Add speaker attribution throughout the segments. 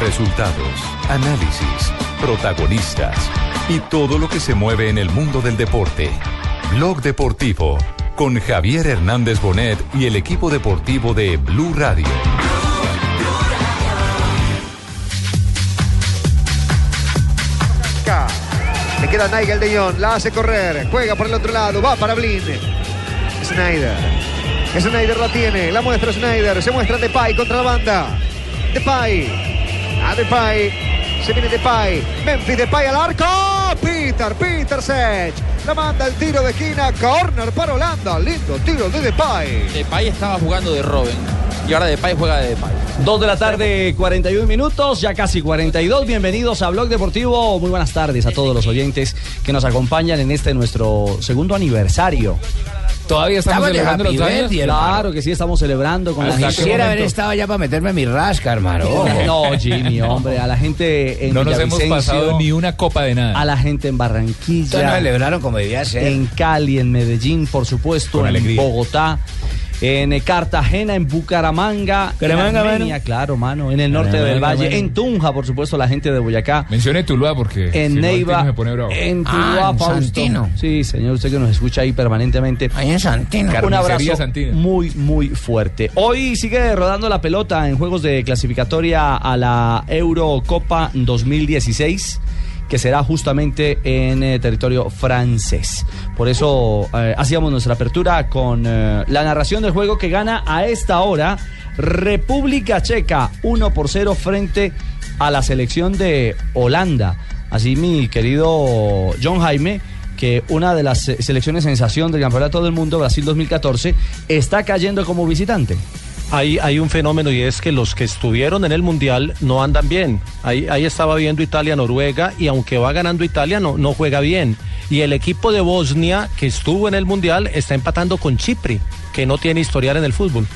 Speaker 1: Resultados, análisis, protagonistas y todo lo que se mueve en el mundo del deporte. Blog Deportivo con Javier Hernández Bonet y el equipo deportivo de Blue Radio.
Speaker 2: Le queda Nigel de Jong, la hace correr, juega por el otro lado, va para Blin. Snyder. Snyder la tiene, la muestra Snyder, se muestra Depay contra la banda. Depay. A Depay. Se viene Depay. Memphis Depay al arco. Peter, Peter Sech. La manda el tiro de esquina. Corner para Holanda. Lindo tiro de Depay.
Speaker 3: Depay estaba jugando de Robin y ahora Depay juega de Depay.
Speaker 4: Dos de la tarde, 41 minutos, ya casi 42. Bienvenidos a Blog Deportivo. Muy buenas tardes a todos los oyentes que nos acompañan en este nuestro segundo aniversario.
Speaker 5: Todavía estamos
Speaker 4: Estamos
Speaker 5: celebrando
Speaker 4: de
Speaker 5: los
Speaker 4: Happy
Speaker 5: años.
Speaker 4: Birthday, Claro que sí, estamos celebrando con la
Speaker 5: Hasta
Speaker 4: gente.
Speaker 5: quisiera haber
Speaker 4: estado ya para meterme mi rasca, hermano.
Speaker 5: Ojo.
Speaker 4: No, Jimmy, hombre, a la gente en
Speaker 5: No nos hemos
Speaker 4: Villavicencio,
Speaker 5: pasado ni una copa de nada.
Speaker 4: a la gente en Barranquilla.
Speaker 5: Entonces nos celebraron como debía ser.
Speaker 4: En Cali, en Medellín, por supuesto,
Speaker 5: Con
Speaker 4: en
Speaker 5: alegría.
Speaker 4: Bogotá, en eh, Cartagena, en Bucaramanga,
Speaker 5: Bucaramanga,
Speaker 4: en Armenia,
Speaker 5: mano.
Speaker 4: claro, mano, en el norte del
Speaker 5: Bucaramanga,
Speaker 4: valle,
Speaker 5: mano.
Speaker 4: en Tunja, por supuesto, la gente de Boyacá.
Speaker 5: Mencione Tuluá porque si
Speaker 4: En
Speaker 5: no, el
Speaker 4: Neiva,
Speaker 5: Tino se pone bravo.
Speaker 4: en Tuluá, Fausto. Sí, señor, usted que nos escucha ahí permanentemente. Ahí en Santino. Un
Speaker 5: Carnicería
Speaker 4: abrazo
Speaker 5: Santino.
Speaker 4: muy, muy fuerte. Hoy sigue rodando la pelota en juegos de clasificatoria a la Eurocopa 2016 que será justamente en eh, territorio francés. Por eso eh, hacíamos nuestra apertura con eh, la narración del juego que gana a esta hora República Checa 1 por 0 frente a la selección de Holanda. Así mi querido John Jaime que una de las eh, selecciones sensación del Campeonato del Mundo Brasil 2014 está cayendo como visitante.
Speaker 6: Hay, hay un fenómeno y es que los que estuvieron en el Mundial no andan bien. Ahí, ahí estaba viendo Italia-Noruega y aunque va ganando Italia no, no juega bien. Y el equipo de Bosnia que estuvo en el Mundial está empatando con Chipre, que no tiene historial en el fútbol.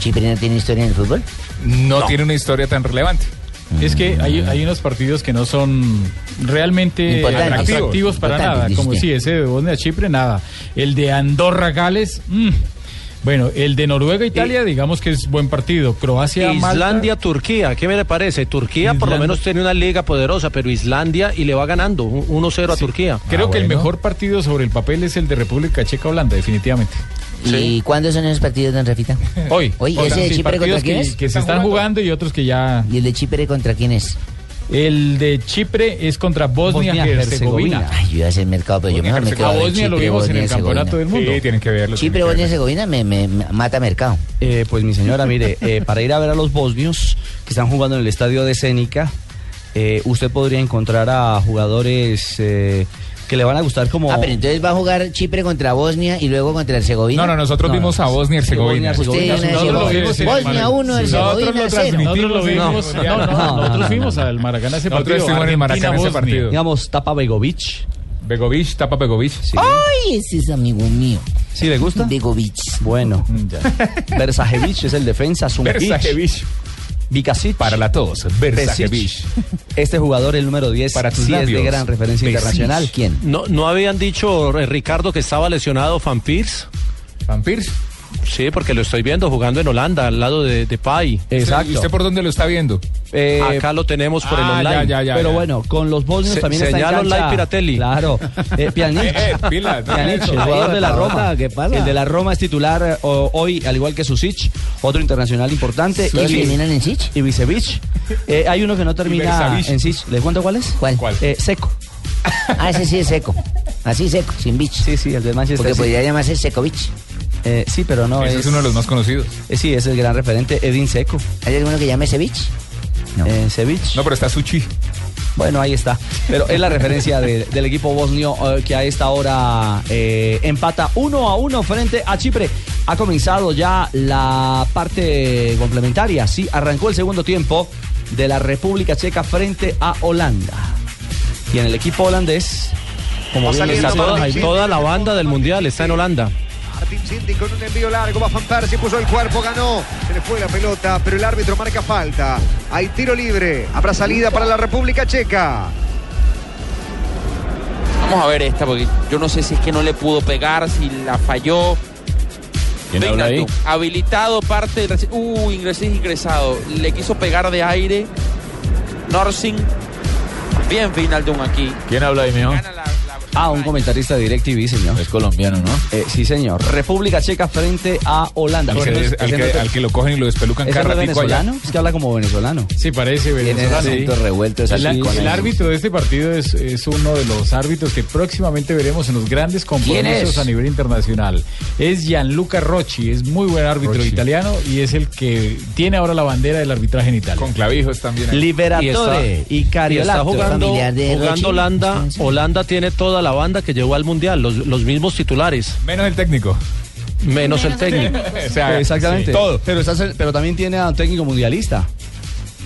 Speaker 7: ¿Chipre no tiene historia en el fútbol?
Speaker 5: no, tiene una historia tan relevante. Mm.
Speaker 8: Es que hay, hay unos partidos que no son realmente
Speaker 5: Importantes.
Speaker 8: atractivos
Speaker 5: Importantes,
Speaker 8: para nada,
Speaker 5: dice
Speaker 8: como
Speaker 5: usted.
Speaker 8: si ese de Bosnia-Chipre, nada. El de Andorra-Gales, mm. bueno, el de
Speaker 5: Eh,
Speaker 8: Noruega-Italia, digamos que es buen partido. Croacia-Malta.
Speaker 6: Islandia-Turquía, ¿qué me le parece? Turquía por lo
Speaker 8: Islandia.
Speaker 6: menos tiene una liga poderosa, pero Islandia y le va ganando un- 1-0 a Turquía. Ah,
Speaker 8: Creo que el mejor partido sobre el papel es el de República Checa-Holanda, definitivamente.
Speaker 7: ¿Y cuándo son esos partidos, don Rafita?
Speaker 8: Hoy.
Speaker 7: Hoy,
Speaker 8: Hoy,
Speaker 7: ¿ese de
Speaker 8: sí,
Speaker 7: Chipre contra
Speaker 8: partidos
Speaker 7: quién
Speaker 8: que-
Speaker 7: es?
Speaker 8: que se están jugando y otros que ya...
Speaker 7: ¿Y el de Chipre contra quién es?
Speaker 8: El de Chipre es contra Bosnia-Herzegovina.
Speaker 7: Ay, yo iba a hacer mercado, pero yo mejor me quedo
Speaker 8: A
Speaker 7: en
Speaker 8: Bosnia lo
Speaker 7: Chipre,
Speaker 8: vimos en el
Speaker 7: Bosnia-Herzegovina.
Speaker 8: campeonato del mundo.
Speaker 5: Sí, tienen que verlo.
Speaker 7: Chipre, Bosnia y Herzegovina me, me- me mata mercado.
Speaker 4: Eh, pues mi señora, mire, eh, para ir a ver a los bosnios que están jugando en el estadio de Cénica, eh, usted podría encontrar a jugadores eh, que le van a gustar como...
Speaker 7: Ah, pero entonces va a jugar Chipre contra Bosnia y luego contra Herzegovina.
Speaker 5: No, no, nosotros vimos a Bosnia y Herzegovina.
Speaker 7: Usted
Speaker 4: Bosnia-Herzegovina.
Speaker 7: viene a decir,
Speaker 8: Nosotros lo vimos en el
Speaker 7: Bosnia
Speaker 8: Maracaná.
Speaker 7: 1,
Speaker 8: Sí.
Speaker 7: Herzegovina
Speaker 5: Nosotros lo
Speaker 7: 0.
Speaker 5: No,
Speaker 8: Nosotros lo vimos,
Speaker 5: no,
Speaker 8: no, no,
Speaker 4: no, no,
Speaker 8: nosotros
Speaker 4: no,
Speaker 8: fuimos al Maracaná ese
Speaker 5: Nosotros
Speaker 8: partido.
Speaker 5: estuvimos en el Maracaná ese
Speaker 8: Argentina-Bosnia.
Speaker 5: partido.
Speaker 4: Digamos, Tapa Begovic.
Speaker 5: Begovic, tapa Begovic.
Speaker 7: Ay, ese es amigo mío.
Speaker 4: ¿Sí le gusta?
Speaker 7: De Govich.
Speaker 4: Bueno,
Speaker 8: Mm, ya.
Speaker 4: Versajevic es el defensa, Sungic,
Speaker 5: Versajevic.
Speaker 4: Vikasic.
Speaker 5: Para la todos, Versajevic.
Speaker 4: Este jugador, el número 10,
Speaker 5: Para tus
Speaker 4: sí es de
Speaker 5: labios,
Speaker 4: gran referencia
Speaker 5: Pesic.
Speaker 4: internacional. ¿Quién?
Speaker 6: No, ¿No habían dicho, eh, Ricardo, que estaba lesionado Van Pierce?
Speaker 5: Van Pierce.
Speaker 6: Sí, porque lo estoy viendo jugando en Holanda, al lado de, de Pai.
Speaker 4: Exacto.
Speaker 5: ¿Y usted por dónde lo está viendo?
Speaker 4: Eh,
Speaker 6: Acá lo tenemos por
Speaker 5: ah,
Speaker 6: el online.
Speaker 5: ya, ya, ya.
Speaker 4: pero bueno, con los bosnios
Speaker 6: Se-
Speaker 4: también está en
Speaker 6: señal
Speaker 4: cancha.
Speaker 6: online Piratelli.
Speaker 4: Claro. Eh, Pjanic.
Speaker 5: Eh, eh, pila, no,
Speaker 4: Pjanic, el
Speaker 5: eso.
Speaker 4: jugador
Speaker 7: Ahí,
Speaker 4: de la
Speaker 7: papá,
Speaker 4: Roma.
Speaker 7: ¿qué pasa?
Speaker 4: El de la Roma es titular eh, o- hoy, al igual que Susic, otro internacional importante.
Speaker 7: ¿Todos
Speaker 4: Vi-
Speaker 7: terminan en Sich?
Speaker 4: y Vicevic. Eh, hay uno que no termina
Speaker 5: Versavic.
Speaker 4: en Sich. ¿Les cuento cuál es?
Speaker 7: ¿Cuál?
Speaker 5: ¿Cuál?
Speaker 4: Eh, seco.
Speaker 7: Ah, ese sí es seco. Así seco, sin bich.
Speaker 4: Sí, sí, el de Manchester
Speaker 7: Porque
Speaker 4: City.
Speaker 7: podría llamarse Secovich.
Speaker 4: Eh, sí, pero no
Speaker 5: Ese
Speaker 4: es...
Speaker 5: es uno de los más conocidos.
Speaker 4: eh, sí, es el gran referente, Edin Seco.
Speaker 7: ¿Hay alguno que llame Sevich? No.
Speaker 4: Eh, Cevic.
Speaker 5: No, pero está Suchi.
Speaker 4: Bueno, ahí está. Pero es la referencia de- del equipo bosnio eh, que a esta hora eh, empata uno a uno frente a Chipre. Ha comenzado ya la parte complementaria. Sí, arrancó el segundo tiempo de la República Checa frente a Holanda. Y en el equipo holandés, como
Speaker 2: Va
Speaker 4: bien
Speaker 2: saliendo
Speaker 4: está
Speaker 2: Martín
Speaker 4: todo,
Speaker 6: Toda,
Speaker 2: Sí.
Speaker 6: toda la banda del mundial está en Holanda.
Speaker 2: Martín Cindy con un envío largo, va a fanfar, se puso el cuerpo, ganó. Se le fue la pelota, pero el árbitro marca falta. Hay tiro libre, habrá salida para la República Checa.
Speaker 9: Vamos a ver esta, porque yo no sé si es que no le pudo pegar, si la falló.
Speaker 10: ¿Quién
Speaker 11: de
Speaker 10: habla ahí?
Speaker 11: Ignacio. Habilitado parte. reci- Uh, ingresé ingresado. Le quiso pegar de aire. Norsing. Bien Vinaldum aquí.
Speaker 10: ¿Quién habla ahí, mijo?
Speaker 11: Gana la- la-
Speaker 4: Ah, un comentarista de DirecTV, señor.
Speaker 10: Es colombiano, ¿no?
Speaker 4: Eh, sí, señor. República Checa frente a Holanda.
Speaker 5: Al que,
Speaker 4: Bueno,
Speaker 5: al que- al que lo cogen y lo despelucan
Speaker 4: ¿Ese
Speaker 5: cada
Speaker 4: no es
Speaker 5: ratico allá.
Speaker 4: venezolano? Es que habla como venezolano.
Speaker 8: Sí, parece
Speaker 7: Tiene
Speaker 8: venezolano.
Speaker 7: asuntos revueltos
Speaker 8: El,
Speaker 7: así con
Speaker 8: el
Speaker 7: el-
Speaker 8: árbitro de este partido es, es uno de los árbitros que próximamente veremos en los grandes
Speaker 7: ¿Quién es?
Speaker 8: compromisos a nivel internacional. Es Gianluca Rocci, es muy buen árbitro
Speaker 5: Rocci.
Speaker 8: italiano y es el que tiene ahora la bandera del arbitraje en Italia.
Speaker 5: Con clavijos también. ahí.
Speaker 4: Liberatore y,
Speaker 6: Y está
Speaker 4: Cariola.
Speaker 6: jugando,
Speaker 7: familiar de Rochi.
Speaker 6: jugando Holanda.
Speaker 7: Sí, sí.
Speaker 6: Holanda tiene toda la banda que llevó al mundial, los, los mismos titulares,
Speaker 5: Menos el técnico.
Speaker 6: menos el técnico.
Speaker 5: O sea,
Speaker 4: Exactamente.
Speaker 5: sí, todo.
Speaker 4: Pero, estás- pero también tiene a un técnico mundialista.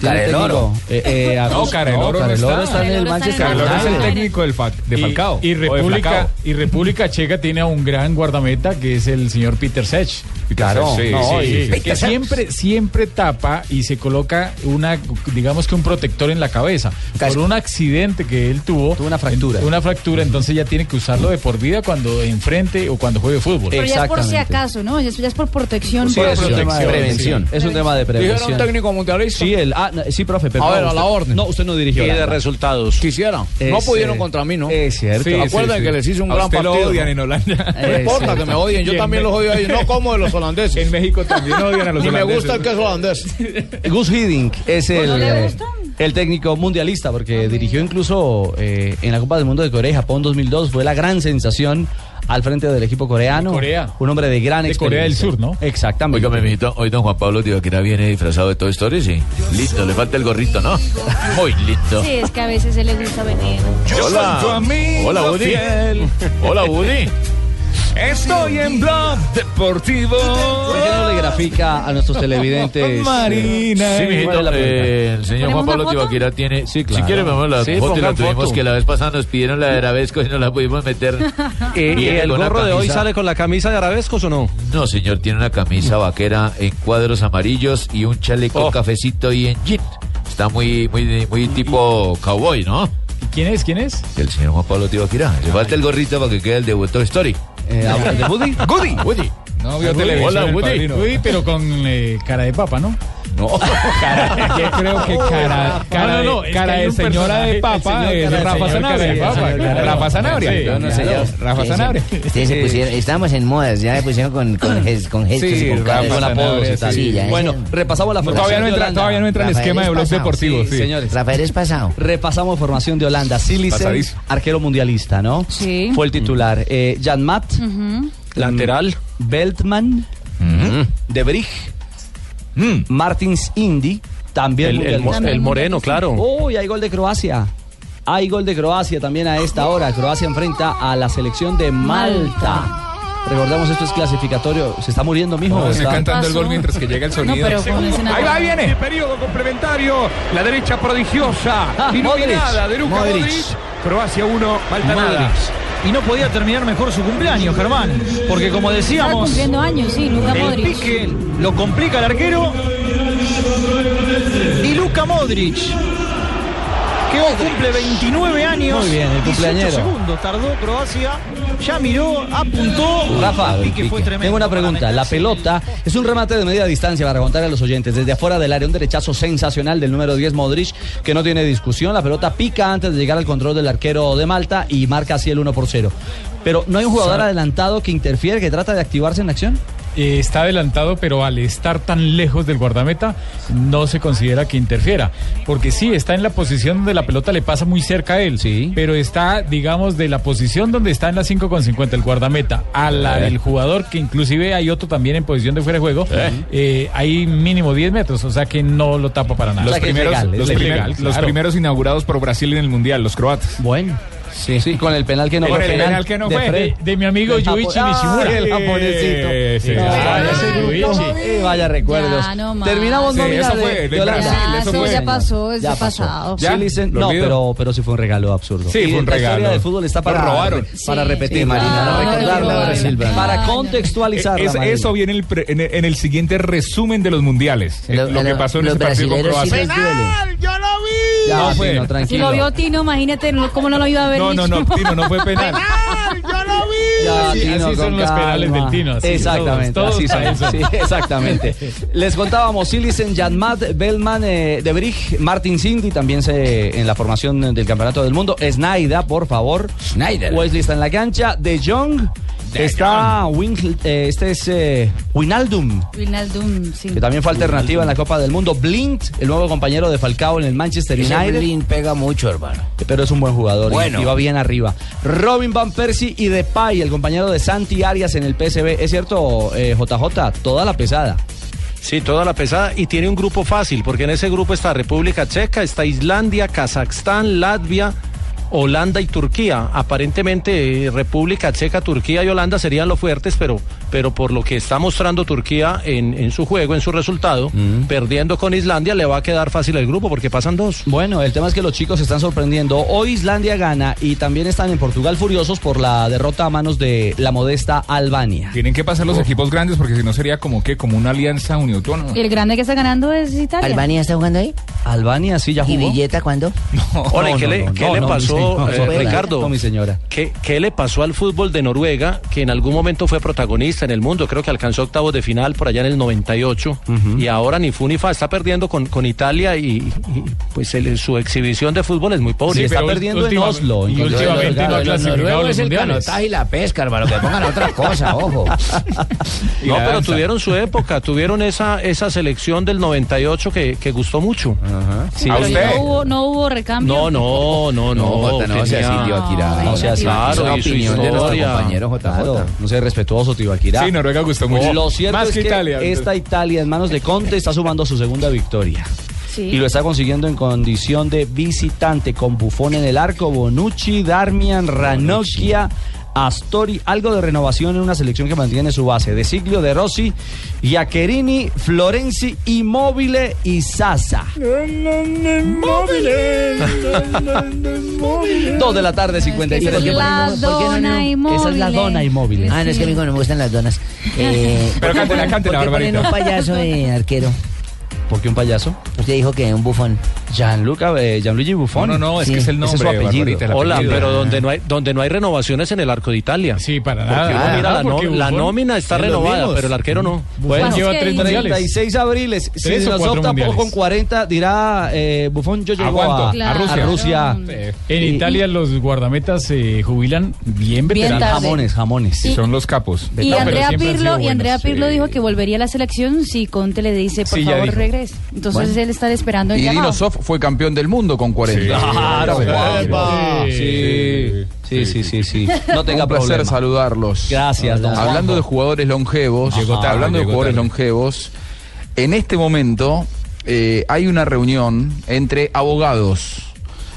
Speaker 4: Tiene
Speaker 7: Careloro.
Speaker 4: técnico, eh, eh, a-
Speaker 5: No, Careloro no está.
Speaker 4: en el
Speaker 12: Careloro
Speaker 4: Manchester
Speaker 12: está en el
Speaker 5: Calor es el
Speaker 4: United.
Speaker 5: técnico del Fa- de
Speaker 8: Y-
Speaker 5: Falcao. o
Speaker 8: Y,
Speaker 5: de
Speaker 8: República,
Speaker 5: Flacao.
Speaker 8: y República Checa tiene a un gran guardameta que es el señor Peter Sech.
Speaker 4: Claro.
Speaker 5: Sí,
Speaker 8: No,
Speaker 5: sí,
Speaker 8: y-
Speaker 5: sí, sí.
Speaker 8: que siempre, siempre tapa y se coloca una, digamos que un protector en la cabeza.
Speaker 7: Casco.
Speaker 8: Por un accidente que él tuvo.
Speaker 4: Tuvo una fractura.
Speaker 8: en- Una fractura, entonces ya tiene que usarlo de por vida cuando enfrente o cuando juegue fútbol.
Speaker 4: Eh,
Speaker 12: Pero ya es por si
Speaker 4: Exactamente.
Speaker 12: acaso, ¿no? Ya es, ya es por protección.
Speaker 8: Sí,
Speaker 4: Sí,
Speaker 8: Por
Speaker 4: es un tema de
Speaker 8: protección,
Speaker 4: prevención.
Speaker 8: sí.
Speaker 4: Es un tema de
Speaker 10: Dijeron
Speaker 4: prevención.
Speaker 10: técnico mundialista.
Speaker 4: Sí, el, ah, no, sí, profe, pero
Speaker 10: A
Speaker 4: no,
Speaker 10: ver, a
Speaker 4: usted-
Speaker 10: la orden.
Speaker 4: No, usted no dirigió.
Speaker 6: Y de
Speaker 4: Holanda.
Speaker 6: resultados.
Speaker 10: Quisieran.
Speaker 4: Es,
Speaker 10: no pudieron
Speaker 4: eh,
Speaker 10: contra mí, ¿no?
Speaker 4: Es cierto.
Speaker 5: Sí,
Speaker 10: Acuerdan que les hice un
Speaker 5: A
Speaker 10: gran
Speaker 5: usted
Speaker 10: partido,
Speaker 5: lo odian
Speaker 10: ¿no?
Speaker 5: en Holanda.
Speaker 10: No
Speaker 4: Es
Speaker 10: importa
Speaker 4: Eh, cierto.
Speaker 10: que me odien, yo
Speaker 8: Y en
Speaker 10: también
Speaker 8: Me-
Speaker 10: los odio a ellos. No como de los holandeses.
Speaker 5: En México también odian a los
Speaker 10: Ni me
Speaker 5: holandeses.
Speaker 10: gusta el que es holandés.
Speaker 4: Gus Hiddink es
Speaker 12: ¿No
Speaker 4: el,
Speaker 12: le
Speaker 4: eh,
Speaker 12: gustan?
Speaker 4: el técnico mundialista porque dirigió incluso eh, en la Copa del Mundo de Corea y Japón 2002. Fue la gran sensación al frente del equipo coreano.
Speaker 8: De Corea.
Speaker 4: Un hombre de gran
Speaker 8: De Corea del
Speaker 4: experiencia.
Speaker 8: Sur, ¿no?
Speaker 4: Exactamente.
Speaker 10: Oiga, hoy don Juan Pablo Tibaquira viene disfrazado de Toy Story, sí. Listo, le falta el gorrito, ¿no? Muy listo.
Speaker 12: Sí, es que a veces se le gusta venir.
Speaker 10: Hola.
Speaker 5: soy tu amigo
Speaker 10: Hola, Woody.
Speaker 5: fiel.
Speaker 10: Hola, Woody.
Speaker 5: Estoy en Blog Deportivo.
Speaker 4: ¿Por qué no le grafica a nuestros televidentes?
Speaker 5: Marina.
Speaker 10: Sí, mijito,
Speaker 4: ¿cuál es la pregunta?
Speaker 10: eh, el señor
Speaker 12: ¿Ponemos
Speaker 10: Juan Pablo
Speaker 12: una foto?
Speaker 10: Tibaquira tiene. Sí,
Speaker 6: claro.
Speaker 10: Si quiere, vemos la
Speaker 6: Sí,
Speaker 10: foto y la
Speaker 6: pongan
Speaker 10: tuvimos
Speaker 6: foto.
Speaker 10: que la vez pasada nos pidieron la de Arabesco y no la pudimos meter.
Speaker 6: Y, y
Speaker 10: Viene
Speaker 6: Eh, el
Speaker 10: con una
Speaker 6: gorro de hoy
Speaker 10: camisa.
Speaker 6: sale con la camisa de Arabescos o no?
Speaker 10: No, señor, tiene una camisa vaquera en cuadros amarillos y un chaleco
Speaker 6: Oh.
Speaker 10: cafecito y en jean. Está muy, muy, muy tipo cowboy, ¿no?
Speaker 8: ¿Y ¿Quién es? ¿Quién es?
Speaker 10: El señor Juan Pablo Tibaquira. Le falta el gorrito para que quede el debut Toy Story.
Speaker 4: Eh, ¿habla de Woody?
Speaker 10: Woody. Woody.
Speaker 5: No vio
Speaker 10: Woody.
Speaker 5: televisión.
Speaker 10: Hola,
Speaker 5: el
Speaker 10: Woody.
Speaker 5: padrino.
Speaker 8: Uy, pero con eh, cara de papa, ¿no?
Speaker 10: No.
Speaker 8: Yo creo que
Speaker 4: Oh,
Speaker 8: cara, cara,
Speaker 5: No, no, no,
Speaker 8: de,
Speaker 5: es
Speaker 8: cara
Speaker 5: que hay
Speaker 8: de
Speaker 5: un
Speaker 8: señora
Speaker 5: personaje,
Speaker 8: de
Speaker 5: el
Speaker 8: papa
Speaker 5: señor
Speaker 8: es
Speaker 5: cara de
Speaker 8: Rafa
Speaker 5: señor, cara de
Speaker 8: Zanabria.
Speaker 5: papa,
Speaker 8: Señor
Speaker 5: claro.
Speaker 8: Rafa Zanabria.
Speaker 5: Sí, yo no sé,
Speaker 8: Claro.
Speaker 5: yo- Rafa
Speaker 7: Ustedes se-
Speaker 5: Zanabria.
Speaker 7: Ustedes se pusieron, estábamos pues, en modas, ya se pusieron con, con, ges- con gestos y
Speaker 5: Sí,
Speaker 7: con caras.
Speaker 5: Rafa
Speaker 4: Con apodos y
Speaker 5: Zanabria,
Speaker 4: tal.
Speaker 7: sí, ya es-
Speaker 4: bueno, repasamos la
Speaker 5: No,
Speaker 4: formación
Speaker 5: todavía no
Speaker 4: de
Speaker 5: entra,
Speaker 4: Holanda.
Speaker 5: todavía no entra en el
Speaker 7: Rafael
Speaker 5: esquema de Blog
Speaker 7: Espasao.
Speaker 5: Deportivo. Sí,
Speaker 4: señores.
Speaker 7: Rafael es pasado.
Speaker 4: Repasamos formación de Holanda. Silisen,
Speaker 5: Pasadizo.
Speaker 4: arquero mundialista, ¿no?
Speaker 12: Sí.
Speaker 4: Fue el
Speaker 5: Mm.
Speaker 4: titular. Eh, Jan Matt,
Speaker 12: Ujú.
Speaker 6: Lateral.
Speaker 4: Beltman, De Brij,
Speaker 5: Mm.
Speaker 4: Martins Indy, también
Speaker 6: El, el mo-
Speaker 4: mundialista.
Speaker 12: También
Speaker 6: el moreno,
Speaker 12: Oh,
Speaker 6: claro.
Speaker 4: Uy, hay gol de Croacia. Hay gol de Croacia también a esta hora. Croacia enfrenta a la selección de Malta. Recordemos, esto es clasificatorio. ¿Se está muriendo, mijo?
Speaker 5: No,
Speaker 4: ¿O
Speaker 5: se
Speaker 4: está-
Speaker 5: cantando el
Speaker 12: Pasó.
Speaker 5: gol mientras que llega el sonido.
Speaker 12: No, pero con ese
Speaker 5: Ahí va,
Speaker 12: Navarro.
Speaker 5: viene. Periodo complementario. La derecha prodigiosa.
Speaker 4: Ah,
Speaker 5: y no vi
Speaker 4: Modric.
Speaker 5: nada de Luka Modric.
Speaker 4: Modric.
Speaker 5: Croacia 1, Malta nada.
Speaker 13: Y no podía terminar mejor su cumpleaños, Germán. Porque como
Speaker 12: Está
Speaker 13: decíamos,
Speaker 12: cumpliendo años, sí, Luca
Speaker 13: el
Speaker 12: Modric.
Speaker 13: pique lo complica el arquero. Y Luka Modric, que hoy cumple 29 años.
Speaker 4: Muy bien, el
Speaker 13: 18
Speaker 4: cumpleañero.
Speaker 13: segundos tardó Croacia. Ya miró, apuntó.
Speaker 4: Rafa,
Speaker 13: el pique fue tremendo.
Speaker 4: tengo una pregunta. La pelota es un remate de media distancia para contar a los oyentes. Desde afuera del área, un derechazo sensacional del número 10 Modric, que no tiene discusión. La pelota pica antes de llegar al control del arquero de Malta y marca así el 1 por 0. Pero no hay un jugador adelantado que interfiere, que trata de activarse en la acción.
Speaker 8: Eh, está adelantado, pero al estar tan lejos del guardameta, no se considera que interfiera. Porque sí, está en la posición donde la pelota le pasa muy cerca a él.
Speaker 4: Sí.
Speaker 8: Pero está, digamos, de la posición donde está en la 5,50 el guardameta, a la
Speaker 5: Eh.
Speaker 8: del jugador, que inclusive hay otro también en posición de fuera de juego, eh, hay mínimo 10 metros, o sea que no lo tapa para nada.
Speaker 4: O
Speaker 5: Los
Speaker 4: sea que es
Speaker 5: primeros,
Speaker 4: legal, es
Speaker 5: los,
Speaker 4: legal,
Speaker 5: primer- los
Speaker 8: claro.
Speaker 5: primeros inaugurados por Brasil en el Mundial, los croatas.
Speaker 4: Bueno, sí, con el penal que no
Speaker 5: Con
Speaker 4: fue
Speaker 5: el penal que no
Speaker 4: de
Speaker 5: fue.
Speaker 4: Fred.
Speaker 8: De mi amigo
Speaker 4: Del
Speaker 8: Yuichi
Speaker 4: Japo-
Speaker 8: Nishimura.
Speaker 4: Ay, el japonesito.
Speaker 5: Eh, sí.
Speaker 8: Ah,
Speaker 4: Ay,
Speaker 8: ese
Speaker 4: no,
Speaker 8: Yuichi.
Speaker 4: eh, vaya recuerdos.
Speaker 12: Ya, no más.
Speaker 4: Terminamos
Speaker 12: Sí,
Speaker 4: nómina
Speaker 5: eso
Speaker 4: de-
Speaker 5: fue,
Speaker 4: de,
Speaker 5: de
Speaker 4: Holanda.
Speaker 5: Brasil,
Speaker 12: Ya,
Speaker 5: eso
Speaker 12: eso
Speaker 5: fue.
Speaker 12: ya pasó, eso
Speaker 4: Ya
Speaker 12: ya
Speaker 4: pasó.
Speaker 12: pasado.
Speaker 5: Ya,
Speaker 4: Sí, Licen-
Speaker 5: lo
Speaker 4: no,
Speaker 5: olvido.
Speaker 4: pero, pero sí fue un regalo absurdo.
Speaker 5: Sí,
Speaker 4: Y
Speaker 5: fue un
Speaker 4: la historia
Speaker 5: regalo.
Speaker 4: del fútbol está para,
Speaker 5: Lo robaron.
Speaker 4: para
Speaker 12: Sí,
Speaker 4: repetirla,
Speaker 12: sí,
Speaker 4: para
Speaker 13: Ah,
Speaker 12: claro,
Speaker 4: recordarla,
Speaker 12: claro,
Speaker 4: para silbarla.
Speaker 12: claro.
Speaker 4: para contextualizarla.
Speaker 5: Es-
Speaker 4: Marina.
Speaker 5: eso viene en el, pre- en el- en el siguiente resumen de los mundiales. eh,
Speaker 7: Lo-
Speaker 5: Lo, que
Speaker 7: lo-
Speaker 5: pasó en
Speaker 7: los
Speaker 5: ese partido con
Speaker 7: brasileros sí
Speaker 5: Croacia.
Speaker 7: les duele.
Speaker 4: Ya,
Speaker 5: No
Speaker 4: sí,
Speaker 5: fue.
Speaker 4: no,
Speaker 12: Si
Speaker 4: tranquilo.
Speaker 12: lo vio Tino, imagínate no- cómo no lo iba a ver.
Speaker 5: No, no, no,
Speaker 12: Nichimura.
Speaker 5: Tino, no fue penal.
Speaker 4: Ya,
Speaker 8: Así-
Speaker 4: Tino,
Speaker 8: así
Speaker 4: con
Speaker 8: son los
Speaker 4: calma.
Speaker 8: penales del Tino, así,
Speaker 4: exactamente,
Speaker 8: todos, todos
Speaker 4: así son,
Speaker 8: para eso.
Speaker 4: sí, exactamente. Les contábamos, Silisen, Janmat, Bellman, eh, De Brich, Martin Cindy, también se, en la formación del Campeonato del Mundo. Snaida, por favor. Schneider. Wesley está en la cancha. De Jong. está Wing, eh, este es eh, Wijnaldum,
Speaker 12: Wijnaldum, sí.
Speaker 4: que también fue alternativa en la Copa del Mundo. Blind, el nuevo compañero de Falcao en el Manchester
Speaker 7: Ese
Speaker 4: United.
Speaker 7: Blind
Speaker 4: pega mucho, hermano. Pero es un buen jugador y-
Speaker 7: Bueno.
Speaker 4: y va bien arriba. Robin Van Persie y Depay, el compañero de Santi Arias en el PSV. ¿Es cierto, eh, JJ? Toda la pesada.
Speaker 6: Sí, toda la pesada y tiene un grupo fácil, porque en ese grupo está República Checa, está Islandia, Kazajstán, Latvia, Holanda y Turquía. Aparentemente eh, República Checa, Turquía y Holanda serían los fuertes, pero, pero por lo que está mostrando Turquía en, en su juego, en su resultado,
Speaker 10: Mm.
Speaker 6: perdiendo con Islandia le va a quedar fácil el grupo porque pasan dos.
Speaker 4: Bueno, el tema es que los chicos se están sorprendiendo. Hoy Islandia gana y también están en Portugal furiosos por la derrota a manos de la modesta Albania. Oh.
Speaker 5: Tienen que pasar los equipos grandes porque si no sería como que como una alianza uniautónoma.
Speaker 12: El grande que está ganando es Italia.
Speaker 7: ¿Albania está jugando ahí?
Speaker 4: Albania sí ya
Speaker 7: jugó. ¿Y Villeta cuándo?
Speaker 6: Ahora, ¿y ¿qué le, qué le pasó, eh, Ricardo?
Speaker 4: mi señora.
Speaker 6: ¿Qué, qué le pasó al fútbol de Noruega, que en algún momento fue protagonista en el mundo? Creo que alcanzó octavos de final por allá en el 98. Y ahora ni fu ni fa, está perdiendo con, con Italia y, y, pues el- su exhibición de fútbol es muy pobre.
Speaker 4: Sí, está perdiendo en Oslo.
Speaker 6: y
Speaker 4: inclusive.
Speaker 6: últimamente no ha
Speaker 4: Los
Speaker 6: clasificado
Speaker 4: noruegos
Speaker 6: a los
Speaker 4: el
Speaker 6: mundiales.
Speaker 4: canotaje
Speaker 7: y la pesca, hermano, que pongan otra cosa, ojo.
Speaker 6: No,
Speaker 7: la
Speaker 6: pero
Speaker 7: danza.
Speaker 6: tuvieron su época, tuvieron esa, esa selección del 98 que, que gustó mucho.
Speaker 12: Pero No hubo, no hubo recambio.
Speaker 6: No, no, no, no.
Speaker 9: Jota, no sea
Speaker 6: tenía-
Speaker 9: así, tío Akira.
Speaker 6: No sea así.
Speaker 9: Es una
Speaker 6: Claro, y su
Speaker 9: opinión de nuestro
Speaker 6: historia.
Speaker 9: compañero JJ.
Speaker 4: Claro, no sé, respetuoso Tibaquirá.
Speaker 5: Sí, Noruega gustó mucho.
Speaker 4: Lo cierto
Speaker 5: Más
Speaker 4: es
Speaker 5: que
Speaker 4: que
Speaker 5: Italia, entonces.
Speaker 4: esta Italia en manos de Conte está sumando su segunda victoria.
Speaker 12: Sí.
Speaker 4: Y lo está consiguiendo en condición de visitante con Bufón en el arco, Bonucci, Darmian, Ranocchia, Astori, algo de renovación en una selección que mantiene su base. De Siglio, De Rossi, Iacherini, Florenzi, Immobile y Sasa. Dos de la tarde, 53
Speaker 7: ¿Y por qué
Speaker 12: La
Speaker 7: ponemos- por qué no, no?
Speaker 12: dona inmóvil.
Speaker 7: Esa es la dona inmóvil. Ah, no, es que a mí no me gustan las donas. Eh, ¿por
Speaker 4: Pero
Speaker 7: qué
Speaker 4: cántela,
Speaker 7: ponen-
Speaker 4: cántela,
Speaker 7: ¿Por qué ponen
Speaker 4: Barbarita.
Speaker 7: un payaso de arquero?
Speaker 4: ¿Por qué un payaso?
Speaker 7: Usted dijo que un bufón.
Speaker 4: Gianluca, eh, Gianluigi Buffon. Sí. Ese su apellido.
Speaker 6: Hola, pero donde no hay donde no hay renovaciones en el arco de Italia. Sí, para
Speaker 8: nada. Ah,
Speaker 6: mira, la,
Speaker 8: porque
Speaker 6: no- la
Speaker 8: Buffon-
Speaker 6: nómina está
Speaker 8: en los
Speaker 6: renovada,
Speaker 8: mismos.
Speaker 6: pero el arquero no.
Speaker 8: Bueno, lleva tres mundiales.
Speaker 4: 36 abriles. Si
Speaker 8: Tres o
Speaker 4: nos
Speaker 8: cuatro
Speaker 4: opta
Speaker 8: mundiales.
Speaker 4: con 40, dirá eh, Buffon, yo llego
Speaker 8: Aguanto,
Speaker 4: a,
Speaker 8: a Rusia. En
Speaker 4: Y-
Speaker 8: Italia los guardametas se jubilan bien veteranos.
Speaker 12: tarde. Jamones,
Speaker 4: jamones.
Speaker 12: Y-
Speaker 8: son
Speaker 5: los capos.
Speaker 12: Y Andrea Pirlo, y Andrea Pirlo dijo que volvería a la selección si Conte le dice, por
Speaker 9: Sí, ya
Speaker 12: favor,
Speaker 9: dijo.
Speaker 12: regrese. Entonces
Speaker 9: Bueno.
Speaker 12: él está esperando el
Speaker 9: Y
Speaker 12: llamado.
Speaker 9: Dinosov fue campeón del mundo con 40.
Speaker 4: Sí. Claro, guapa.
Speaker 9: Sí, sí, sí, sí, sí.
Speaker 4: No tenga
Speaker 9: Un placer
Speaker 4: problema.
Speaker 9: saludarlos.
Speaker 4: Gracias, don
Speaker 9: Hablando
Speaker 4: Juanjo.
Speaker 9: de jugadores longevos,
Speaker 4: Llegó tarde,
Speaker 9: hablando de
Speaker 4: llegó
Speaker 9: jugadores
Speaker 4: tarde.
Speaker 9: longevos, en este momento eh, hay una reunión entre abogados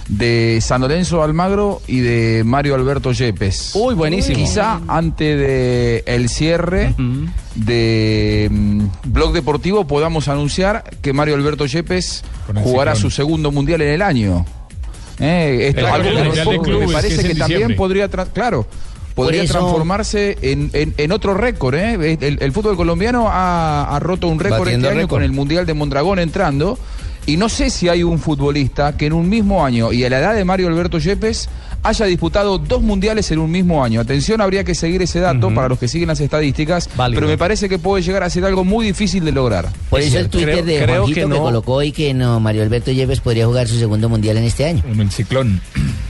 Speaker 9: de San Lorenzo Almagro y de Mario Alberto Yepes.
Speaker 4: Uy, buenísimo.
Speaker 9: Quizá antes de el cierre de mm, Blog Deportivo podamos anunciar que Mario Alberto Yepes
Speaker 5: el
Speaker 9: jugará
Speaker 5: ciclón.
Speaker 9: su segundo mundial en el año. Eh, esto
Speaker 5: El
Speaker 9: es algo
Speaker 5: Mundial
Speaker 9: que
Speaker 5: de
Speaker 9: nosotros-
Speaker 5: Clubes,
Speaker 9: me
Speaker 5: que es
Speaker 9: parece
Speaker 5: en
Speaker 9: que,
Speaker 5: diciembre.
Speaker 9: también podría, tra- claro, podría
Speaker 5: Por eso-
Speaker 9: transformarse en, en- en otro récord. ¿eh? El, el fútbol colombiano ha, ha roto un récord
Speaker 14: Batiendo
Speaker 9: este año
Speaker 14: récord.
Speaker 9: con el Mundial de Mondragón entrando. Y no sé si hay un futbolista que en un mismo año y a la edad de Mario Alberto Yepes haya disputado dos mundiales en un mismo año. Atención, habría que seguir ese dato para los que siguen las estadísticas, pero me parece que puede llegar a ser algo muy difícil de lograr.
Speaker 7: Por eso Pues el Twitter de Juanjito que, colocó hoy que no, Mario Alberto Yepes podría jugar su segundo mundial en este año.
Speaker 5: En el ciclón.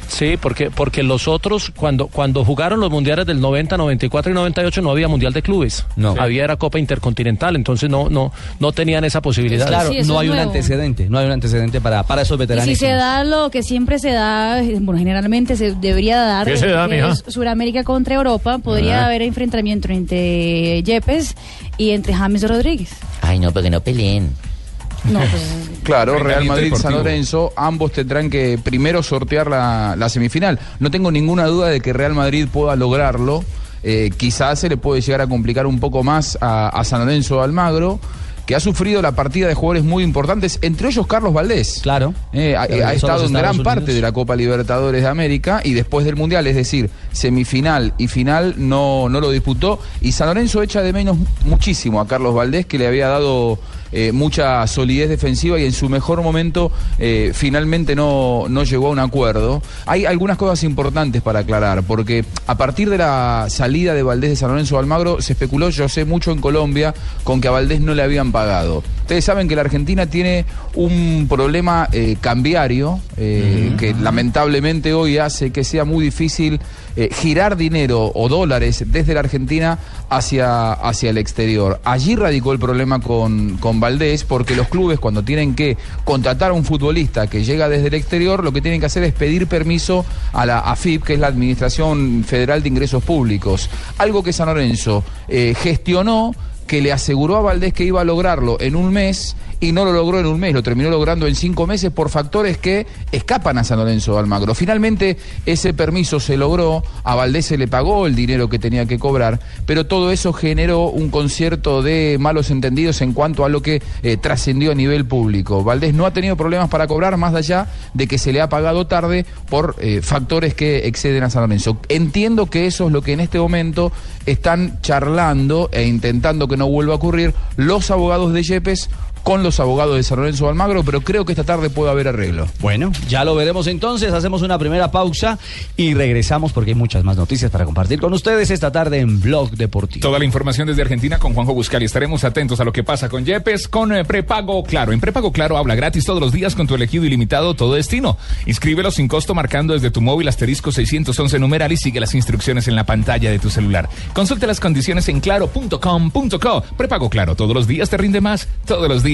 Speaker 6: Sí, porque, porque los otros, cuando, cuando jugaron los mundiales del 90, 94 y 98, no había mundial de clubes.
Speaker 4: No.
Speaker 6: Había era Copa Intercontinental, entonces no, no, no tenían esa posibilidad.
Speaker 4: Claro, no hay un antecedente, no hay un antecedente para, para esos
Speaker 12: Y
Speaker 4: veteranos.
Speaker 12: si se da lo que siempre se da, eh, bueno, generalmente se debería dar,
Speaker 4: ¿Qué se da,
Speaker 12: que
Speaker 4: mija?
Speaker 12: es Suramérica contra Europa, podría
Speaker 7: Ah.
Speaker 12: haber enfrentamiento entre Yepes y entre James Rodríguez.
Speaker 7: Ay, no, porque no peleen.
Speaker 12: No,
Speaker 9: Claro, Real
Speaker 7: Enfrentamiento
Speaker 9: Madrid, San
Speaker 7: deportivo.
Speaker 9: Lorenzo, ambos tendrán que primero sortear la, la semifinal. No tengo ninguna duda de que Real Madrid pueda lograrlo. Eh, quizás se le puede llegar a complicar un poco más a, a San Lorenzo de Almagro, que ha sufrido la partida de jugadores muy importantes, entre ellos Carlos Valdés.
Speaker 4: Claro.
Speaker 9: Eh, ha,
Speaker 4: Que regresó
Speaker 9: ha
Speaker 4: a
Speaker 9: estado
Speaker 4: los
Speaker 9: en
Speaker 4: Estados
Speaker 9: gran
Speaker 4: Unidos.
Speaker 9: parte de la Copa Libertadores de América y después del Mundial, es decir, semifinal y final no, no lo disputó. Y San Lorenzo echa de menos muchísimo a Carlos Valdés, que le había dado eh, mucha solidez defensiva y en su mejor momento eh, finalmente no, no llegó a un acuerdo. Hay algunas cosas importantes para aclarar, porque a partir de la salida de Valdés de San Lorenzo de Almagro se especuló, yo sé mucho en Colombia, con que a Valdés no le habían pagado. Ustedes saben que la Argentina tiene un problema eh, cambiario eh, que lamentablemente hoy hace que sea muy difícil eh, girar dinero o dólares desde la Argentina hacia, hacia el exterior. Allí radicó el problema con, con Valdés porque los clubes cuando tienen que contratar a un futbolista que llega desde el exterior lo que tienen que hacer es pedir permiso a la AFIP, que es la Administración Federal de Ingresos Públicos. Algo que San Lorenzo eh, gestionó que le aseguró a Valdés que iba a lograrlo en un mes y no lo logró en un mes, lo terminó logrando en cinco meses por factores que escapan a San Lorenzo de Almagro. Finalmente ese permiso se logró, a Valdés se le pagó el dinero que tenía que cobrar, pero todo eso generó un concierto de malos entendidos en cuanto a lo que eh, trascendió a nivel público. Valdés no ha tenido problemas para cobrar más allá de que se le ha pagado tarde por eh, factores que exceden a San Lorenzo. Entiendo que eso es lo que en este momento están charlando e intentando que no vuelva a ocurrir los abogados de Yepes con los abogados de San Lorenzo de Almagro, pero creo que esta tarde puede haber arreglo.
Speaker 4: Bueno, ya lo veremos entonces. Hacemos una primera pausa y regresamos porque hay muchas más noticias para compartir con ustedes esta tarde en Blog Deportivo.
Speaker 5: Toda la información desde Argentina con Juanjo Buscali. Estaremos atentos a lo que pasa con Yepes con eh, Prepago Claro. En Prepago Claro habla gratis todos los días con tu elegido ilimitado todo destino. Inscríbelo sin costo marcando desde tu móvil asterisco 611 numeral y sigue las instrucciones en la pantalla de tu celular. Consulte las condiciones en claro.com.co. Prepago Claro. Todos los días te rinde más. Todos los días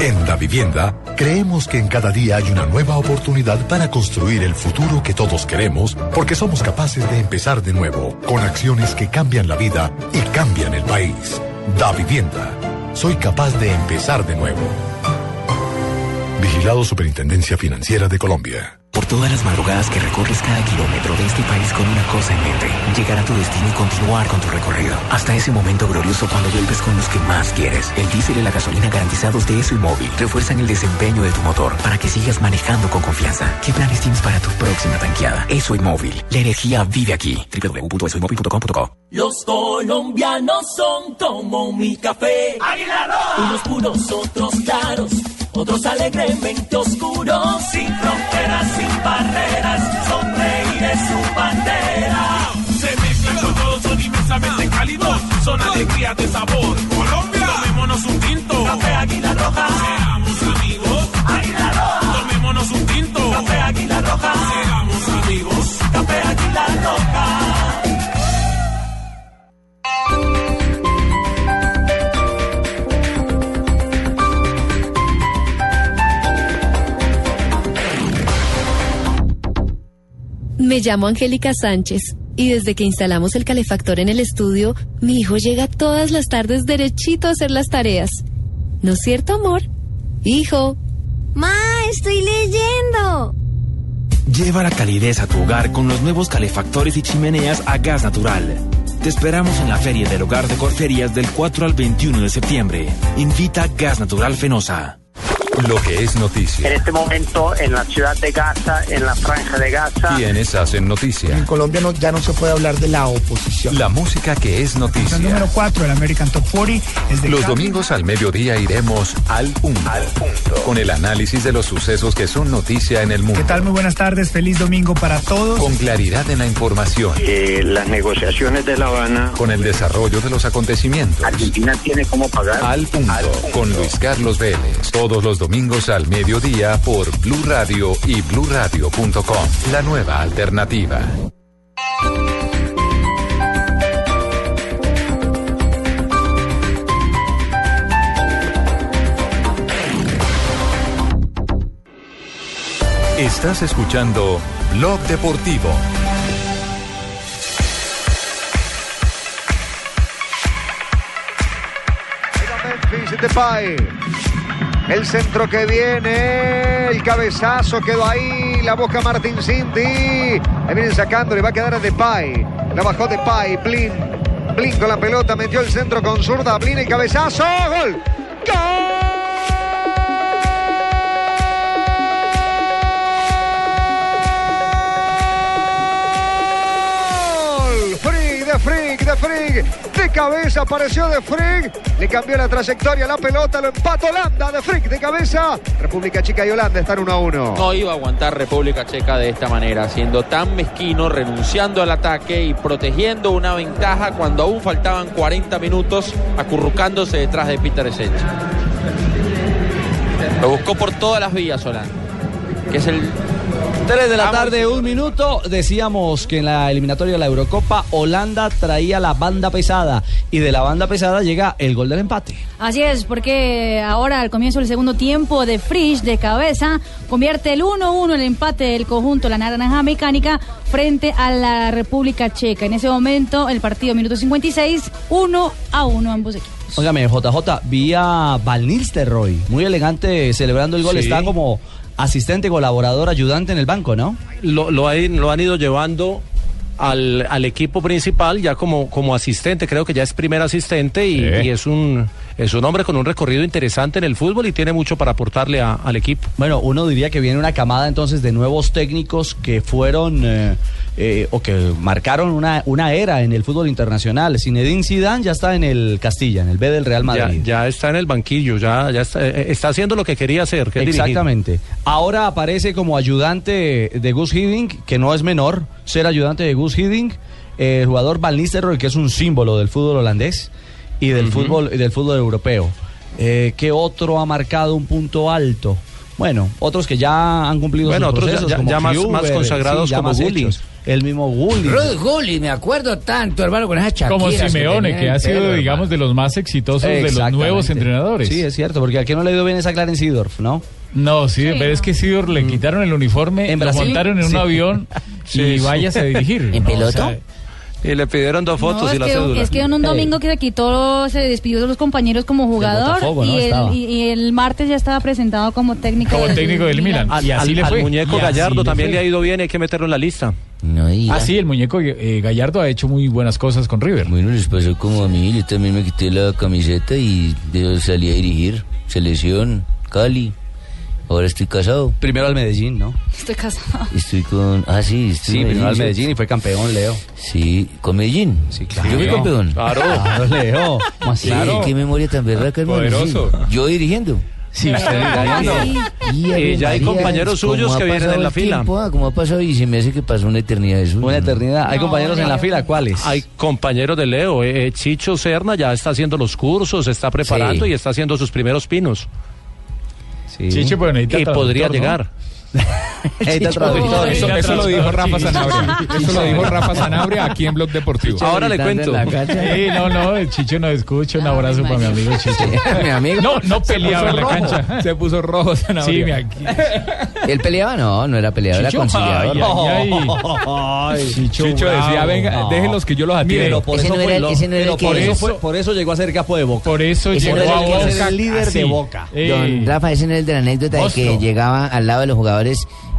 Speaker 15: En la vivienda, creemos que en cada día hay una nueva oportunidad para construir el futuro que todos queremos, porque somos capaces de empezar de nuevo, con acciones que cambian la vida y cambian el país. Da vivienda. Soy capaz de empezar de nuevo. Vigilado Superintendencia Financiera de Colombia.
Speaker 16: Por todas las madrugadas que recorres cada kilómetro de este país con una cosa en mente, llegar a tu destino y continuar con tu recorrido. Hasta ese momento glorioso cuando vuelves con los que más quieres. El diésel y la gasolina garantizados de ESO y móvil refuerzan el desempeño de tu motor para que sigas manejando con confianza. ¿Qué planes tienes para tu próxima tanqueada? ESO y móvil. La energía vive aquí. www.esoymóvil.com.co
Speaker 13: Los colombianos son como mi café. ¡Águila Roja! Unos puros, otros claros otros alegremente oscuros, sin fronteras, sin barreras, sonreír es su bandera.
Speaker 17: Se mezclan con todos, son inmensamente cálidos, son alegría de sabor. Colombia, tomémonos un tinto,
Speaker 13: café águila roja,
Speaker 17: seamos amigos.
Speaker 13: Águila roja,
Speaker 17: tomémonos un tinto,
Speaker 13: café águila roja,
Speaker 17: seamos amigos.
Speaker 13: Café águila roja.
Speaker 18: Me llamo Angélica Sánchez y desde que instalamos el calefactor en el estudio, mi hijo llega todas las tardes derechito a hacer las tareas. ¿No es cierto, amor? Hijo.
Speaker 19: Ma, estoy leyendo.
Speaker 16: Lleva la calidez a tu hogar con los nuevos calefactores y chimeneas a gas natural. Te esperamos en la Feria del Hogar de Corferias del 4 al 21 de septiembre. Invita a Gas Natural Fenosa.
Speaker 1: Lo que es noticia.
Speaker 11: En este momento, en la ciudad de Gaza, en la franja de Gaza.
Speaker 1: Quienes hacen noticia.
Speaker 20: En Colombia no, ya no se puede hablar de la oposición.
Speaker 1: La música que es noticia.
Speaker 20: El número 4 del American Top 40 es de
Speaker 1: Los domingos al mediodía iremos al punto, al punto. Con el análisis de los sucesos que son noticia en el mundo.
Speaker 20: ¿Qué tal? Muy buenas tardes. Feliz domingo para todos.
Speaker 1: Con claridad en la información.
Speaker 11: Eh, las negociaciones de La Habana.
Speaker 1: Con el desarrollo de los acontecimientos.
Speaker 11: Argentina tiene cómo pagar.
Speaker 1: Al punto. Al punto. Con Luis Carlos Vélez. Todos los domingos al mediodía por Blue Radio y bluradio.com. La nueva alternativa. Estás escuchando Blog Deportivo.
Speaker 2: Memphis Depay. El centro que viene, el cabezazo quedó ahí, la boca Martín Cindy. Ahí vienen sacando, le va a quedar a Depay. La bajó Depay, Blin. Blin con la pelota, metió el centro con zurda, Blin el cabezazo, gol. ¡Gol! de Frick, de Frick, de cabeza apareció de Frick, le cambió la trayectoria, la pelota, lo empata Holanda, de Frick, de cabeza, República Chica y Holanda están 1 a 1.
Speaker 11: No iba a aguantar República Checa de esta manera, siendo tan mezquino, renunciando al ataque y protegiendo una ventaja cuando aún faltaban 40 minutos, acurrucándose detrás de Peter Sech. Lo buscó por todas las vías Holanda, que es el
Speaker 4: 3 de la tarde, un minuto. Decíamos que en la eliminatoria de la Eurocopa, Holanda traía la banda pesada y de la banda pesada llega el gol del empate.
Speaker 12: Así es, porque ahora al comienzo del segundo tiempo de Frisch de cabeza convierte el 1-1 el empate del conjunto La Naranja Mecánica frente a la República Checa. En ese momento el partido minuto 56, 1 a 1 ambos equipos.
Speaker 4: Óigame, JJ, vía Van Nistelrooy, muy elegante celebrando el gol,
Speaker 6: Sí.
Speaker 4: está como asistente, colaborador, ayudante en el banco, ¿no?
Speaker 6: lo, lo, hay- lo han ido llevando al, al equipo principal ya como, como asistente, creo que ya es primer asistente y,
Speaker 4: Sí.
Speaker 6: y es, un, es un hombre con un recorrido interesante en el fútbol y tiene mucho para aportarle a- al equipo.
Speaker 4: Bueno, uno diría que viene una camada entonces de nuevos técnicos que fueron eh, eh, o que marcaron una, una era en el fútbol internacional. Zinedine Zidane ya está en el Castilla, en el B del Real
Speaker 6: Ya,
Speaker 4: Madrid.
Speaker 6: ya está en el banquillo, ya, ya está, eh, está haciendo lo que quería hacer. que es dirigir.
Speaker 4: Exactamente. Ahora aparece como ayudante de Gus Hiddink, que no es menor ser ayudante de Gus Hiddink, el jugador Van Nistelrooy, que es un símbolo del fútbol holandés y del fútbol y del fútbol europeo. Eh, ¿Qué otro ha marcado un punto alto? Bueno, otros que ya han cumplido
Speaker 6: Bueno,
Speaker 4: sus
Speaker 6: otros ya-
Speaker 4: procesos,
Speaker 6: ya-
Speaker 4: como
Speaker 6: ya más- más
Speaker 4: Kluivert, sí,
Speaker 6: consagrados
Speaker 4: ya
Speaker 6: como
Speaker 4: más
Speaker 6: Gullit.
Speaker 4: hechos. El mismo Gullit.
Speaker 14: Rudy Gullit, me acuerdo tanto, hermano, con esas chaquiras.
Speaker 8: Como
Speaker 14: que
Speaker 8: Simeone,
Speaker 14: tenía
Speaker 8: que
Speaker 14: en
Speaker 8: ha
Speaker 14: el
Speaker 8: sido,
Speaker 14: pelo,
Speaker 8: digamos, de los más exitosos de los
Speaker 4: Exactamente.
Speaker 8: nuevos entrenadores.
Speaker 4: Sí, es cierto, porque al que no le ha ido bien es a Clarence Seedorf, ¿no? Mm.
Speaker 8: No, sí, pero es que Sidor le quitaron el uniforme,
Speaker 4: ¿En
Speaker 8: lo
Speaker 4: Brasil?
Speaker 8: montaron en un
Speaker 4: Sí.
Speaker 8: avión
Speaker 4: Sí,
Speaker 8: y
Speaker 4: sí.
Speaker 8: váyase a dirigir.
Speaker 4: ¿En
Speaker 8: ¿no?
Speaker 4: pelota?
Speaker 6: Y Eh, le pidieron dos fotos
Speaker 12: No,
Speaker 6: y
Speaker 12: es,
Speaker 6: la
Speaker 12: que,
Speaker 6: cédula.
Speaker 12: es que en un domingo que se quitó, se despidió de los compañeros como jugador
Speaker 6: Botafogo, ¿no?
Speaker 12: y, el,
Speaker 6: Estaba.
Speaker 12: y- y el martes ya estaba presentado como técnico
Speaker 8: Como técnico del Milan.
Speaker 6: Al,
Speaker 8: Y así
Speaker 6: al-
Speaker 8: le
Speaker 6: al
Speaker 8: fue.
Speaker 6: muñeco
Speaker 8: Y así
Speaker 6: Gallardo
Speaker 8: le
Speaker 6: también
Speaker 8: fue.
Speaker 6: le ha ido bien, hay que meterlo en la lista.
Speaker 8: Ah, sí, el muñeco eh, Gallardo ha hecho muy buenas cosas con River.
Speaker 14: Bueno, les pasó como a mí, yo también me quité la camiseta y de- salí a dirigir. Selección, Cali. Ahora estoy casado.
Speaker 4: Primero al Medellín, ¿no?
Speaker 12: Estoy casado.
Speaker 14: Estoy con. Ah, sí, estoy
Speaker 4: Sí,
Speaker 14: en
Speaker 4: primero al
Speaker 14: ¿sí?
Speaker 4: Medellín y fue campeón, Leo.
Speaker 14: Sí, con Medellín. Sí,
Speaker 4: claro.
Speaker 14: Yo fui campeón.
Speaker 4: Claro. Claro, Leo. ¿Cómo así?
Speaker 14: Sí,
Speaker 4: Claro.
Speaker 14: Qué memoria tan berraca, hermano.
Speaker 4: Poderoso.
Speaker 14: Sí. Yo dirigiendo.
Speaker 4: Sí, usted dirigiendo.
Speaker 14: Y,
Speaker 4: Eh,
Speaker 6: Y ya hay
Speaker 14: María,
Speaker 6: compañeros
Speaker 14: cómo
Speaker 6: suyos
Speaker 14: ha
Speaker 6: que vienen
Speaker 14: pasado
Speaker 6: en la
Speaker 14: el
Speaker 6: fila.
Speaker 14: tiempo, ah, cómo ha pasado y se me hace que pasó una eternidad eso. Una
Speaker 4: eternidad. Hay compañeros en la fila, ¿cuáles?
Speaker 6: Hay compañeros de Leo. eh, eh, Chicho Serna ya está haciendo los cursos, se está preparando
Speaker 14: Sí.
Speaker 6: y está haciendo sus primeros pinos.
Speaker 8: Chicho, pero necesita
Speaker 6: y podría
Speaker 8: traductor, ¿no?
Speaker 6: llegar.
Speaker 4: Necesita
Speaker 5: Eso,
Speaker 4: traductor.
Speaker 5: eso lo dijo Rafa
Speaker 8: Sí.
Speaker 5: Sanabria. Eso lo dijo Rafa Sanabria aquí en Blog Deportivo.
Speaker 6: Ahora le cuento.
Speaker 8: Sí, no, no, el Chicho no escucha. Un abrazo para mi amigo Chicho.
Speaker 14: Mi amigo.
Speaker 8: No, no
Speaker 14: Se
Speaker 8: peleaba en
Speaker 14: puso
Speaker 8: la
Speaker 14: rojo.
Speaker 8: cancha. Se puso rojo Sanabria. Sí, mira,
Speaker 14: ¿Él
Speaker 7: Ah,
Speaker 14: peleaba? No, no era peleador, era
Speaker 8: Chicho,
Speaker 14: conciliador.
Speaker 8: ay, ay,
Speaker 5: Chicho, decía, venga, déjenlos que yo los
Speaker 4: Pero
Speaker 5: atiendo.
Speaker 4: por
Speaker 14: Ese
Speaker 4: eso
Speaker 14: no
Speaker 4: fue
Speaker 14: era el-
Speaker 4: lo-
Speaker 14: ese no era
Speaker 4: pero
Speaker 14: el que-
Speaker 4: por eso
Speaker 14: Eso-
Speaker 4: fue- por eso llegó a ser capo de Boca.
Speaker 8: Por eso
Speaker 4: Ese
Speaker 8: llegó
Speaker 4: era
Speaker 8: a
Speaker 4: el que
Speaker 8: Boca.
Speaker 4: era el líder de
Speaker 8: así.
Speaker 4: Boca.
Speaker 8: Eh,
Speaker 14: Don Rafa, ese no es de la anécdota de que llegaba al lado de los jugadores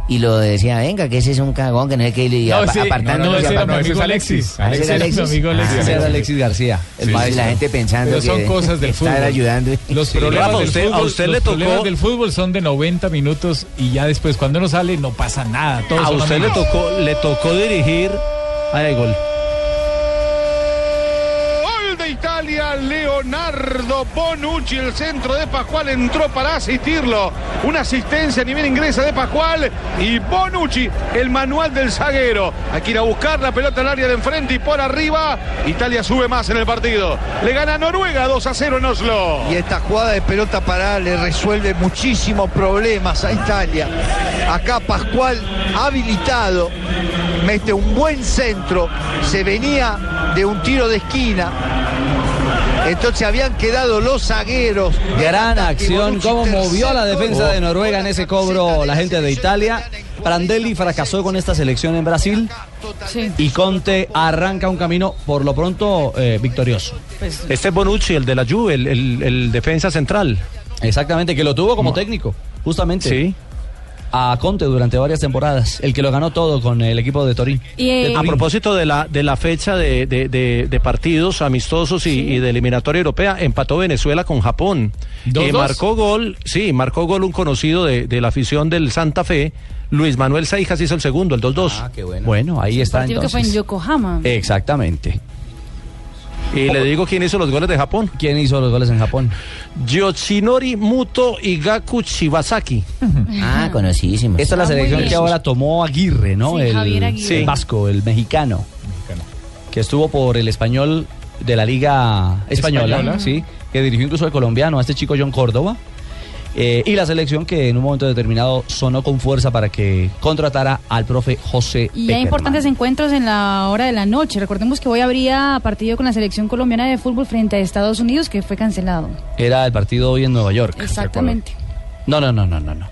Speaker 14: y lo decía, venga, que ese es un cagón, que no es que le iba
Speaker 8: No, ese-
Speaker 14: apartando.
Speaker 8: no, no, ese era mi
Speaker 14: apartando.
Speaker 8: amigo Alexis.
Speaker 14: Ah,
Speaker 8: Alexis
Speaker 14: ¿ese
Speaker 8: era
Speaker 14: era
Speaker 8: mi amigo Alexis.
Speaker 4: Ese era Alexis García, el
Speaker 14: Sí,
Speaker 4: maestro.
Speaker 14: la gente pensando
Speaker 8: Pero son
Speaker 14: que
Speaker 8: cosas del
Speaker 14: estar
Speaker 8: fútbol.
Speaker 14: ayudando.
Speaker 8: Los
Speaker 14: Sí.
Speaker 8: problemas
Speaker 6: Rafa,
Speaker 8: del
Speaker 6: usted-
Speaker 8: fútbol,
Speaker 6: a usted
Speaker 8: los
Speaker 6: le tocó-
Speaker 8: problemas del fútbol son de 90 minutos y ya después cuando no sale no pasa nada. Todos
Speaker 6: A
Speaker 8: son
Speaker 6: usted le
Speaker 8: amigos.
Speaker 6: tocó, le tocó dirigir. Ahí hay gol.
Speaker 20: Gol de Italia, Leonardo Bonucci, el centro de Pascual entró para asistirlo. Una asistencia, ni bien ingresa de Pascual y Bonucci, el manual del zaguero. Hay que ir a buscar la pelota al área de enfrente y por arriba. Italia sube más en el partido. Le gana Noruega 2 a 0 en Oslo.
Speaker 21: Y esta jugada de pelota parada le resuelve muchísimos problemas a Italia. Acá Pascual habilitado, mete un buen centro, se venía de un tiro de esquina. Entonces habían quedado los zagueros.
Speaker 4: Gran acción, cómo movió la defensa de
Speaker 21: Noruega.
Speaker 4: Noruega en ese cobro la gente de Italia. Prandelli fracasó con esta selección en Brasil y Conte arranca un camino por lo pronto eh, victorioso.
Speaker 6: Este es Bonucci, el de la Juve, el, el- el defensa central.
Speaker 4: Exactamente, que lo tuvo como técnico, justamente. Sí. A Conte durante varias temporadas, el que lo ganó todo con el equipo de Torín.
Speaker 12: Y, eh,
Speaker 4: De
Speaker 6: A
Speaker 4: Turín.
Speaker 6: propósito de la, de la fecha de, de- de- de partidos amistosos y, y de eliminatoria europea, empató Venezuela con Japón.
Speaker 8: ¿Dos,
Speaker 6: Eh,
Speaker 8: dos?
Speaker 6: marcó gol, sí, marcó gol un conocido de, de la afición del Santa Fe, Luis Manuel Seijas hizo el segundo, el 2-2. Ah,
Speaker 4: qué bueno. Bueno, ahí está
Speaker 12: partido que fue en
Speaker 4: entonces.
Speaker 12: Yokohama.
Speaker 4: Exactamente.
Speaker 6: Y le digo quién hizo los goles de Japón.
Speaker 4: ¿Quién hizo los goles en Japón?
Speaker 6: Yoshinori Muto y Gaku Shibasaki.
Speaker 7: Ah, conocidísimo.
Speaker 4: Esta es la selección que ahora tomó Aguirre, ¿no?
Speaker 7: Sí,
Speaker 4: el,
Speaker 7: Javier Aguirre.
Speaker 4: el vasco, el mexicano, que estuvo por el español de la Liga Española,
Speaker 8: Española.
Speaker 4: sí, que dirigió incluso al colombiano, a este chico John Córdoba. eh, y la selección que en un momento determinado sonó con fuerza para que contratara al profe José
Speaker 12: Y hay
Speaker 4: Peckerman.
Speaker 12: importantes encuentros en la hora de la noche. Recordemos que hoy habría partido con la selección colombiana de fútbol frente a Estados Unidos que fue cancelado.
Speaker 4: Era el partido hoy en Nueva York.
Speaker 12: Exactamente.
Speaker 4: No, no, no, no, no. no.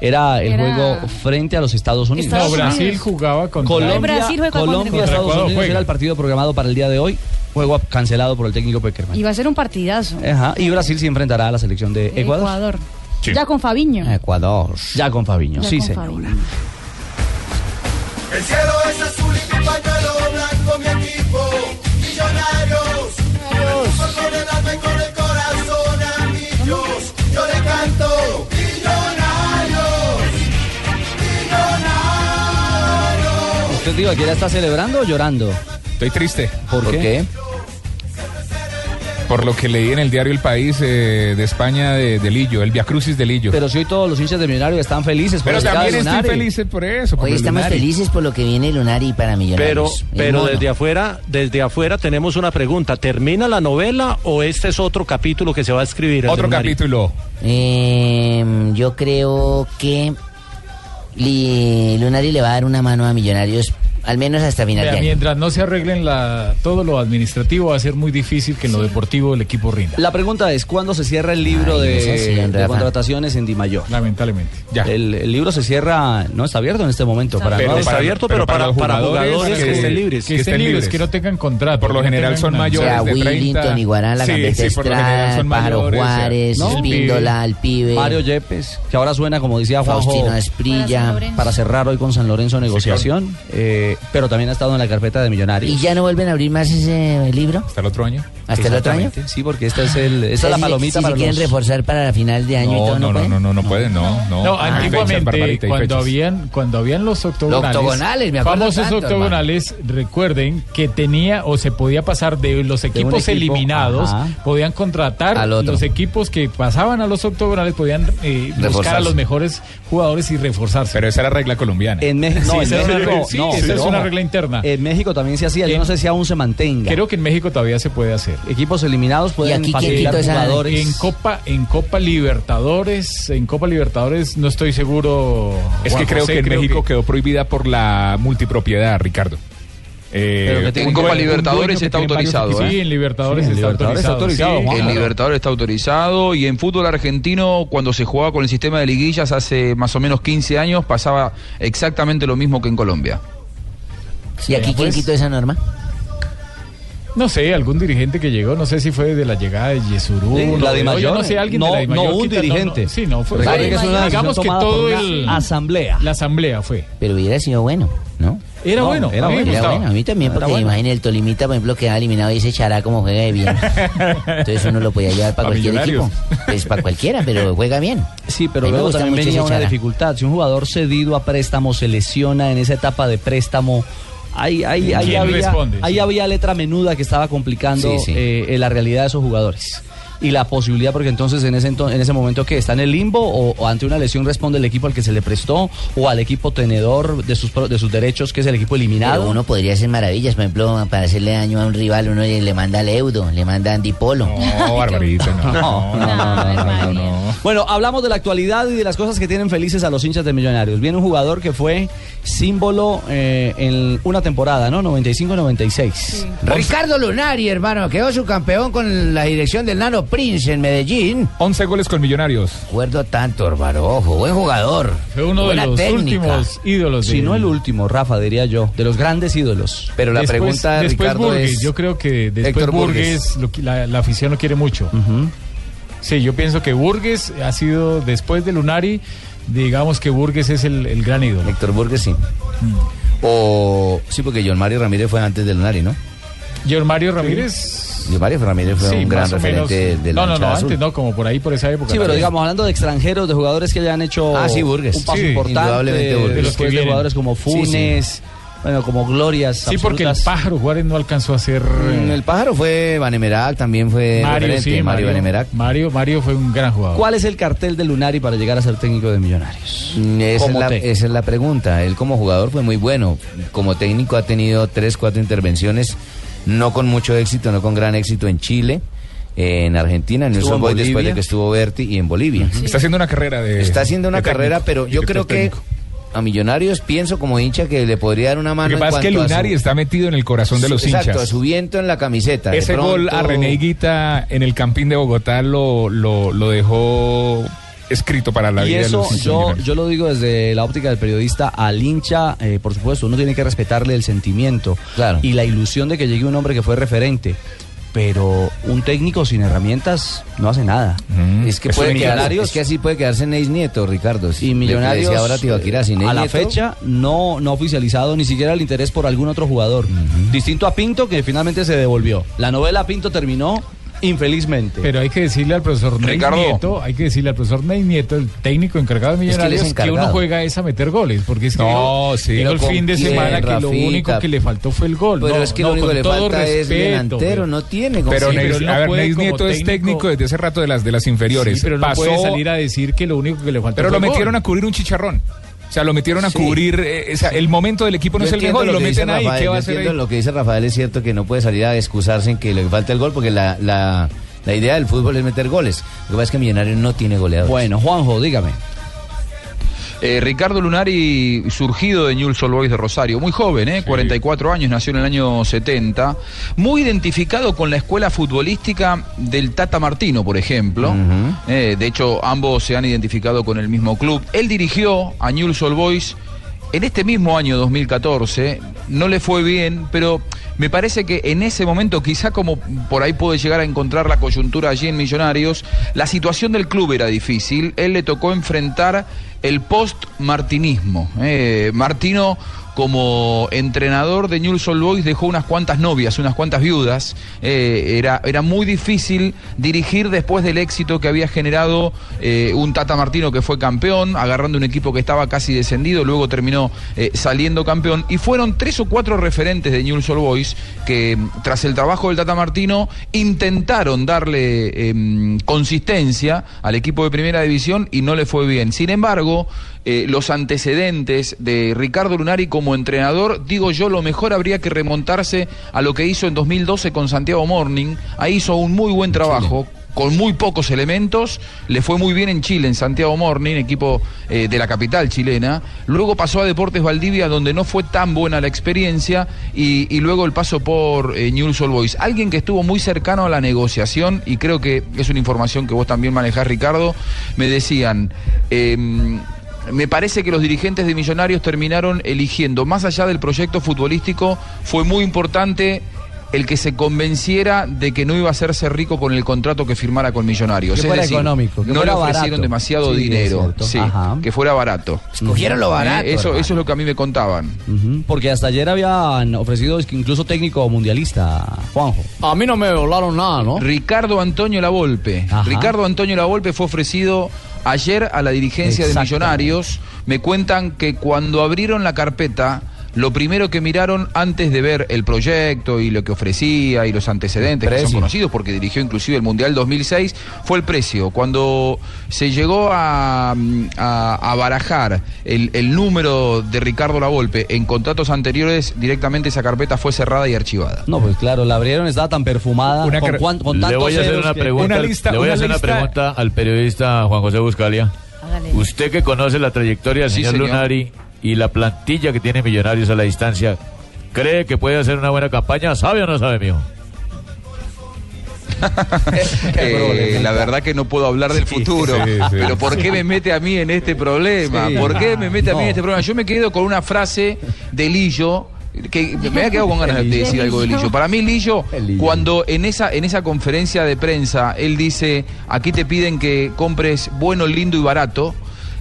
Speaker 4: Era el
Speaker 12: Era-
Speaker 4: juego frente a los Estados Unidos.
Speaker 8: No, Brasil jugaba contra
Speaker 4: Colombia,
Speaker 12: Brasil juega contra
Speaker 4: Colombia
Speaker 12: Ecuador.
Speaker 4: Estados
Speaker 8: Contra Ecuador
Speaker 4: Unidos
Speaker 8: juega.
Speaker 4: era el partido programado para el día de hoy. Juego cancelado por el técnico Peckerman.
Speaker 12: Y va a ser un partidazo.
Speaker 4: Ajá, y Brasil se enfrentará a la selección de Ecuador. Sí.
Speaker 12: Ya con Fabiño.
Speaker 4: Ecuador. Ya con Fabiño,
Speaker 12: Ya
Speaker 4: sí,
Speaker 12: con
Speaker 4: señor.
Speaker 12: Fabiño.
Speaker 13: El cielo es azul y tu pañuelo blanco, mi equipo. Millonarios. Por con el alma y con el corazón, amigos. Yo le canto. Millonarios.
Speaker 4: ¿Usted, tío, aquí ya está celebrando o llorando?
Speaker 5: Estoy triste.
Speaker 4: ¿Por, qué?
Speaker 5: Por lo que leí en el diario El País eh, de España de, de Lillo, el Viacrucis de Lillo.
Speaker 4: Pero si hoy todos los hinchas de Millonarios están felices por
Speaker 5: Pero
Speaker 4: la llegada
Speaker 5: también
Speaker 4: de
Speaker 5: estoy
Speaker 4: Lunari.
Speaker 5: feliz por eso. por
Speaker 7: Hoy
Speaker 5: el
Speaker 7: estamos
Speaker 5: Lunari.
Speaker 7: felices por lo que viene Lunari para
Speaker 6: Pero,
Speaker 7: Millonarios. El
Speaker 6: pero
Speaker 7: mono.
Speaker 6: desde afuera, desde afuera tenemos una pregunta. ¿Termina la novela o este es otro capítulo que se va a escribir? el de Lunari?
Speaker 7: Eh, yo creo que Li- Lunari le va a dar una mano a Millonarios, al menos hasta final de
Speaker 8: Vea,
Speaker 7: año.
Speaker 8: mientras no se arreglen la, todo lo administrativo, va a ser muy difícil que en lo deportivo el equipo rinda.
Speaker 4: La pregunta es, ¿cuándo se cierra el libro
Speaker 8: Ay,
Speaker 4: de,
Speaker 8: no sé si,
Speaker 4: de
Speaker 8: Rafa.
Speaker 4: contrataciones en Di Mayor?
Speaker 8: Lamentablemente.
Speaker 4: El, el libro se cierra, no está abierto en este momento. Para
Speaker 5: Pero
Speaker 4: no-
Speaker 5: para- pero para los jugadores que-
Speaker 8: Que, estén libres, que no tengan contrato.
Speaker 5: Por lo
Speaker 8: que no
Speaker 5: general
Speaker 8: tengan
Speaker 5: son
Speaker 8: nada.
Speaker 5: mayores
Speaker 7: sea,
Speaker 5: de 30.
Speaker 7: Willington, Iguarán, La
Speaker 5: Sí,
Speaker 7: Gambeta
Speaker 5: sí, por lo general
Speaker 7: Estrada,
Speaker 5: son
Speaker 7: Pájaro
Speaker 5: mayores, o sea,
Speaker 7: Juárez,
Speaker 5: ¿no? El pibe.
Speaker 7: Espíndola, el pibe.
Speaker 4: Mario Yepes, que ahora suena, como decía Juanjo,
Speaker 7: Faustino Esprilla.
Speaker 4: para cerrar hoy con San Lorenzo negociación, eh, pero también ha estado en la carpeta de Millonarios.
Speaker 7: ¿Y ya no vuelven a abrir más ese libro?
Speaker 5: ¿Hasta el otro año?
Speaker 7: ¿Hasta el otro año?
Speaker 4: Exactamente, Sí, porque esta es, el, esta
Speaker 7: Entonces,
Speaker 4: es la
Speaker 7: si-
Speaker 4: palomita
Speaker 7: si
Speaker 4: para
Speaker 7: se quieren
Speaker 4: los...
Speaker 7: reforzar para la final de año y todo,
Speaker 5: No,
Speaker 7: ¿no,
Speaker 5: Oh, no, no,
Speaker 7: pueden?
Speaker 5: no, no, no pueden, no, no. Ah,
Speaker 8: No,
Speaker 5: Hay fechas,
Speaker 8: antiguamente,
Speaker 5: Barbarita, hay
Speaker 8: cuando
Speaker 5: fechas.
Speaker 8: habían, cuando habían los octogonales,
Speaker 5: Los octogonales, me acuerdo
Speaker 8: famosos
Speaker 5: tanto,
Speaker 8: octogonales, recuerden que tenía o se podía pasar de los
Speaker 5: un
Speaker 8: equipos
Speaker 5: equipo,
Speaker 8: eliminados,
Speaker 5: ajá.
Speaker 8: podían contratar
Speaker 5: Al otro.
Speaker 8: los equipos que pasaban a los octogonales, podían eh, buscar a
Speaker 5: Reforzarse.
Speaker 8: los mejores jugadores y reforzarse.
Speaker 5: Pero esa era regla colombiana.
Speaker 4: En México,
Speaker 8: Sí,
Speaker 4: no, en
Speaker 8: esa es una
Speaker 4: México,
Speaker 8: regla- sí,
Speaker 4: no,
Speaker 8: esa
Speaker 4: pero
Speaker 8: es una
Speaker 4: ojo,
Speaker 8: regla interna.
Speaker 4: En México también se hacía, yo no sé si aún se mantenga.
Speaker 8: Creo que en México todavía se puede hacer.
Speaker 4: Equipos eliminados pueden facilitar jugadores.
Speaker 8: En Copa, en Copa Libertadores, en Copa Libertadores no estoy seguro.
Speaker 5: Es
Speaker 8: Juan
Speaker 5: que creo
Speaker 8: José,
Speaker 5: que en México quedó prohibida por la multipropiedad, Ricardo. Eh,
Speaker 9: Pero que tenga
Speaker 5: un
Speaker 9: Copa
Speaker 5: dueño- un
Speaker 9: Libertadores
Speaker 5: dueño que
Speaker 9: está
Speaker 5: tiene varios
Speaker 9: autorizado,
Speaker 5: equipos.
Speaker 9: ¿eh?
Speaker 8: Sí, en Libertadores está autorizado.
Speaker 9: Sí,
Speaker 8: Juan.
Speaker 9: en Libertadores está autorizado y en fútbol argentino cuando se jugaba con el sistema de liguillas hace más o menos 15 años pasaba exactamente lo mismo que en Colombia.
Speaker 7: ¿Y aquí
Speaker 8: Pues,
Speaker 7: quién quitó esa norma?
Speaker 8: No sé, algún dirigente que llegó, no sé si fue de la llegada de Yesurú.
Speaker 4: Sí,
Speaker 8: no,
Speaker 4: la
Speaker 8: de-
Speaker 4: Di Mayor,
Speaker 8: yo no sé, alguien
Speaker 4: no-
Speaker 8: de la Di Mayor
Speaker 4: no un
Speaker 8: quita-
Speaker 4: dirigente.
Speaker 8: no, sí, no, fue.
Speaker 4: Recuerde que es una
Speaker 8: pues, digamos
Speaker 4: decisión
Speaker 8: que
Speaker 4: tomada
Speaker 8: todo
Speaker 4: por
Speaker 8: el.
Speaker 4: una asamblea.
Speaker 8: La asamblea fue.
Speaker 7: Pero hubiera sido bueno, ¿no?
Speaker 8: Era bueno, a
Speaker 7: Era
Speaker 8: mí me
Speaker 7: bueno, era
Speaker 8: gustaba.
Speaker 7: bueno. A mí también,
Speaker 8: Era
Speaker 7: porque
Speaker 8: bueno.
Speaker 7: imagínate, el Tolimita, por ejemplo, quedaba eliminado y ese chará como juega de bien. Entonces uno lo podía llevar para
Speaker 4: A
Speaker 7: cualquier
Speaker 4: Millonarios.
Speaker 7: equipo. Pues para cualquiera, pero juega bien.
Speaker 4: Sí,
Speaker 7: A
Speaker 4: pero
Speaker 7: mí me
Speaker 4: luego
Speaker 7: gusta
Speaker 4: también
Speaker 7: mucho
Speaker 4: venía
Speaker 7: ese
Speaker 4: una
Speaker 7: Chará.
Speaker 4: dificultad. Si un jugador cedido a préstamo se lesiona en esa etapa de préstamo, ahí, ahí, ahí
Speaker 8: ¿Quién
Speaker 4: había,
Speaker 8: responde?
Speaker 4: ahí había letra menuda que estaba complicando
Speaker 8: Sí, sí.
Speaker 4: eh, eh, la realidad de esos jugadores. Y la posibilidad, porque entonces en ese, ento- en ese momento que está en el limbo o, o ante una lesión responde el equipo al que se le prestó o al equipo tenedor de sus, pro- de sus derechos, que es el equipo eliminado.
Speaker 7: Pero uno podría hacer maravillas, por ejemplo, para hacerle daño a un rival, uno le le manda al Eudo, le manda a Andy Polo.
Speaker 5: No, barbarito, no.
Speaker 4: No, no, no, no, no. Bueno, hablamos de la actualidad y de las cosas que tienen felices a los hinchas de Millonarios. Viene un jugador que fue símbolo eh, en una temporada, ¿no? 95-96.
Speaker 22: Ricardo Lunari, hermano, quedó su campeón con la dirección del Nano Prince en Medellín.
Speaker 5: 11 goles con Millonarios.
Speaker 22: Recuerdo tanto, hermano. Ojo, buen jugador.
Speaker 8: Fue uno de
Speaker 22: Buena
Speaker 8: los
Speaker 22: técnica.
Speaker 8: últimos ídolos.
Speaker 4: Si no el último, Rafa, diría yo, de los grandes ídolos.
Speaker 22: Pero
Speaker 8: Después- después Burgues, yo creo que después
Speaker 4: Héctor
Speaker 8: Burgues,
Speaker 4: Burgues.
Speaker 8: lo qui- la, la afición lo quiere mucho. Sí, yo pienso que Burgues ha sido, después de Lunari, digamos que Burgues es el, el gran ídolo.
Speaker 14: Héctor Burgues, sí. O Oh, sí, porque John Mario Ramírez fue antes de Lunari, ¿no?
Speaker 8: John Mario Ramírez.
Speaker 14: John Mario Ramírez fue
Speaker 8: sí,
Speaker 14: un gran
Speaker 8: más o
Speaker 14: referente
Speaker 8: menos.
Speaker 14: del
Speaker 8: No, no, no, antes no, como por ahí, por esa época.
Speaker 4: Sí, pero
Speaker 8: también.
Speaker 4: digamos, hablando de extranjeros, de jugadores que ya han hecho
Speaker 14: Ah, sí, Burgues.
Speaker 4: un paso
Speaker 14: Sí,
Speaker 4: importante,
Speaker 14: indudablemente Burgues.
Speaker 4: de los que
Speaker 8: vienen.
Speaker 4: jugadores como
Speaker 8: Sí, sí.
Speaker 4: Funes, bueno, como glorias
Speaker 8: Sí, porque el
Speaker 4: absolutas.
Speaker 8: pájaro Juárez no alcanzó a ser.
Speaker 4: Mm,
Speaker 8: eh,
Speaker 4: el
Speaker 14: pájaro fue Vanemerac, también fue
Speaker 8: Mario,
Speaker 4: referente,
Speaker 8: sí,
Speaker 4: Mario
Speaker 8: Mario,
Speaker 4: Benemerac.
Speaker 8: Mario, Mario fue un gran jugador.
Speaker 4: ¿Cuál es el cartel de Lunari para llegar a ser técnico de Millonarios?
Speaker 14: Mm, Esa es,
Speaker 4: Como
Speaker 14: la,
Speaker 4: técnico.
Speaker 14: esa es la pregunta. Él como jugador fue muy bueno. Como técnico ha tenido tres, cuatro intervenciones, no con mucho éxito, no con gran éxito en Chile, en Argentina, en
Speaker 5: Estuvo
Speaker 14: Newell's
Speaker 5: en
Speaker 14: Boys después
Speaker 5: Bolivia.
Speaker 14: de que estuvo Berti y en Bolivia.
Speaker 5: Está haciendo una carrera de.
Speaker 14: Está haciendo una
Speaker 5: de técnico,
Speaker 14: carrera, pero yo creo
Speaker 5: director
Speaker 14: que
Speaker 5: técnico.
Speaker 14: a Millonarios pienso como hincha que le podría dar una
Speaker 5: Lo
Speaker 14: mano.
Speaker 5: que
Speaker 14: en
Speaker 5: pasa es que
Speaker 14: cuanto a su-
Speaker 5: Lunari está metido en el corazón de
Speaker 14: su-
Speaker 5: los
Speaker 14: exacto,
Speaker 5: hinchas.
Speaker 14: a su viento en la camiseta. de
Speaker 5: Ese gol a
Speaker 14: pronto-
Speaker 5: René Higuita en el Campín de Bogotá lo, lo, lo dejó escrito para la
Speaker 4: y
Speaker 5: vida de
Speaker 4: eso
Speaker 5: los hinchas
Speaker 4: yo,
Speaker 5: millonarios.
Speaker 4: yo lo digo desde la óptica del periodista al hincha, eh, por supuesto, uno tiene que respetarle el sentimiento y la ilusión de que llegue un hombre que fue referente. Pero un técnico sin herramientas no hace nada.
Speaker 8: Mm.
Speaker 14: Es que, puede quedar,
Speaker 4: millonarios
Speaker 14: es que así puede quedarse Neis Nieto, Ricardo.
Speaker 4: y millonarios
Speaker 14: ahora Tibaquirá, sin
Speaker 4: eh,
Speaker 14: Neis
Speaker 4: a la
Speaker 14: Nieto,
Speaker 4: fecha no, no ha oficializado ni siquiera el interés por algún otro jugador. Distinto a Pinto que finalmente se devolvió. La novela Pinto terminó infelizmente.
Speaker 8: Pero hay que decirle al profesor Ney
Speaker 4: Ricardo.
Speaker 8: Nieto, hay que decirle al profesor Ney Nieto, el técnico encargado de
Speaker 4: Es que él es
Speaker 8: Millonarios, que, uno
Speaker 4: encargado.
Speaker 8: juega es a meter goles, porque es que
Speaker 4: No,
Speaker 8: digo,
Speaker 4: sí.
Speaker 8: digo el
Speaker 4: Pero
Speaker 8: fin de
Speaker 4: ¿con quién,
Speaker 8: semana que lo
Speaker 4: Rafita?
Speaker 8: único que le faltó fue el gol.
Speaker 14: Pero
Speaker 8: No,
Speaker 14: es que
Speaker 8: no,
Speaker 14: lo único
Speaker 8: con
Speaker 14: que le
Speaker 8: todo
Speaker 14: falta es
Speaker 8: respeto,
Speaker 14: delantero, no tiene como-
Speaker 5: Pero,
Speaker 14: Sí,
Speaker 5: Neis-
Speaker 14: pero él
Speaker 5: a
Speaker 14: no
Speaker 5: ver,
Speaker 14: puede
Speaker 5: Neis
Speaker 14: como
Speaker 5: Nieto es
Speaker 14: técnico-
Speaker 5: técnico desde hace rato de las, de las inferiores.
Speaker 8: Sí, pero no
Speaker 5: Pasó-
Speaker 8: puede salir a decir que lo único que le faltó
Speaker 5: pero
Speaker 8: fue
Speaker 5: lo
Speaker 8: el gol.
Speaker 5: metieron a cubrir un chicharrón. O sea, lo metieron a
Speaker 14: Sí.
Speaker 5: cubrir. eh, o sea, el momento del equipo no
Speaker 14: Yo
Speaker 5: es el
Speaker 14: entiendo
Speaker 5: mejor, lo,
Speaker 14: que dice
Speaker 5: meten ahí.
Speaker 14: Rafael,
Speaker 5: ¿Qué va
Speaker 14: yo
Speaker 5: a hacer ahí?
Speaker 14: entiendo Lo que dice Rafael es cierto que no puede salir a excusarse en que le falta el gol, porque la, la, la idea del fútbol es meter goles. Lo que pasa es que Millonarios no tiene goleadores.
Speaker 4: Bueno, Juanjo, dígame.
Speaker 9: Eh, Ricardo Lunari, surgido de Newell's Old Boys de Rosario, muy joven, ¿eh? 44 años, nació en el año 70, muy identificado con la escuela futbolística del Tata Martino, por ejemplo. Eh, de hecho, ambos se han identificado con el mismo club. Él dirigió a Newell's Old Boys en este mismo año 2014, no le fue bien, pero me parece que en ese momento, quizá como por ahí puede llegar a encontrar la coyuntura allí en Millonarios, la situación del club era difícil. Él le tocó enfrentar el post-martinismo. Eh, Martino, como entrenador de Newell's Old Boys, dejó unas cuantas novias, unas cuantas viudas. Eh, era, era muy difícil dirigir después del éxito que había generado eh, un Tata Martino que fue campeón, agarrando un equipo que estaba casi descendido, luego terminó eh, saliendo campeón. Y fueron tres o cuatro referentes de Newell's Old Boys que, mm, tras el trabajo del Tata Martino, intentaron darle em, consistencia al equipo de primera división y no le fue bien. Sin embargo, eh, los antecedentes de Ricardo Lunari como entrenador, digo yo, lo mejor habría que remontarse a lo que hizo en 2012 con Santiago Morning. Ahí hizo un muy buen trabajo con muy pocos elementos, le fue muy bien en Chile, en Santiago Morning, equipo eh, de la capital chilena, luego pasó a Deportes Valdivia, donde no fue tan buena la experiencia, y, y luego el paso por eh, Newell's Old Boys. Alguien que estuvo muy cercano a la negociación, y creo que es una información que vos también manejás, Ricardo, me decían... em, me parece que los dirigentes de Millonarios terminaron eligiendo, más allá del proyecto futbolístico, fue muy importante el que se convenciera de que no iba a hacerse rico con el contrato que firmara con Millonarios.
Speaker 4: Que
Speaker 9: Es
Speaker 4: fuera
Speaker 9: decir,
Speaker 4: económico, que
Speaker 9: no
Speaker 4: fuera
Speaker 9: le ofrecieron
Speaker 4: barato.
Speaker 9: demasiado
Speaker 4: Sí, es
Speaker 9: dinero,
Speaker 4: cierto.
Speaker 9: sí,
Speaker 4: Ajá.
Speaker 9: que fuera barato.
Speaker 4: Escogieron lo barato,
Speaker 9: Eh, Eso,
Speaker 4: hermano.
Speaker 9: eso es lo que a mí me contaban.
Speaker 4: Ujú, Porque hasta ayer habían ofrecido es que incluso técnico mundialista, Juanjo.
Speaker 9: A mí no me volaron nada, ¿no? Ricardo Antonio Lavolpe. Ricardo Antonio Lavolpe fue ofrecido ayer a la dirigencia de
Speaker 4: Exactamente.
Speaker 9: Millonarios. Me cuentan que cuando abrieron la carpeta, lo primero que miraron antes de ver el proyecto y lo que ofrecía y los antecedentes que son
Speaker 14: Precio.
Speaker 9: conocidos porque dirigió inclusive el Mundial 2006 fue el precio. Cuando se llegó a, mm, a- a barajar el, el número de Ricardo Lavolpe en contratos anteriores, directamente esa carpeta fue cerrada y archivada.
Speaker 4: No, pues claro, la abrieron, estaba tan perfumada.
Speaker 9: Una
Speaker 4: con,
Speaker 9: car-
Speaker 4: cuan- con
Speaker 23: le
Speaker 4: tantos
Speaker 23: voy a hacer
Speaker 4: ceros
Speaker 23: una
Speaker 4: que-
Speaker 23: pregunta, le voy a hacer una pregunta al periodista Juan José Buscalia. Usted que conoce la trayectoria del
Speaker 9: Sí,
Speaker 23: señor,
Speaker 9: señor.
Speaker 23: Lunari y la plantilla que tiene Millonarios a la distancia, ¿cree que puede hacer una buena campaña? ¿Sabe o no sabe, mijo?
Speaker 9: Eh, la verdad que no puedo hablar del futuro.
Speaker 5: sí, sí.
Speaker 9: pero ¿por qué me mete a mí en este problema?
Speaker 5: Sí.
Speaker 9: ¿Por qué me mete a mí
Speaker 5: No.
Speaker 9: en este problema? Yo me quedo con una frase de Lillo que me había quedado con ganas de
Speaker 15: El Lillo.
Speaker 9: decir algo de Lillo. Para mí Lillo, cuando en esa, en esa conferencia de prensa él dice, aquí te piden que compres bueno, lindo y barato,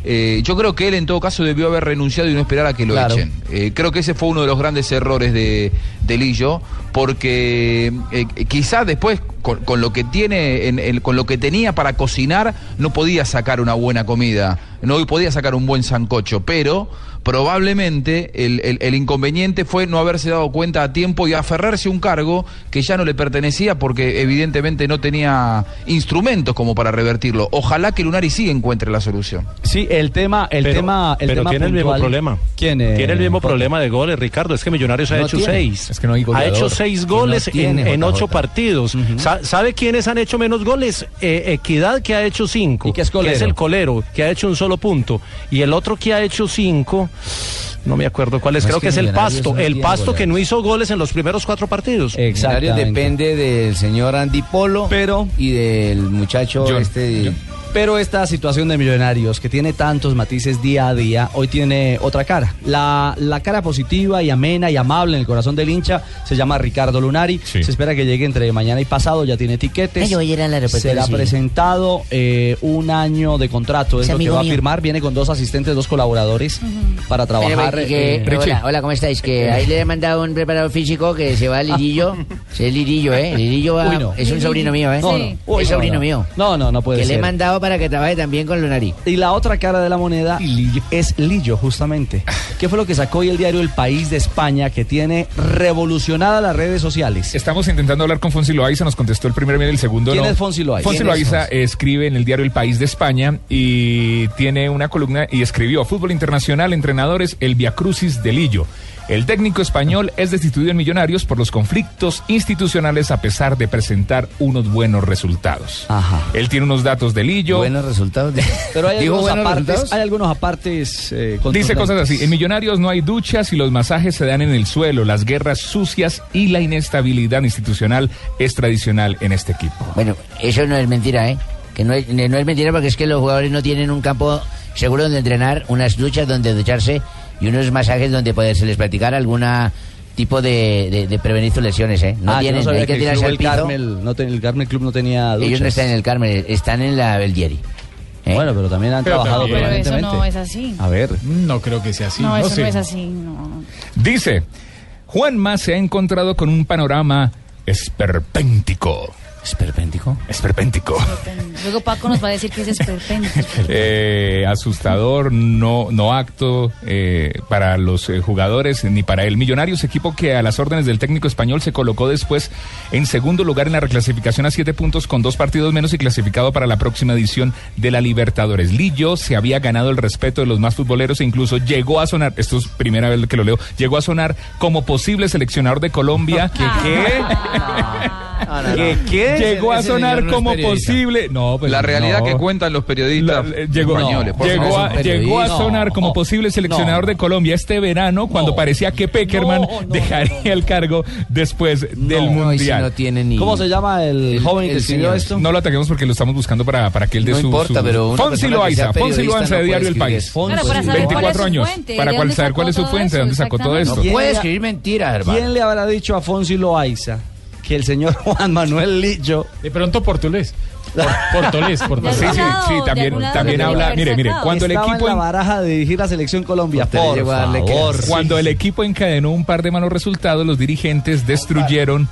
Speaker 9: eh, yo creo que él en todo caso debió haber renunciado y no esperar a que lo
Speaker 14: Claro.
Speaker 9: echen. Eh, creo que ese fue uno de los grandes errores de, de Lillo, porque eh, quizá después con, con lo que tiene, en el- con lo que tenía para cocinar, no podía sacar una buena comida, no podía sacar un buen sancocho, pero probablemente el, el- el inconveniente fue no haberse dado cuenta a tiempo y aferrarse a un cargo que ya no le pertenecía porque evidentemente no tenía instrumentos como para revertirlo. Ojalá que Lunari sí encuentre la solución.
Speaker 4: Sí, el tema, el
Speaker 6: Pero-
Speaker 4: tema, Ah, el
Speaker 6: pero
Speaker 4: tema
Speaker 6: tiene el mismo
Speaker 4: puntual-
Speaker 6: problema.
Speaker 4: ¿Quién? eh,
Speaker 6: Tiene el mismo
Speaker 4: Jota?
Speaker 6: problema de goles, Ricardo. Es que Millonarios ha
Speaker 4: No
Speaker 6: hecho
Speaker 4: tiene.
Speaker 6: seis.
Speaker 4: Es que no hay
Speaker 6: ha
Speaker 4: goleador.
Speaker 6: hecho seis
Speaker 4: Que no
Speaker 6: goles en,
Speaker 4: tiene,
Speaker 6: en
Speaker 4: JJ.
Speaker 6: ocho partidos. Sa- ¿Sabe quiénes han hecho menos goles? Eh, Equidad, que ha hecho cinco. que es
Speaker 4: colero.
Speaker 6: el colero, que ha hecho un solo punto. Y el otro que ha hecho cinco, no me acuerdo cuál es,
Speaker 14: No, es
Speaker 6: creo
Speaker 14: que
Speaker 6: que es el
Speaker 14: Millonarios
Speaker 6: pasto.
Speaker 14: no
Speaker 6: el
Speaker 14: tiene
Speaker 6: pasto que no hizo goles en los primeros cuatro partidos.
Speaker 14: Millonarios depende del señor Andy Polo y del muchacho este.
Speaker 4: Pero esta situación de Millonarios, que tiene tantos matices día a día, hoy tiene otra cara. La, la cara positiva y amena y amable en el corazón del hincha se llama Ricardo Lunari. Se espera que llegue entre mañana y pasado, ya tiene etiquetes.
Speaker 7: Ay, yo voy a ir al aeropuerto
Speaker 4: Será
Speaker 7: de Chile.
Speaker 4: presentado eh, un año de contrato, es
Speaker 7: Ese
Speaker 4: lo que
Speaker 7: amigo
Speaker 4: va a
Speaker 7: mío.
Speaker 4: firmar. Viene con dos asistentes, dos colaboradores para trabajar.
Speaker 7: Pero, que-
Speaker 4: eh,
Speaker 7: hola, hola, ¿cómo estáis? Que ahí le he mandado un preparado físico que se va al Lirillo. Sí, el Lirillo, ¿eh? El Lirillo va-
Speaker 4: Ah. Uy, no.
Speaker 7: es un sobrino mío, ¿eh?
Speaker 4: No, no. Uy,
Speaker 7: es
Speaker 4: no,
Speaker 7: sobrino
Speaker 4: no.
Speaker 7: mío.
Speaker 4: No, no, no puede
Speaker 7: que
Speaker 4: ser.
Speaker 7: le he mandado para que trabaje también con Lunari.
Speaker 4: Y la otra cara de la moneda es Lillo, justamente.
Speaker 5: Ah.
Speaker 4: ¿Qué fue lo que sacó hoy el diario El País de España, que tiene revolucionadas las redes sociales?
Speaker 5: Estamos intentando hablar con Fonsi Loaiza, nos contestó el primer mail, el segundo
Speaker 4: ¿Quién
Speaker 5: no.
Speaker 4: es Fonsi Loaiza?
Speaker 5: Fonsi
Speaker 4: ¿Quién es
Speaker 5: Loaiza escribe en el diario El País de España y tiene una columna y escribió Fútbol Internacional, entrenadores, el viacrucis de Lillo. El técnico español es destituido en Millonarios por los conflictos institucionales a pesar de presentar unos buenos resultados. Él tiene unos datos de Lillo. Buenos
Speaker 14: resultados.
Speaker 4: Pero hay
Speaker 5: Digo,
Speaker 4: algunos
Speaker 5: buenos
Speaker 4: apartes,
Speaker 5: resultados.
Speaker 4: hay algunos apartes eh,
Speaker 5: Dice
Speaker 4: contundentes.
Speaker 5: cosas así, en Millonarios no hay duchas y los masajes se dan en el suelo, las guerras sucias y la inestabilidad institucional es tradicional en este equipo.
Speaker 7: Bueno, eso no es mentira, ¿eh? Que no es, no es mentira porque es que los jugadores no tienen un campo seguro donde entrenar, unas duchas donde ducharse y unos masajes donde poderseles practicar alguna tipo de, de- de prevenir sus lesiones, ¿eh? No
Speaker 4: Ah, yo
Speaker 7: tienen,
Speaker 4: sabía
Speaker 7: hay que
Speaker 4: el
Speaker 7: tirarse
Speaker 4: club,
Speaker 7: al
Speaker 4: el,
Speaker 7: piso.
Speaker 4: Carmel, no ten- el Carmel Club no tenía duchas.
Speaker 7: Ellos no están en el Eh. Carmen, están en la Belgieri.
Speaker 4: Bueno, pero también han trabajado
Speaker 12: Pero eso
Speaker 4: permanentemente. Ah,
Speaker 12: no es así.
Speaker 4: A ver.
Speaker 5: No creo que sea así.
Speaker 12: no, eso no es así. No.
Speaker 5: Dice, Juanma se ha encontrado con un panorama esperpéntico.
Speaker 14: ¿Esperpéntico?
Speaker 5: Esperpéntico.
Speaker 12: Luego Paco nos va a decir que es esperpento.
Speaker 5: Eh, asustador, no, no acto eh, para los eh, jugadores ni para el Millonarios, equipo que a las órdenes del técnico español se colocó después en segundo lugar en la reclasificación a siete puntos con dos partidos menos y clasificado para la próxima edición de la Libertadores. Lillo se había ganado el respeto de los más futboleros e incluso llegó a sonar, esto es primera vez que lo leo, llegó a sonar como posible seleccionador de Colombia. ¿Qué?
Speaker 9: ¿Qué, qué?
Speaker 5: Llegó a
Speaker 9: Ese señor
Speaker 5: sonar
Speaker 9: no es
Speaker 5: como
Speaker 9: periodista.
Speaker 5: posible. No, pues,
Speaker 9: la realidad
Speaker 5: no.
Speaker 9: que cuentan los periodistas
Speaker 5: Eh, Llegó,
Speaker 9: españoles. por
Speaker 5: llegó,
Speaker 9: favor.
Speaker 5: a, llegó a sonar como posible seleccionador de Colombia este verano cuando parecía que Peckerman dejaría el cargo después del Mundial.
Speaker 4: ¿Cómo se llama el, joven que escribió esto?
Speaker 5: No lo ataquemos porque lo estamos buscando para, para que él dé
Speaker 4: No
Speaker 5: su...
Speaker 4: importa,
Speaker 5: su-
Speaker 4: pero una
Speaker 5: Fonsi
Speaker 4: persona que sea
Speaker 5: Loaiza, Fonsi
Speaker 4: periodista
Speaker 5: Loaiza
Speaker 4: no
Speaker 5: de
Speaker 4: puede
Speaker 5: Diario El
Speaker 4: escribir
Speaker 5: País.
Speaker 4: eso. Claro, para saber cuál es
Speaker 5: 24
Speaker 4: su
Speaker 5: años.
Speaker 4: fuente,
Speaker 5: para
Speaker 4: de
Speaker 5: cuál-
Speaker 4: dónde
Speaker 5: saber
Speaker 4: sacó
Speaker 5: cuál es su
Speaker 4: todo
Speaker 5: fuente, de
Speaker 4: eso,
Speaker 5: dónde sacó todo
Speaker 4: exactamente.
Speaker 5: esto.
Speaker 4: No puede
Speaker 22: escribir mentiras, hermano.
Speaker 4: ¿Quién le habrá dicho a Fonsi Loaiza que el señor Juan Manuel Lillo... De pronto Portulés.
Speaker 8: portolés, portolés.
Speaker 5: Sí, sí, sí, también, también habla. Mire, mire, cuando el
Speaker 4: Estaba
Speaker 5: equipo
Speaker 4: en la baraja de dirigir la selección Colombia, por favor.
Speaker 5: Cuando el equipo encadenó un par de malos resultados, los dirigentes destruyeron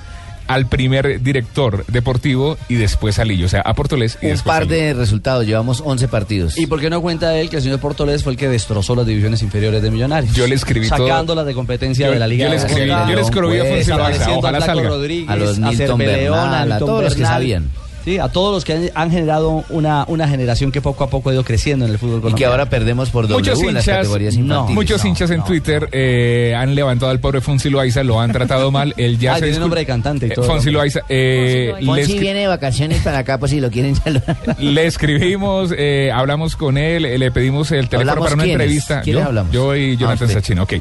Speaker 5: al primer director deportivo y después a Lillo, o sea, a Portolés y
Speaker 14: Un
Speaker 5: después a
Speaker 14: par
Speaker 5: Lillo.
Speaker 14: de resultados, llevamos 11 partidos.
Speaker 4: ¿Y por qué no cuenta él que el señor Portolés fue el que destrozó las divisiones inferiores de Millonarios?
Speaker 5: Yo le escribí todo.
Speaker 4: Sacándolas de competencia
Speaker 5: Yo-
Speaker 4: de la Liga
Speaker 5: yo le escribí-
Speaker 4: Nacional,
Speaker 5: yo le escribí a
Speaker 4: pues,
Speaker 5: Fonsi Loaiza,
Speaker 4: desapareciendo
Speaker 5: ojalá
Speaker 4: a Flaco
Speaker 5: salga.
Speaker 4: Rodríguez,
Speaker 14: A los
Speaker 4: a
Speaker 14: Milton
Speaker 4: Cerveleón,
Speaker 14: Bernal, a
Speaker 4: Milton
Speaker 14: todos los que
Speaker 4: Bernal.
Speaker 14: sabían.
Speaker 4: Sí, a todos los que han, han generado una, una generación que poco a poco ha ido creciendo en el fútbol colombiano.
Speaker 14: que ahora perdemos por W
Speaker 5: Muchos
Speaker 14: en las
Speaker 5: hinchas,
Speaker 14: categorías infantiles.
Speaker 5: muchos hinchas en Twitter eh, han levantado al pobre Fonsi Loaiza, lo han tratado mal. Él ya
Speaker 4: Ah,
Speaker 5: se
Speaker 4: tiene
Speaker 5: discul-
Speaker 4: nombre de cantante y
Speaker 5: Eh,
Speaker 4: todo.
Speaker 5: Fonsi Loaiza, eh, le,
Speaker 7: Fonsi
Speaker 5: escri-
Speaker 7: viene de vacaciones para acá, pues si lo quieren saludar.
Speaker 5: le escribimos, eh, hablamos con él, eh, le pedimos el teléfono
Speaker 7: ¿Hablamos
Speaker 5: para una
Speaker 7: quiénes?
Speaker 5: entrevista.
Speaker 7: ¿Quiénes
Speaker 5: yo,
Speaker 7: hablamos? Ah,
Speaker 5: yo y Jonathan
Speaker 7: usted.
Speaker 5: Sachin, ok.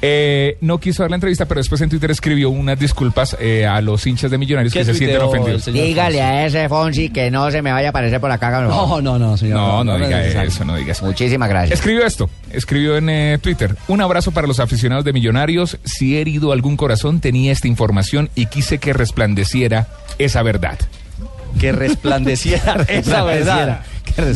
Speaker 5: Eh, no quiso dar la entrevista, pero después en Twitter escribió unas disculpas eh, a los hinchas de Millonarios que se sienten ofendidos.
Speaker 7: Dígale a ese Fonsi que no se me vaya a aparecer por acá, cabrón.
Speaker 4: No, no, no, señor.
Speaker 5: No, no,
Speaker 7: no
Speaker 5: diga
Speaker 7: es necesario.
Speaker 5: eso, no diga eso.
Speaker 7: Muchísimas gracias.
Speaker 5: Escribió esto. escribió en eh, Twitter, un abrazo para los aficionados de Millonarios, si he herido algún corazón tenía esta información y quise que resplandeciera esa verdad.
Speaker 4: Que resplandeciera esa verdad. No,
Speaker 12: Eh,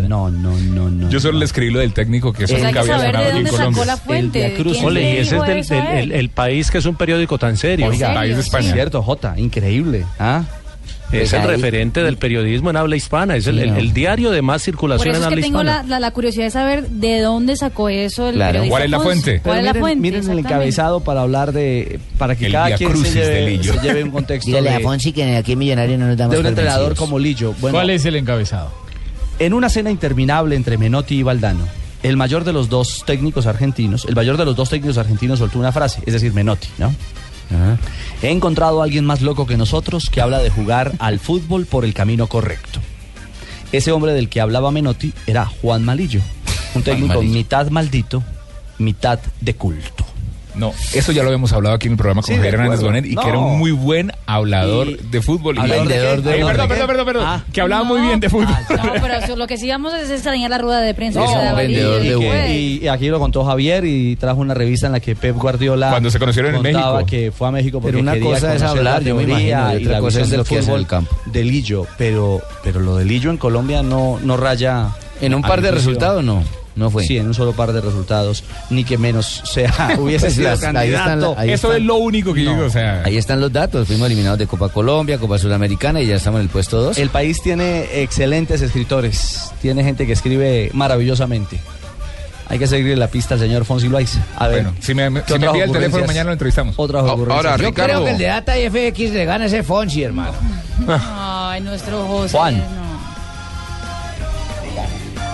Speaker 4: no, no, no, no.
Speaker 5: Yo solo le escribí lo del técnico que eso
Speaker 12: Pues hay
Speaker 5: nunca
Speaker 12: que
Speaker 5: había
Speaker 12: saber
Speaker 5: sonado
Speaker 12: de
Speaker 5: aquí en
Speaker 12: dónde
Speaker 5: Colombia.
Speaker 12: sacó la fuente.
Speaker 6: Via Cruz.
Speaker 12: ¿Quién
Speaker 6: Ole, y
Speaker 12: le
Speaker 6: ese
Speaker 12: dijo
Speaker 6: es del,
Speaker 12: eso eh.
Speaker 6: del-
Speaker 12: a él?
Speaker 6: el, el país que es un periódico tan serio.
Speaker 4: Oiga, País de España. Cierto, Jota, increíble. ¿ah?
Speaker 6: Es el
Speaker 4: Ahí-
Speaker 6: referente del periodismo en habla hispana, es el, el- el diario de más
Speaker 12: Por
Speaker 6: circulación
Speaker 12: eso
Speaker 6: en
Speaker 12: es
Speaker 6: habla
Speaker 12: que tengo
Speaker 6: hispana.
Speaker 12: la, la- la curiosidad de saber de dónde sacó eso el
Speaker 6: Claro.
Speaker 12: periodista
Speaker 6: ¿Cuál es la
Speaker 12: Pons.
Speaker 6: fuente?
Speaker 12: ¿Cuál es la
Speaker 4: miren,
Speaker 12: fuente?
Speaker 4: miren el
Speaker 12: Exactamente.
Speaker 4: encabezado para hablar de. para que
Speaker 14: El
Speaker 4: cada
Speaker 14: Via
Speaker 4: quien se
Speaker 14: Crucis de
Speaker 4: lleve,
Speaker 14: Lillo.
Speaker 4: se lleve un contexto.
Speaker 14: Dígale
Speaker 4: de-
Speaker 14: a Fonsi que aquí en Millonario no nos damos
Speaker 4: de un
Speaker 14: por
Speaker 4: entrenador
Speaker 14: vencidos.
Speaker 4: como Lillo. Bueno,
Speaker 8: ¿Cuál es el encabezado?
Speaker 4: En una cena interminable entre Menotti y Valdano, el mayor de los dos técnicos argentinos, el mayor de los dos técnicos argentinos soltó una frase, es decir, Menotti, ¿no? He encontrado a alguien más loco que nosotros que habla de jugar al fútbol por el camino correcto. Ese hombre del que hablaba Menotti era Juan Malillo, un técnico
Speaker 5: Malillo.
Speaker 4: mitad maldito, mitad de culto.
Speaker 5: No, eso ya lo habíamos hablado aquí en el programa
Speaker 4: Sí,
Speaker 5: con
Speaker 4: de
Speaker 5: Javier Hernández
Speaker 4: acuerdo.
Speaker 5: Bonet y
Speaker 4: No.
Speaker 5: que era un muy buen hablador
Speaker 4: Y-
Speaker 5: de fútbol. y-
Speaker 4: ¿Hablador de qué?
Speaker 5: Eh,
Speaker 4: ¿Hablador
Speaker 5: perdón,
Speaker 4: de
Speaker 5: perdón,
Speaker 4: qué?
Speaker 5: perdón, perdón.
Speaker 4: Ah.
Speaker 5: que hablaba muy bien de fútbol.
Speaker 12: No, pero eso- lo que sí vamos a hacer es dañar la rueda de prensa.
Speaker 4: No,
Speaker 12: que se daba ahí.
Speaker 4: y, que-
Speaker 12: Fue.
Speaker 4: y- y aquí lo contó Javier y trajo una revista en la que Pep Guardiola
Speaker 5: Cuando se conocieron en
Speaker 4: contaba
Speaker 5: México.
Speaker 4: que fue a México porque
Speaker 14: Pero una
Speaker 4: quería
Speaker 14: cosa es
Speaker 4: conocer la
Speaker 14: hablar, yo me
Speaker 4: teoría
Speaker 14: imagino, y otra
Speaker 4: la
Speaker 14: cosa
Speaker 4: visión
Speaker 14: es
Speaker 4: del
Speaker 14: lo que hace en
Speaker 4: fútbol
Speaker 14: el campo.
Speaker 4: de Lillo, pero pero lo de Lillo en Colombia no no raya
Speaker 14: En un
Speaker 4: a
Speaker 14: par
Speaker 4: mi
Speaker 14: de
Speaker 4: juicio.
Speaker 14: resultados, no. No fue.
Speaker 4: Sí, en un solo par de resultados, ni que menos sea hubiese
Speaker 14: Pues
Speaker 4: sido
Speaker 14: las- ahí están
Speaker 4: candidato.
Speaker 14: la- ahí Eso están. es
Speaker 5: lo único
Speaker 4: No.
Speaker 14: Ahí están los datos. Fuimos eliminados de Copa Colombia, Copa Sudamericana y ya estamos en el puesto 2.
Speaker 4: El país tiene excelentes escritores, tiene gente que escribe maravillosamente. Hay que seguirle la pista al señor Fonsi Loaiza. A ver,
Speaker 5: Bueno, si me,
Speaker 4: ¿qué
Speaker 5: si me
Speaker 4: otras
Speaker 5: envía el teléfono,
Speaker 4: ocurrencias?
Speaker 5: mañana lo entrevistamos.
Speaker 4: Otras ocurrencias.
Speaker 5: Ahora,
Speaker 22: Yo creo
Speaker 5: Ricardo.
Speaker 22: que el de Data y FX le gana ese Fonsi, hermano.
Speaker 12: Ay, nuestro José.
Speaker 22: Juan.
Speaker 12: no.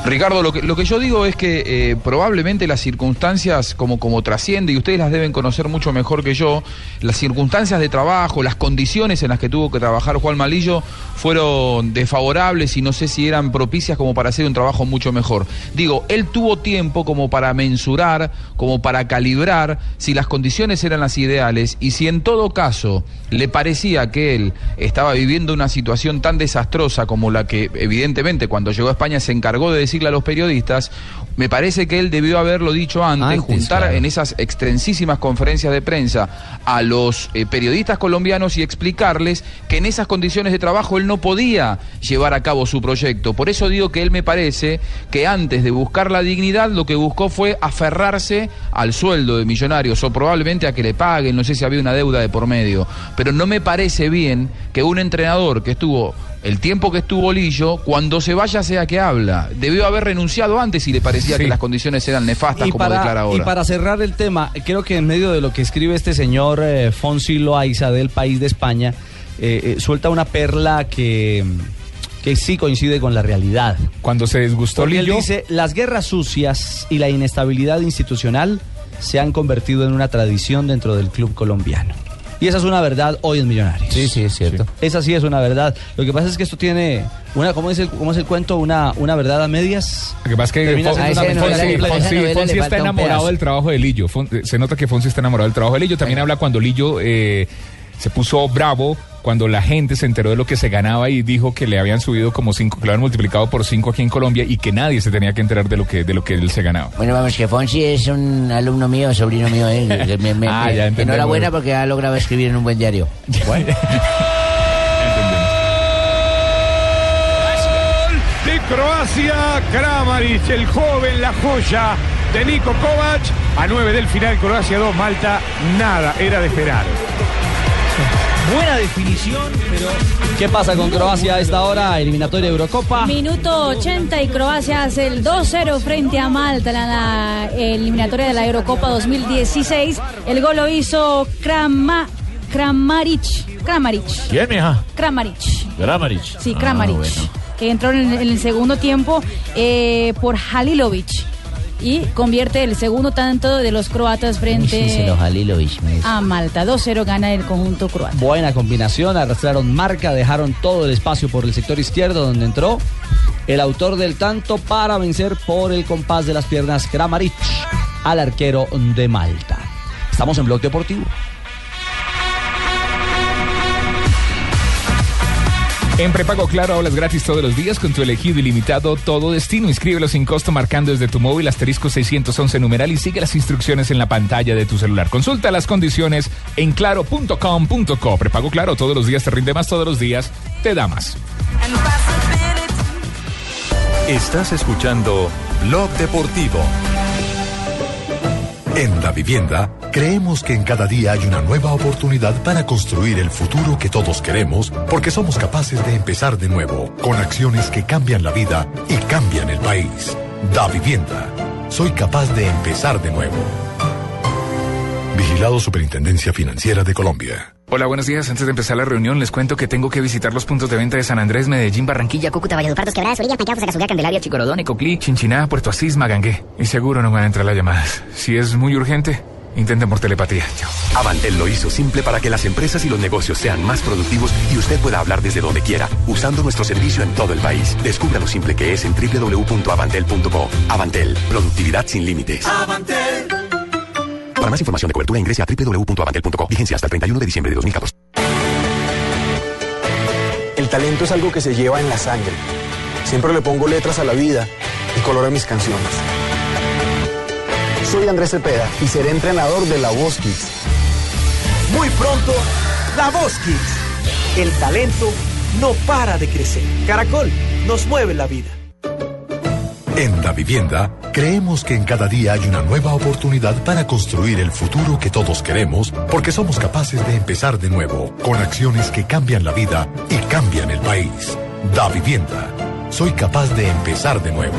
Speaker 9: Ricardo, lo que, lo que yo digo es que eh, probablemente las circunstancias como, como trasciende, y ustedes las deben conocer mucho mejor que yo, las circunstancias de trabajo, las condiciones en las que tuvo que trabajar Juan Malillo fueron desfavorables y no sé si eran propicias como para hacer un trabajo mucho mejor. Digo, él tuvo tiempo como para mensurar, como para calibrar si las condiciones eran las ideales y si en todo caso le parecía que él estaba viviendo una situación tan desastrosa como la que evidentemente cuando llegó a España se encargó de decirle a los periodistas, me parece que él debió haberlo dicho antes,
Speaker 14: Antes,
Speaker 9: juntar
Speaker 14: claro.
Speaker 9: en esas extensísimas conferencias de prensa a los eh, periodistas colombianos y explicarles que en esas condiciones de trabajo él no podía llevar a cabo su proyecto. Por eso digo que él me parece que antes de buscar la dignidad lo que buscó fue aferrarse al sueldo de millonarios o probablemente a que le paguen, no sé si había una deuda de por medio, pero no me parece bien que un entrenador que estuvo el tiempo que estuvo Lillo, cuando se vaya sea que habla. Debió haber renunciado antes si le parecía que las condiciones eran nefastas,
Speaker 4: y
Speaker 9: como
Speaker 4: para,
Speaker 9: declara ahora.
Speaker 4: y para cerrar el tema, creo que en medio de lo que escribe este señor eh, Fonsi Loaiza del país de España, eh, eh, suelta una perla que, que sí coincide con la realidad.
Speaker 5: Cuando se desgustó
Speaker 4: Porque él
Speaker 5: Lillo,
Speaker 4: dice, las guerras sucias y la inestabilidad institucional se han convertido en una tradición dentro del club colombiano. Y esa es una verdad hoy en Millonarios. Sí, sí, es cierto. Esa sí es una verdad. Lo que pasa es que esto tiene una, ¿cómo es el, cómo es el cuento? Una, una verdad a medias.
Speaker 5: Lo que pasa es que
Speaker 4: Termina
Speaker 5: Fon-
Speaker 4: siendo una
Speaker 5: Fonsi,
Speaker 4: mentira
Speaker 5: Fonsi-
Speaker 4: completa.
Speaker 5: Fonsi- Fonsi está enamorado del trabajo de Lillo. Fon- eh, se nota que Fonsi está enamorado del trabajo de Lillo. También habla cuando Lillo eh, se puso bravo, cuando la gente se enteró de lo que se ganaba y dijo que le habían subido como cinco, que lo habían multiplicado por cinco aquí en Colombia y que nadie se tenía que enterar de lo que, de lo que él se ganaba.
Speaker 7: Bueno, vamos, que Fonsi es un alumno mío, sobrino mío. ¿eh? Que me- me-
Speaker 5: Ah,
Speaker 7: me-
Speaker 5: ya entendemos.
Speaker 7: enhorabuena porque ha logrado escribir en un buen diario.
Speaker 24: Gol de Croacia, Kramaric, el joven, la joya de Nico Kovac. A 9 del final, Croacia 2, Malta, nada, era de esperar.
Speaker 4: Buena definición, pero... ¿Qué pasa con Croacia a esta hora? Eliminatoria de Eurocopa.
Speaker 12: Minuto 80 y Croacia hace el 2-0 frente a Malta en la eliminatoria de la Eurocopa 2016. El gol lo hizo Krama- Kramaric. Kramaric.
Speaker 23: ¿Quién, mija?
Speaker 12: Kramaric.
Speaker 23: Gramarich.
Speaker 12: Sí, Kramaric.
Speaker 23: Ah, bueno.
Speaker 12: Que entró en, en el segundo tiempo eh, por Halilovic. Y convierte el segundo tanto de los croatas frente a Malta. 2-0 gana el conjunto croata.
Speaker 4: Buena combinación, arrastraron marca, dejaron todo el espacio por el sector izquierdo donde entró el autor del tanto para vencer por el compás de las piernas Kramaric al arquero de Malta. Estamos en Blog Deportivo.
Speaker 5: En prepago claro hablas gratis todos los días con tu elegido ilimitado todo destino. Inscríbelo sin costo marcando desde tu móvil asterisco 611 numeral y sigue las instrucciones en la pantalla de tu celular. Consulta las condiciones en claro.com.co. Prepago claro todos los días te rinde más, todos los días te da más.
Speaker 1: Estás escuchando Blog Deportivo.
Speaker 15: En la vivienda, creemos que en cada día hay una nueva oportunidad para construir el futuro que todos queremos, porque somos capaces de empezar de nuevo, con acciones que cambian la vida y cambian el país. Da vivienda. Soy capaz de empezar de nuevo. Vigilado Superintendencia Financiera de Colombia.
Speaker 5: Hola, buenos días. Antes de empezar la reunión, les cuento que tengo que visitar los puntos de venta de San Andrés, Medellín, Barranquilla, Cúcuta, Valladolid, Pardos, Quebradas, Orilla, Payao, Fusagasugá, Candelaria, Chicorodón, Ecoclí, Chinchiná, Puerto Asís, Magangué. Y seguro no me van a entrar las llamadas. Si es muy urgente, intenten por telepatía. Chao.
Speaker 11: Avantel lo hizo simple para que las empresas y los negocios sean más productivos y usted pueda hablar desde donde quiera, usando nuestro servicio en todo el país. Descubra lo simple que es en www.avantel.co. Avantel, productividad sin límites. Para más información de cobertura ingrese a www.avantel.co. Vigencia hasta el 31 de diciembre de 2014.
Speaker 25: El talento es algo que se lleva en la sangre. Siempre le pongo letras a la vida y color a mis canciones. Soy Andrés Cepeda y seré entrenador de la Voz Kids.
Speaker 26: Muy pronto, La Voz Kids. El talento no para de crecer. Caracol nos mueve la vida.
Speaker 15: En la vivienda, creemos que en cada día hay una nueva oportunidad para construir el futuro que todos queremos, porque somos capaces de empezar de nuevo, con acciones que cambian la vida y cambian el país. Da vivienda. Soy capaz de empezar de nuevo.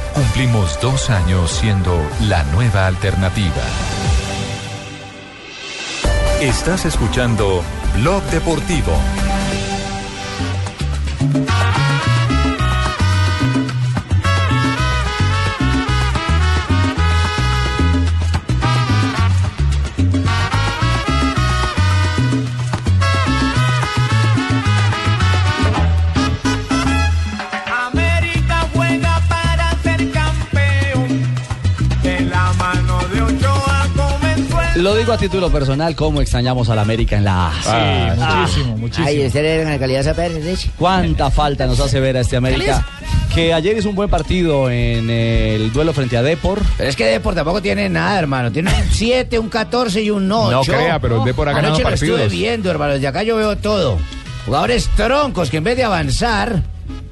Speaker 1: cumplimos dos años siendo la nueva alternativa. Estás escuchando Blog Deportivo.
Speaker 27: América juega para ser campeón. De la mano de Ochoa comenzó el
Speaker 4: Lo digo a título personal, cómo extrañamos a la América en la A. Ah,
Speaker 8: muchísimo, muchísimo.
Speaker 7: Ay, este era en la calidad Zapérez, de hecho.
Speaker 4: Cuánta falta nos hace ver a este América. Que ayer hizo un buen partido en el duelo frente a Depor.
Speaker 22: Pero es que Depor tampoco tiene nada, hermano. Tiene un 7, un 14 y un 8.
Speaker 5: No crea, pero el Depor ha ganado
Speaker 22: Anoche lo
Speaker 5: partidos.
Speaker 22: estuve viendo, hermano. Desde acá yo veo todo. Jugadores troncos que en vez de avanzar,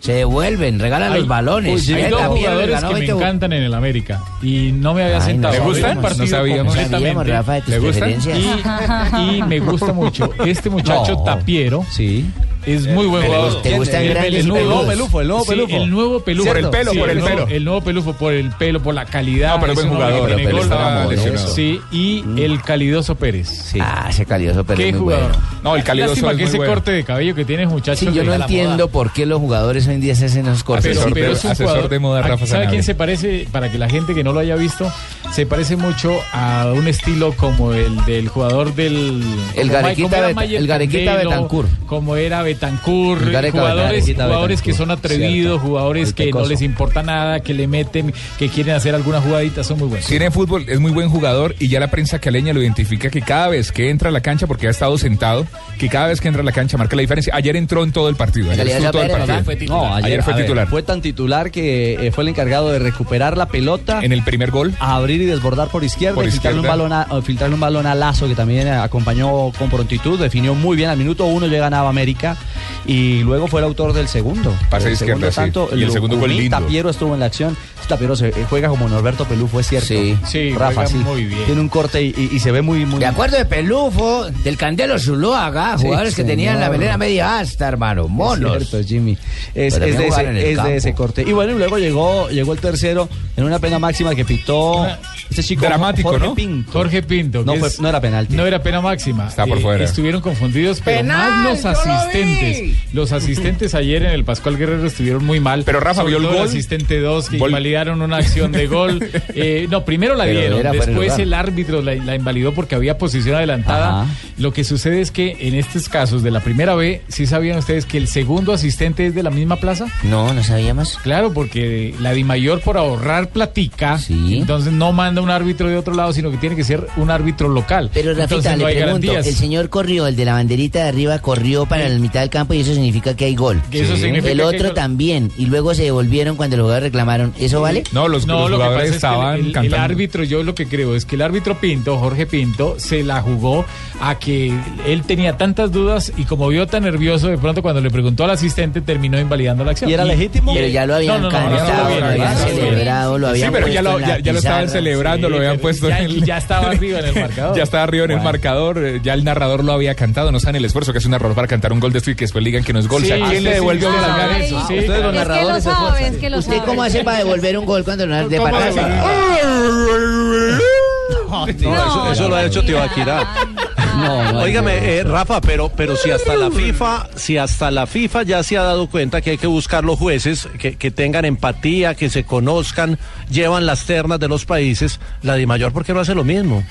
Speaker 22: se devuelven, regalan
Speaker 8: Hay-
Speaker 22: los balones. Eh,
Speaker 8: Uy, hay
Speaker 22: Ahí
Speaker 8: dos
Speaker 22: la pierden,
Speaker 8: jugadores
Speaker 22: ganó
Speaker 8: que me
Speaker 22: 20
Speaker 8: encantan en el América y no me había
Speaker 22: Ay,
Speaker 8: sentado.
Speaker 22: no
Speaker 8: a ver
Speaker 22: sabíamos,
Speaker 8: un
Speaker 22: no
Speaker 8: partido
Speaker 22: sabíamos. No
Speaker 8: completamente.
Speaker 22: sabíamos, Rafa, de tus
Speaker 8: ¿Le gustan?
Speaker 22: preferencias.
Speaker 8: Y, y me gusta mucho este muchacho
Speaker 4: No.
Speaker 8: Tapiero.
Speaker 4: Sí.
Speaker 8: Es muy buen
Speaker 4: ¿Te
Speaker 8: jugador.
Speaker 4: gusta- te gustan grandes
Speaker 8: nuevo-
Speaker 4: peludos? pelufo, el nuevo
Speaker 8: Sí,
Speaker 4: pelufo.
Speaker 8: el nuevo pelufo.
Speaker 4: Por el pelo,
Speaker 8: Sí,
Speaker 4: por el
Speaker 8: nuevo-
Speaker 4: pelo.
Speaker 8: El nuevo pelufo por el pelo, por la calidad.
Speaker 4: No, pero es buen
Speaker 8: un hombre
Speaker 4: jugador,
Speaker 8: que tiene
Speaker 4: pero
Speaker 8: gol.
Speaker 4: estaba lesionado.
Speaker 8: Sí, y el Calidoso Pérez.
Speaker 7: Ah, ese calioso, pero
Speaker 8: Qué
Speaker 7: es muy
Speaker 8: jugador.
Speaker 7: bueno.
Speaker 8: No, el Calidoso Lástima es que muy ese bueno. corte de cabello que tienes, muchacho.
Speaker 7: Sí, yo no entiendo por qué los jugadores hoy en día se hacen esos cortes.
Speaker 8: Pero,
Speaker 7: Sí,
Speaker 8: pero es un jugador- ¿a- ¿Sabe quién se parece? Para que la gente que no lo haya visto, se parece mucho a un estilo como el del jugador del.
Speaker 7: El
Speaker 8: como-
Speaker 7: Garequita
Speaker 8: como era
Speaker 7: Bet-
Speaker 8: Mayer
Speaker 7: el Garequita
Speaker 8: Candelo,
Speaker 7: Betancur.
Speaker 8: Como era Betancur.
Speaker 7: El Gareca
Speaker 8: Jugadores,
Speaker 7: Garequita
Speaker 8: jugadores
Speaker 7: Betancur,
Speaker 8: que son atrevidos,
Speaker 7: cierto.
Speaker 8: jugadores
Speaker 7: El
Speaker 8: que no
Speaker 7: pecoso.
Speaker 8: les importa nada, que le meten, que quieren hacer alguna jugadita, son muy buenos.
Speaker 5: Tiene fútbol, es muy buen jugador y ya la prensa caleña lo identifica que cada vez que entra a la cancha, porque ha estado sentado, que cada vez que entra a la cancha marca la diferencia. Ayer entró en todo el partido. Ayer estuvo todo el partido.
Speaker 4: No, ayer,
Speaker 5: Ayer fue
Speaker 4: a ver,
Speaker 5: titular.
Speaker 4: fue tan titular que eh, fue el encargado de recuperar la pelota. En
Speaker 5: el primer gol.
Speaker 4: abrir y desbordar por izquierda
Speaker 5: Por
Speaker 4: y filtrarle un,
Speaker 5: izquierda.
Speaker 4: balón a, eh, filtrarle un balón a Lazo, que también eh, acompañó con prontitud. Definió muy bien. Al minuto uno ya ganaba América. Y luego fue el autor del segundo.
Speaker 5: Pase
Speaker 4: Del
Speaker 5: de izquierda,
Speaker 4: segundo
Speaker 5: sí. Y el segundo fue
Speaker 4: Lucumí,
Speaker 5: lindo.
Speaker 4: Tapiero estuvo en la acción. Este Tapiero se, eh, juega como Norberto Pelufo, es cierto.
Speaker 22: Sí,
Speaker 4: Rafa,
Speaker 22: juega
Speaker 4: sí.
Speaker 22: muy bien.
Speaker 4: Tiene un corte y, y- y se ve muy, muy.
Speaker 22: De acuerdo de Pelufo, del Candelo Zuluaga, Ah,
Speaker 4: Sí,
Speaker 22: jugadores que tenían la
Speaker 4: señor.
Speaker 22: melena media hasta, hermano,
Speaker 4: Es
Speaker 22: monos.
Speaker 4: cierto, Jimmy. Es,
Speaker 22: Pero
Speaker 4: es
Speaker 22: también
Speaker 4: de,
Speaker 22: jugaron en el
Speaker 4: ese, es de
Speaker 22: campo.
Speaker 4: ese corte. Y bueno, y luego llegó, llegó el tercero en una pena máxima que pitó Este chico
Speaker 8: Dramático,
Speaker 4: Jorge
Speaker 8: ¿no?
Speaker 4: Pinto.
Speaker 8: Jorge Pinto.
Speaker 4: No
Speaker 8: que
Speaker 4: fue-
Speaker 8: es-
Speaker 4: no era penalti.
Speaker 8: No era pena máxima. Eh,
Speaker 5: Está por fuera.
Speaker 8: Estuvieron confundidos, pero
Speaker 5: ¡Penal!
Speaker 8: más los
Speaker 5: ¡Yo lo vi!
Speaker 8: asistentes. Los asistentes ayer en el Pascual Guerrero estuvieron muy mal.
Speaker 5: Pero Rafa
Speaker 8: Sobre
Speaker 5: vio el
Speaker 8: todo
Speaker 5: gol.
Speaker 8: asistente 2 que
Speaker 5: Gol.
Speaker 8: invalidaron una acción de gol. Eh, no, primero la
Speaker 5: Pero
Speaker 8: vieron,
Speaker 5: era fuera de
Speaker 8: después
Speaker 5: lugar.
Speaker 8: el árbitro la, la invalidó porque había posición adelantada. Lo que sucede es que en estos casos de la primera B, ¿sí sabían ustedes que el segundo asistente es de la misma plaza?
Speaker 14: No, no sabíamos.
Speaker 8: Claro, porque la Di Mayor por ahorrar platica, entonces no manda un árbitro de otro lado, sino que tiene que ser un árbitro local.
Speaker 7: Pero Rafita,
Speaker 8: entonces no
Speaker 7: le
Speaker 8: hay
Speaker 7: pregunto,
Speaker 8: garantías.
Speaker 7: el señor corrió, el de la banderita de arriba corrió para la mitad del campo y eso significa que hay gol.
Speaker 8: Que eso significa
Speaker 7: el
Speaker 8: que hay
Speaker 7: otro
Speaker 8: gol.
Speaker 7: también, y luego se devolvieron cuando los jugadores reclamaron. ¿Eso vale?
Speaker 8: No, lo que pasa es que el- el, árbitro, yo lo que creo es que el árbitro Pinto, Jorge Pinto, se la jugó a que él tenía tantas dudas y como vio tan nervioso, de pronto cuando le preguntó al asistente terminó invalidando la acción.
Speaker 7: ¿Y era legítimo?
Speaker 8: y-
Speaker 7: Pero ya lo habían
Speaker 8: No, no, no, no,
Speaker 7: cantado,
Speaker 8: no, no,
Speaker 7: lo
Speaker 8: no,
Speaker 7: habían
Speaker 8: no, no, no,
Speaker 7: celebrado, lo
Speaker 5: Sí,
Speaker 7: habían
Speaker 5: pero ya
Speaker 7: puesto
Speaker 5: lo,
Speaker 7: en la
Speaker 5: ya, ya lo estaban
Speaker 7: pizarra.
Speaker 5: celebrando, lo habían puesto
Speaker 8: ya-
Speaker 5: en el...
Speaker 8: ya estaba arriba en el marcador.
Speaker 5: Ya estaba arriba en el marcador, eh, ya el narrador lo había cantado, no saben el esfuerzo que es un error para cantar un gol de esto y que después le digan que no es gol.
Speaker 8: Sí,
Speaker 5: O sea, ¿A quién
Speaker 8: sí,
Speaker 5: le
Speaker 8: sí,
Speaker 5: devolvió
Speaker 8: sí,
Speaker 5: la
Speaker 8: sí,
Speaker 5: gana?
Speaker 8: sí,
Speaker 5: eso?
Speaker 8: sí. Ustedes los
Speaker 7: Es que lo
Speaker 8: narradores se
Speaker 7: sabe,
Speaker 12: esfuerzan.
Speaker 7: es que lo ¿Usted cómo hace para devolver un gol cuando no de
Speaker 12: ¿Cómo
Speaker 7: para
Speaker 12: hace?
Speaker 6: No, eso, eso lo ha hecho Tibaquirá. Óigame, eh, Rafa, pero, pero si hasta la FIFA, si hasta la FIFA ya se ha dado cuenta que hay que buscar los jueces que, que tengan empatía, que se conozcan, llevan las ternas de los países, la de mayor, ¿por qué no hace lo mismo?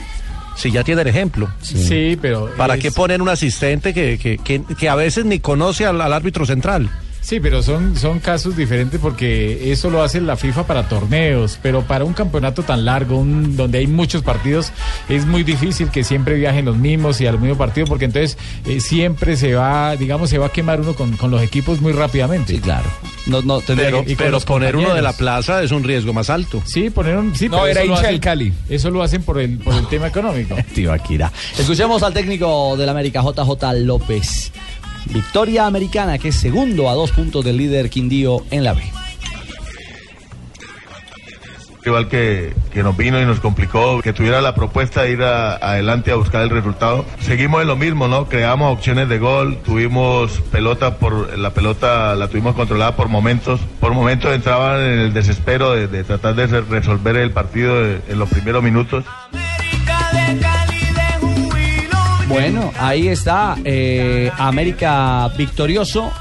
Speaker 6: Si ya tiene el ejemplo.
Speaker 8: Sí, pero.
Speaker 6: ¿Para
Speaker 8: es-
Speaker 6: qué ponen un asistente que, que, que- que a veces ni conoce al, al árbitro central?
Speaker 8: Sí, pero son, son casos diferentes porque eso lo hace la FIFA para torneos, pero para un campeonato tan largo, un- donde hay muchos partidos, es muy difícil que siempre viajen los mismos y al mismo partido, porque entonces eh, siempre se va, digamos, se va a quemar uno con, con los equipos muy rápidamente. Sí,
Speaker 4: claro. No, no, tendría
Speaker 6: Pero,
Speaker 8: que- y con
Speaker 6: pero
Speaker 8: los
Speaker 6: poner uno de la
Speaker 8: compañeros.
Speaker 6: plaza es un riesgo más alto.
Speaker 8: Sí, poner un... Sí,
Speaker 6: No,
Speaker 8: pero
Speaker 6: era
Speaker 8: eso lo
Speaker 6: hincha
Speaker 8: hacen-
Speaker 6: del Cali.
Speaker 8: Eso lo hacen por el, por el tema económico.
Speaker 4: Tibaquirá. Escuchemos al técnico del América, JJ López. Victoria americana, que es segundo a dos puntos del líder Quindío en la B.
Speaker 2: rival que, que nos vino y nos complicó, que tuviera la propuesta de ir a- adelante a buscar el resultado. Seguimos en lo mismo, ¿no? Creamos opciones de gol, tuvimos pelota por la pelota la tuvimos controlada por momentos, por momentos entraban en el desespero de, de tratar de re- resolver el partido de- en los primeros minutos.
Speaker 4: Bueno, ahí está eh, América victorioso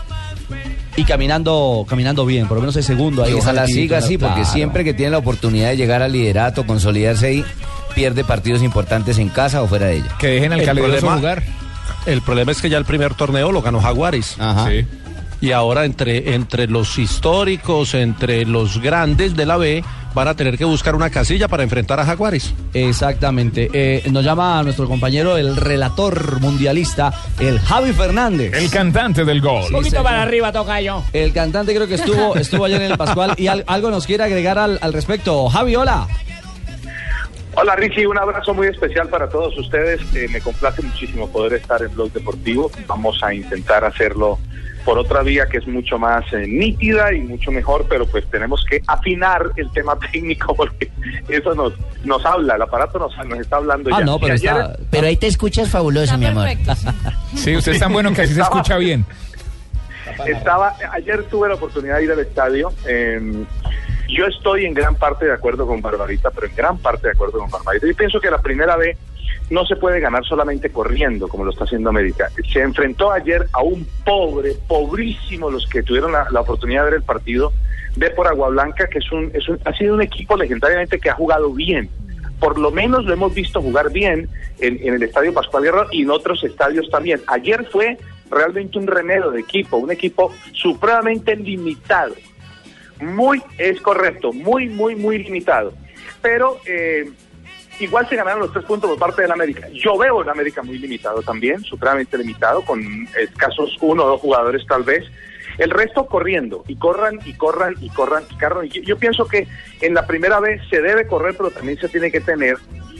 Speaker 4: y caminando, caminando bien, por lo menos el segundo. Ahí
Speaker 14: Y
Speaker 4: está
Speaker 14: ojalá
Speaker 4: el
Speaker 14: siga
Speaker 4: título,
Speaker 14: así, porque
Speaker 4: claro.
Speaker 14: siempre que tiene la oportunidad de llegar al liderato, consolidarse ahí, pierde partidos importantes en casa o fuera de ella.
Speaker 5: Que dejen
Speaker 14: al Caledoso jugar.
Speaker 6: El problema es que ya el primer torneo lo ganó Jaguares. Y ahora entre, entre los históricos, entre los grandes de la B, van a tener que buscar una casilla para enfrentar a Jaguares.
Speaker 4: Exactamente. Eh, nos llama nuestro compañero, el relator mundialista, el Javi Fernández. El
Speaker 5: cantante del gol.
Speaker 4: Un
Speaker 3: poquito para arriba toca yo.
Speaker 4: El cantante creo que estuvo, estuvo ayer en el Pascual y al- algo nos quiere agregar al, al respecto. Javi, hola.
Speaker 20: Hola Richie, un abrazo muy especial para todos ustedes. Eh, me complace muchísimo poder estar en Blog Deportivo. Vamos a intentar hacerlo por otra vía que es mucho más eh, nítida y mucho mejor, pero pues tenemos que afinar el tema técnico porque eso nos nos habla, el aparato nos, nos Ah, está hablando ya. Y ayer-
Speaker 7: Ah, Pero ahí te escuchas fabuloso, mi amor.
Speaker 5: Sí, usted es tan bueno que así se escucha bien.
Speaker 20: Estaba, ayer tuve la oportunidad de ir al estadio. eh, yo estoy en gran parte de acuerdo con Barbarita, pero en gran parte de acuerdo con Barbarita. Y pienso que la primera vez no se puede ganar solamente corriendo, como lo está haciendo América. Se enfrentó ayer a un pobre, pobrísimo, los que tuvieron la, la oportunidad de ver el partido, de por Agua Blanca, que es un, es un- ha sido un equipo legendariamente que ha jugado bien. Por lo menos lo hemos visto jugar bien en, en el Estadio Pascual Guerrero y en otros estadios también. Ayer fue realmente un remedio de equipo, un equipo supremamente limitado. Muy, es correcto, muy, muy, muy limitado. Pero eh, igual se ganaron los tres puntos por parte del América. Yo veo el América muy limitado también, supremamente limitado, con escasos uno o dos jugadores tal vez. El resto corriendo, y corran, y corran, y corran, y corran. Y Yo, yo pienso que en la primera vez se debe correr, pero también se tiene que tener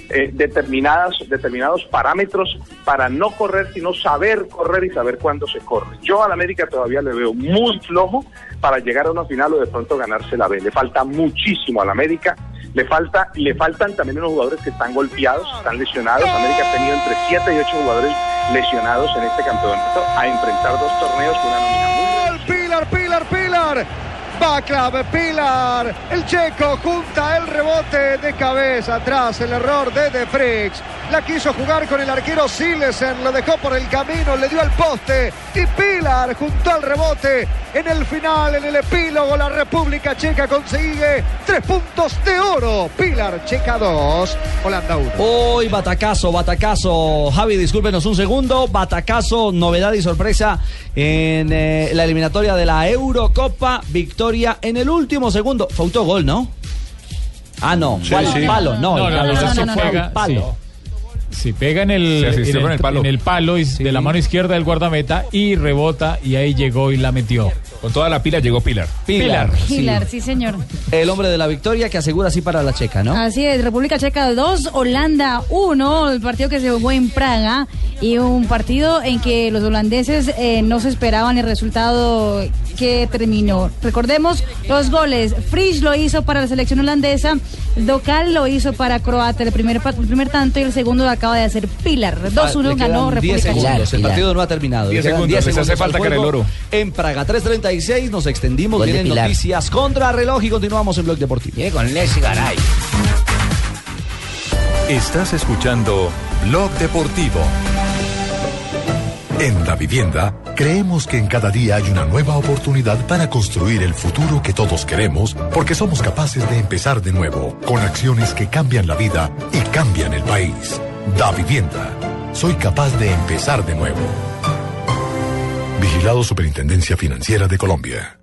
Speaker 20: eh, determinadas, determinados parámetros para no correr, sino saber correr y saber cuándo se corre. Yo al América todavía le veo muy flojo para llegar a una final o de pronto ganarse la B. Le falta muchísimo al América. Le falta, le faltan también unos jugadores que están golpeados, están lesionados. América ha tenido entre 7 y 8 jugadores lesionados en este campeonato a enfrentar dos torneos con una nómina muy
Speaker 24: Pilar, Pilar, Pilar. Baclav, Pilar, el checo junta el rebote de cabeza atrás, el error de De Fricks. La quiso jugar con el arquero Silesen, lo dejó por el camino, le dio al poste y Pilar juntó al rebote. En el final, en el epílogo, la República Checa consigue tres puntos de oro. Pilar Checa 2, Holanda 1.
Speaker 4: Hoy batacazo, batacazo. Javi, discúlpenos un segundo. Batacazo, novedad y sorpresa en eh, la eliminatoria de la Eurocopa. Victoria en el último segundo. Fue autogol, ¿no? Ah, no.
Speaker 8: Sí,
Speaker 4: ¿Cuál?
Speaker 8: sí.
Speaker 4: Palo. No,
Speaker 8: No,
Speaker 4: el
Speaker 8: no,
Speaker 4: cabezazo
Speaker 8: no, no, no,
Speaker 4: fue
Speaker 8: no,
Speaker 4: un
Speaker 8: no.
Speaker 4: palo.
Speaker 8: Si pega en el,
Speaker 5: Se asistió
Speaker 8: en
Speaker 5: con el palo.
Speaker 8: en el palo y de la mano izquierda del guardameta y rebota y ahí llegó y la metió.
Speaker 5: Con toda la pila llegó Pilar.
Speaker 4: Pilar.
Speaker 12: Hilar, sí, señor.
Speaker 4: El hombre de la victoria que asegura así para la checa, ¿no?
Speaker 12: Así es, República Checa 2, Holanda 1, el partido que se jugó en Praga y un partido en que los holandeses eh, no se esperaban el resultado que terminó. Recordemos los goles, Frisch lo hizo para la selección holandesa, Dokal lo hizo para Croata, el primer, pa- el primer tanto y el segundo lo acaba de hacer Pilar. 2-1
Speaker 4: Ah, Le quedan
Speaker 12: ganó
Speaker 4: 10
Speaker 12: República Checa.
Speaker 4: segundos. El partido no ha terminado.
Speaker 5: 10
Speaker 4: Le quedan
Speaker 5: segundos, les hace
Speaker 4: al
Speaker 5: falta que era el
Speaker 4: juego.
Speaker 5: oro.
Speaker 4: En Praga, 3.36, nos extendimos.
Speaker 14: Gol de
Speaker 4: Vienen
Speaker 14: Pilar.
Speaker 4: noticias contra reloj y continuamos en Blog Deportivo. Viene
Speaker 14: con Leslie Garay.
Speaker 15: Estás escuchando Blog Deportivo. En la vivienda, creemos que en cada día hay una nueva oportunidad para construir el futuro que todos queremos, porque somos capaces de empezar de nuevo, con acciones que cambian la vida y cambian el país. Da vivienda. Soy capaz de empezar de nuevo. Vigilado Superintendencia Financiera de Colombia.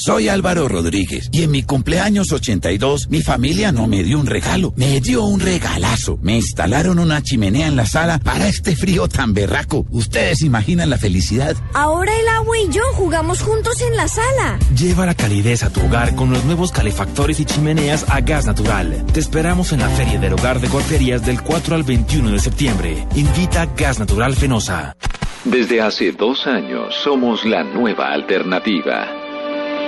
Speaker 3: Soy Álvaro Rodríguez y en mi cumpleaños 82 mi familia no me dio un regalo, me dio un regalazo. Me instalaron una chimenea en la sala para este frío tan berraco. Ustedes imaginan la felicidad.
Speaker 13: Ahora el agua y yo jugamos juntos en la sala.
Speaker 16: Lleva la calidez a tu hogar con los nuevos calefactores y chimeneas a gas natural. Te esperamos en la Feria del Hogar de Corterías del 4 al 21 de septiembre. Invita Gas Natural Fenosa.
Speaker 28: Desde hace dos años somos la nueva alternativa.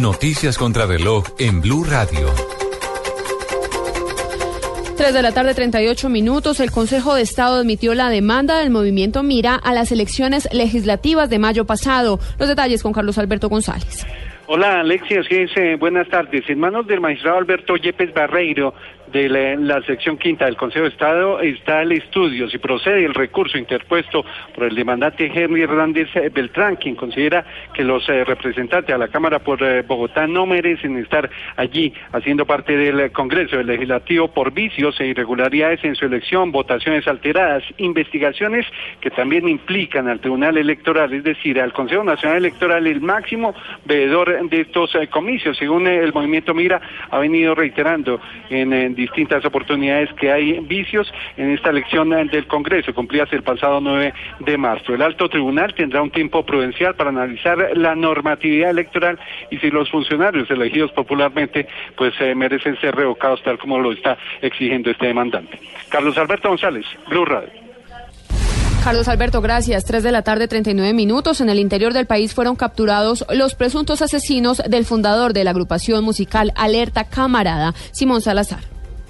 Speaker 11: Noticias contra reloj en Blue Radio.
Speaker 29: 3 de la tarde, 38 minutos. El Consejo de Estado admitió la demanda del movimiento Mira a las elecciones legislativas de mayo pasado. Los detalles con Carlos Alberto González.
Speaker 30: Hola Alexia, sí, sí, buenas tardes. En manos del magistrado Alberto Yepes Barreiro de la, la sección quinta del Consejo de Estado está el estudio si procede el recurso interpuesto por el demandante Henry Hernández eh, Beltrán, quien considera que los eh, representantes a la Cámara por eh, Bogotá no merecen estar allí haciendo parte del eh, Congreso del Legislativo por vicios e irregularidades en su elección, votaciones alteradas, investigaciones que también implican al Tribunal Electoral, es decir, al Consejo Nacional Electoral, el máximo veedor de estos eh, comicios. Según eh, el movimiento Mira, ha venido reiterando en, eh, distintas oportunidades que hay vicios en esta elección eh, del Congreso, cumplidas el pasado 9 de marzo. El alto tribunal tendrá un tiempo prudencial para analizar la normatividad electoral y si los funcionarios elegidos popularmente pues eh, merecen ser revocados tal como lo está exigiendo este demandante. Carlos Alberto González, Blue Radio.
Speaker 29: Carlos Alberto, gracias. 3 de la tarde, 39 minutos. En el interior del país fueron capturados los presuntos asesinos del fundador de la agrupación musical Alerta Camarada, Simón Salazar.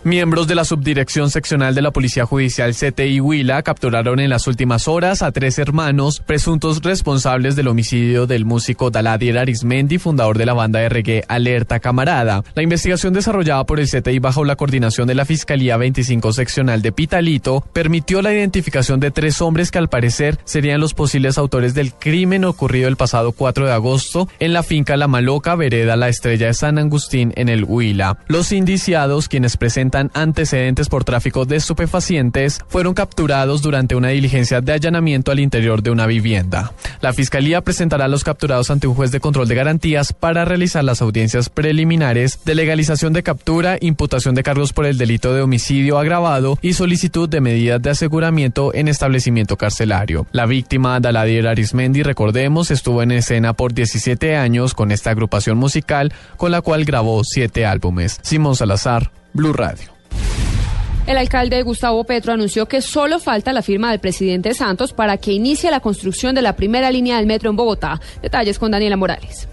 Speaker 31: Miembros de la Subdirección Seccional de la Policía Judicial CTI Huila capturaron en las últimas horas a tres hermanos presuntos responsables del homicidio del músico Daladier Arismendi, fundador de la banda de reggae Alerta Camarada. La investigación desarrollada por el CTI bajo la coordinación de la Fiscalía 25 Seccional de Pitalito permitió la identificación de tres hombres que al parecer serían los posibles autores del crimen ocurrido el pasado 4 de agosto en la finca La Maloca, vereda La Estrella de San Agustín en el Huila. Los indiciados, quienes presentan presentan antecedentes por tráfico de estupefacientes fueron capturados durante una diligencia de allanamiento al interior de una vivienda. La Fiscalía presentará a los capturados ante un juez de control de garantías para realizar las audiencias preliminares de legalización de captura, imputación de cargos por el delito de homicidio agravado y solicitud de medidas de aseguramiento en establecimiento carcelario. La víctima, Daladier Arismendi, recordemos, estuvo en escena por 17 años con esta agrupación musical con la cual grabó siete álbumes. Simón Salazar, Blue Radio.
Speaker 29: El alcalde Gustavo Petro anunció que solo falta la firma del presidente Santos para que inicie la construcción de la primera línea del metro en Bogotá. Detalles con Daniela Morales.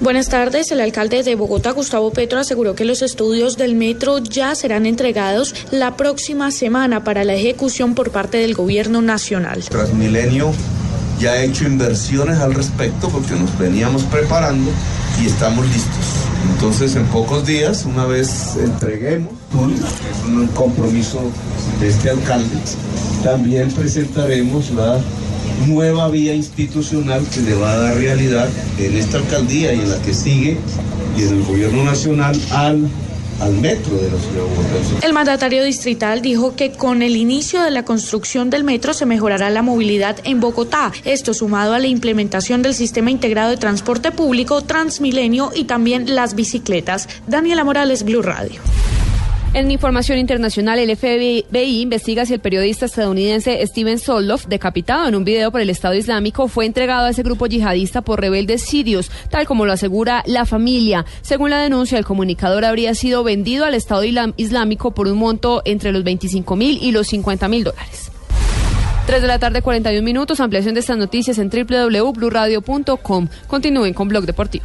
Speaker 32: Buenas tardes. El alcalde de Bogotá, Gustavo Petro, aseguró que los estudios del metro ya serán entregados la próxima semana para la ejecución por parte del gobierno nacional.
Speaker 33: Transmilenio ya ha hecho inversiones al respecto porque nos veníamos preparando y estamos listos. Entonces, en pocos días, una vez entreguemos, es un compromiso de este alcalde, también presentaremos la nueva vía institucional que le va a dar realidad en esta alcaldía y en la que sigue y en el gobierno nacional al al metro de la ciudad de
Speaker 32: El mandatario distrital dijo que con el inicio de la construcción del metro se mejorará la movilidad en Bogotá. Esto sumado a la implementación del sistema integrado de transporte público, Transmilenio y también las bicicletas. Daniela Morales, Blue Radio.
Speaker 29: En información internacional, el FBI investiga si el periodista estadounidense Steven Solov, decapitado en un video por el Estado Islámico, fue entregado a ese grupo yihadista por rebeldes sirios, tal como lo asegura la familia. Según la denuncia, el comunicador habría sido vendido al Estado Islámico por un monto entre los 25 mil y los 50 mil dólares. 3 de la tarde, 41 minutos. Ampliación de estas noticias en www.bluradio.com. Continúen con Blog Deportivo.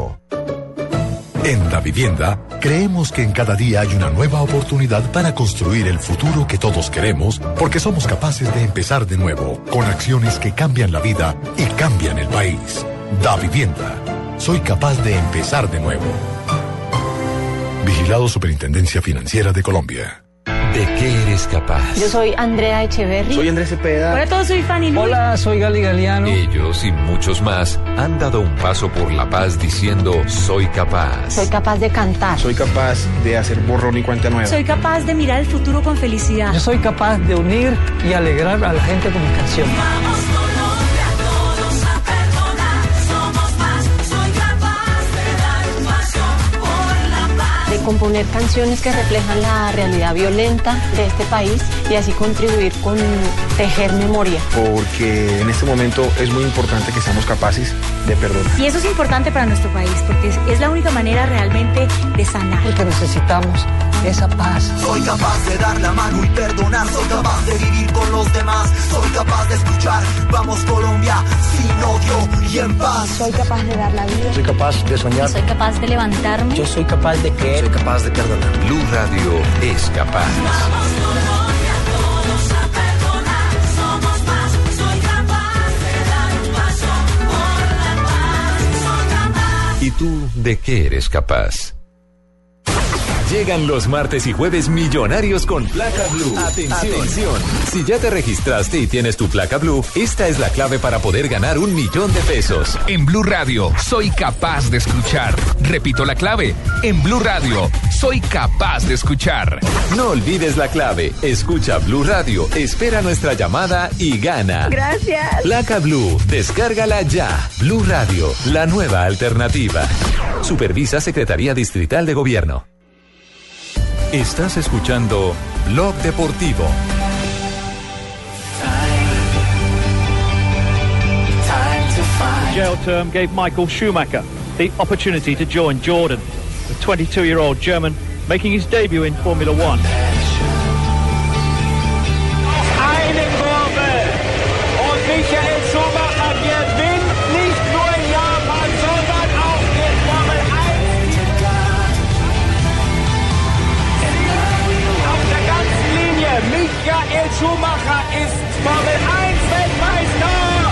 Speaker 15: En la vivienda, creemos que en cada día hay una nueva oportunidad para construir el futuro que todos queremos, porque somos capaces de empezar de nuevo, con acciones que cambian la vida y cambian el país. Da vivienda. Soy capaz de empezar de nuevo. Vigilado Superintendencia Financiera de Colombia.
Speaker 34: ¿De qué eres capaz?
Speaker 26: Yo soy Andrea Echeverri.
Speaker 20: Soy Andrés Cepeda.
Speaker 26: Hola a todos, soy Fanny Luis.
Speaker 20: Hola, soy Gali Galeano.
Speaker 34: Ellos y muchos más han dado un paso por la paz diciendo soy capaz.
Speaker 26: Soy capaz de cantar.
Speaker 20: Soy capaz de hacer borrón y cuenta nueva.
Speaker 26: Soy capaz de mirar el futuro con felicidad.
Speaker 20: Yo soy capaz de unir y alegrar a la gente con mi canción.
Speaker 35: Vamos Colombia, todos a perdonar. Somos más, soy capaz de dar un paso por la paz.
Speaker 26: De componer canciones que reflejan la realidad violenta de este país y así contribuir con tejer memoria.
Speaker 20: Porque en este momento es muy importante que seamos capaces de perdonar.
Speaker 26: Y eso es importante para nuestro país porque es, es la única manera realmente de sanar.
Speaker 20: Porque necesitamos esa paz.
Speaker 13: Soy capaz de dar la mano y perdonar, soy capaz de vivir con los demás, soy capaz de escuchar. Vamos Colombia, sin odio y en paz.
Speaker 26: Soy capaz de dar la vida.
Speaker 20: Soy capaz de soñar.
Speaker 26: Soy capaz de levantarme.
Speaker 20: Yo soy capaz de creer.
Speaker 34: Soy capaz de perdonar. Blue Radio es capaz.
Speaker 35: Vamos Colombia, todos a perdonar. Somos más, soy capaz de dar un paso por la paz. Soy capaz.
Speaker 34: ¿Y tú de qué eres capaz?
Speaker 1: Llegan los martes y jueves millonarios con placa blue. Atención. Si ya te registraste y tienes tu placa blue, esta es la clave para poder ganar un millón de pesos.
Speaker 5: En Blue Radio, soy capaz de escuchar. Repito la clave. En Blue Radio, soy capaz de escuchar.
Speaker 1: No olvides la clave. Escucha Blue Radio, espera nuestra llamada y gana.
Speaker 26: Gracias.
Speaker 1: Placa Blue, descárgala ya. Blue Radio, la nueva alternativa. Supervisa Secretaría Distrital de Gobierno.
Speaker 36: Estás escuchando Blog Deportivo.
Speaker 37: Jail term gave Michael Schumacher the opportunity to join Jordan, the 22 year old German making his debut in Formula One.
Speaker 38: Michael Schumacher gewinnt nicht nur in Japan, sondern auch in Formel 1.
Speaker 13: ist Formel 1 Weltmeister!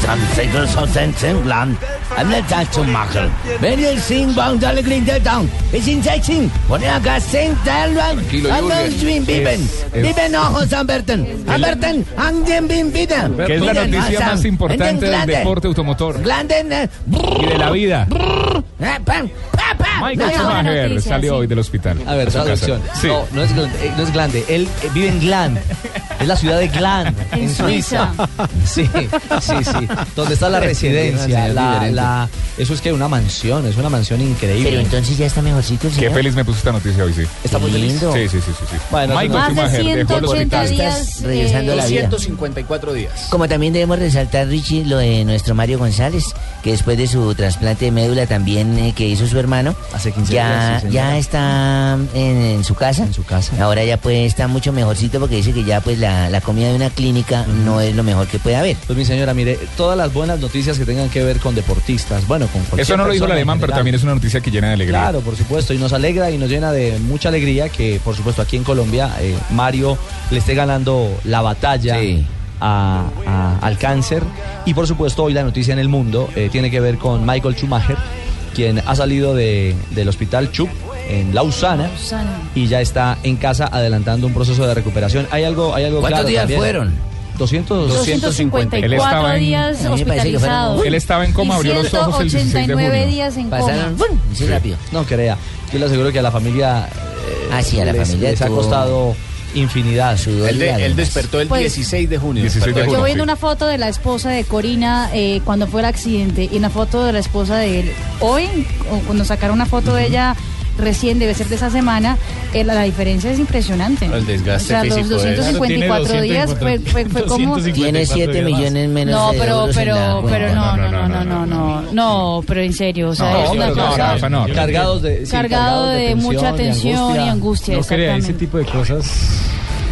Speaker 12: Strandsikkels aus den Züglern am Mittag zu machen. Wenn ihr singt, bauen alle Green Dead down. Wir sind 16 und ihr Gast singt, dann
Speaker 5: Jürgen.
Speaker 12: Bim Biben.
Speaker 5: Es- es-
Speaker 12: Biben auch aus Amberton. Amberton, an den Bim wieder.
Speaker 5: Que es la
Speaker 12: Biben,
Speaker 5: noticia
Speaker 12: Hassan.
Speaker 5: más
Speaker 12: En
Speaker 5: importante
Speaker 12: den
Speaker 5: del
Speaker 12: Glanden.
Speaker 5: deporte automotor
Speaker 12: Glanden, eh,
Speaker 5: y de la vida.
Speaker 12: eh, pam, pa, pa.
Speaker 5: Michael
Speaker 12: No,
Speaker 5: Schumacher salió hoy del hospital.
Speaker 4: A ver,
Speaker 5: su casa.
Speaker 4: traducción.
Speaker 5: Sí.
Speaker 4: No, no es, Gl- eh, no es Glande. Él eh, vive en Gland. Es la ciudad de Gland, en,
Speaker 7: En
Speaker 4: Suiza. Sí, sí, sí. Donde está la residencia. la- la- eso es que una mansión, es una mansión increíble.
Speaker 5: Pero
Speaker 4: entonces ya está mejorcito
Speaker 5: Qué feliz me puso esta noticia hoy, sí.
Speaker 4: Está muy feliz.
Speaker 5: Sí, sí, sí, sí. sí.
Speaker 4: Bueno,
Speaker 5: Michael
Speaker 4: más de
Speaker 5: Schumacher dejó el
Speaker 4: 180
Speaker 5: hospital.
Speaker 4: días,
Speaker 5: Estás
Speaker 4: eh,
Speaker 5: regresando a la vida.
Speaker 4: 254 días.
Speaker 7: Como también debemos resaltar, Richie, lo de nuestro Mario González, que después de su trasplante de médula también eh, que hizo su hermano, ya,
Speaker 4: días, sí, señora.
Speaker 7: ya está en, en su casa. En su casa. Ahora ya pues está mucho mejorcito porque dice que ya pues la, la comida de una clínica no es lo mejor que puede haber.
Speaker 4: Pues mi señora, mire, todas las buenas noticias que tengan que ver con deportistas, bueno, con cualquier
Speaker 5: Eso no lo dijo el
Speaker 4: persona en
Speaker 5: alemán, pero
Speaker 4: general.
Speaker 5: también es una noticia que llena de alegría.
Speaker 4: Claro, por supuesto, y nos alegra y nos llena de mucha alegría que, por supuesto, aquí en Colombia eh, Mario le esté ganando la batalla a- a- al cáncer. Y, por supuesto, hoy la noticia en el mundo eh, tiene que ver con Michael Schumacher, quien ha salido de- del hospital Chup en Lausana y ya está en casa adelantando un proceso de recuperación. Hay algo, hay algo
Speaker 12: ¿Cuántos
Speaker 4: claro
Speaker 12: días
Speaker 4: también.
Speaker 12: fueron?
Speaker 4: 200,
Speaker 12: 254
Speaker 5: Él estaba en-
Speaker 12: días
Speaker 5: A mí me parece que fueron-
Speaker 12: hospitalizado.
Speaker 5: Él estaba en coma,
Speaker 12: Y
Speaker 5: abrió los ojos el 16 de
Speaker 12: 189
Speaker 5: junio.
Speaker 12: días en Pasaron, coma. ¡fum!
Speaker 4: Sí. No crea. Yo le aseguro que a la familia. eh,
Speaker 7: Ah, sí, a la
Speaker 4: les-
Speaker 7: familia
Speaker 4: Les ha
Speaker 7: tuvo-
Speaker 4: costado infinidad.
Speaker 7: Él de- y él lágrimas. despertó
Speaker 12: el Pues, 16
Speaker 4: de junio.
Speaker 12: Yo viendo una foto de la esposa de Corina eh, cuando fue el accidente y una foto de la esposa de él hoy, o cuando sacaron una foto de ella recién, debe ser de esa semana, eh, la, la diferencia es impresionante.
Speaker 6: El desgaste
Speaker 12: O sea, los
Speaker 6: físico.
Speaker 12: 254 días fue, fue- fue como...
Speaker 7: Tiene 7 millones menos
Speaker 12: No,
Speaker 7: de
Speaker 12: pero,
Speaker 7: euros en
Speaker 12: pero,
Speaker 7: la cuenta.
Speaker 12: pero no, no, no, no, no, no, no, pero en serio, o sea,
Speaker 5: No,
Speaker 12: es una
Speaker 5: no, no,
Speaker 12: cosa-
Speaker 5: Rafa, no.
Speaker 4: Cargados de. sí,
Speaker 12: cargado de, mucha tensión y angustia.
Speaker 6: No crea, ese
Speaker 12: exactamente.
Speaker 6: tipo de cosas.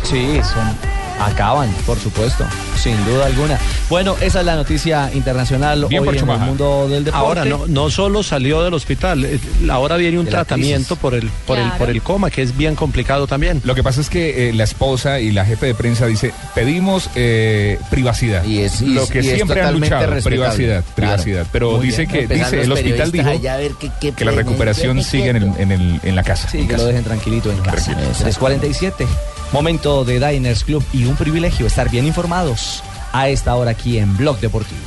Speaker 4: Sí, son. Acaban, por supuesto, sin duda alguna. Bueno, esa es la noticia internacional
Speaker 6: Bien
Speaker 4: hoy
Speaker 6: por
Speaker 4: en el
Speaker 6: Schumacher.
Speaker 4: mundo del deporte.
Speaker 6: Ahora no, no solo salió del hospital, eh, ahora viene un
Speaker 5: De la
Speaker 6: tratamiento
Speaker 5: crisis.
Speaker 6: por el por el por el coma que es bien complicado también.
Speaker 5: Lo que pasa es que eh, la esposa y la jefe de prensa dice, pedimos eh, privacidad. Y es
Speaker 7: y
Speaker 5: lo
Speaker 7: es-
Speaker 5: que
Speaker 7: y es
Speaker 5: siempre han
Speaker 7: totalmente
Speaker 5: luchado,
Speaker 7: respetable.
Speaker 5: privacidad, privacidad. Pero
Speaker 7: Muy
Speaker 5: dice
Speaker 7: bien.
Speaker 5: que
Speaker 7: Empezar
Speaker 5: dice
Speaker 7: los
Speaker 5: el hospital
Speaker 7: periodistas
Speaker 5: dijo
Speaker 7: allá a ver qué- qué
Speaker 5: que la
Speaker 7: pueden-
Speaker 5: recuperación
Speaker 7: qué- qué-
Speaker 5: sigue en, el- en, el- en la casa.
Speaker 4: Sí,
Speaker 5: En
Speaker 4: que
Speaker 5: casa.
Speaker 4: lo dejen tranquilito en casa. Eh, 347. Momento de Diners Club y un privilegio estar bien informados a esta hora aquí en Blog Deportivo.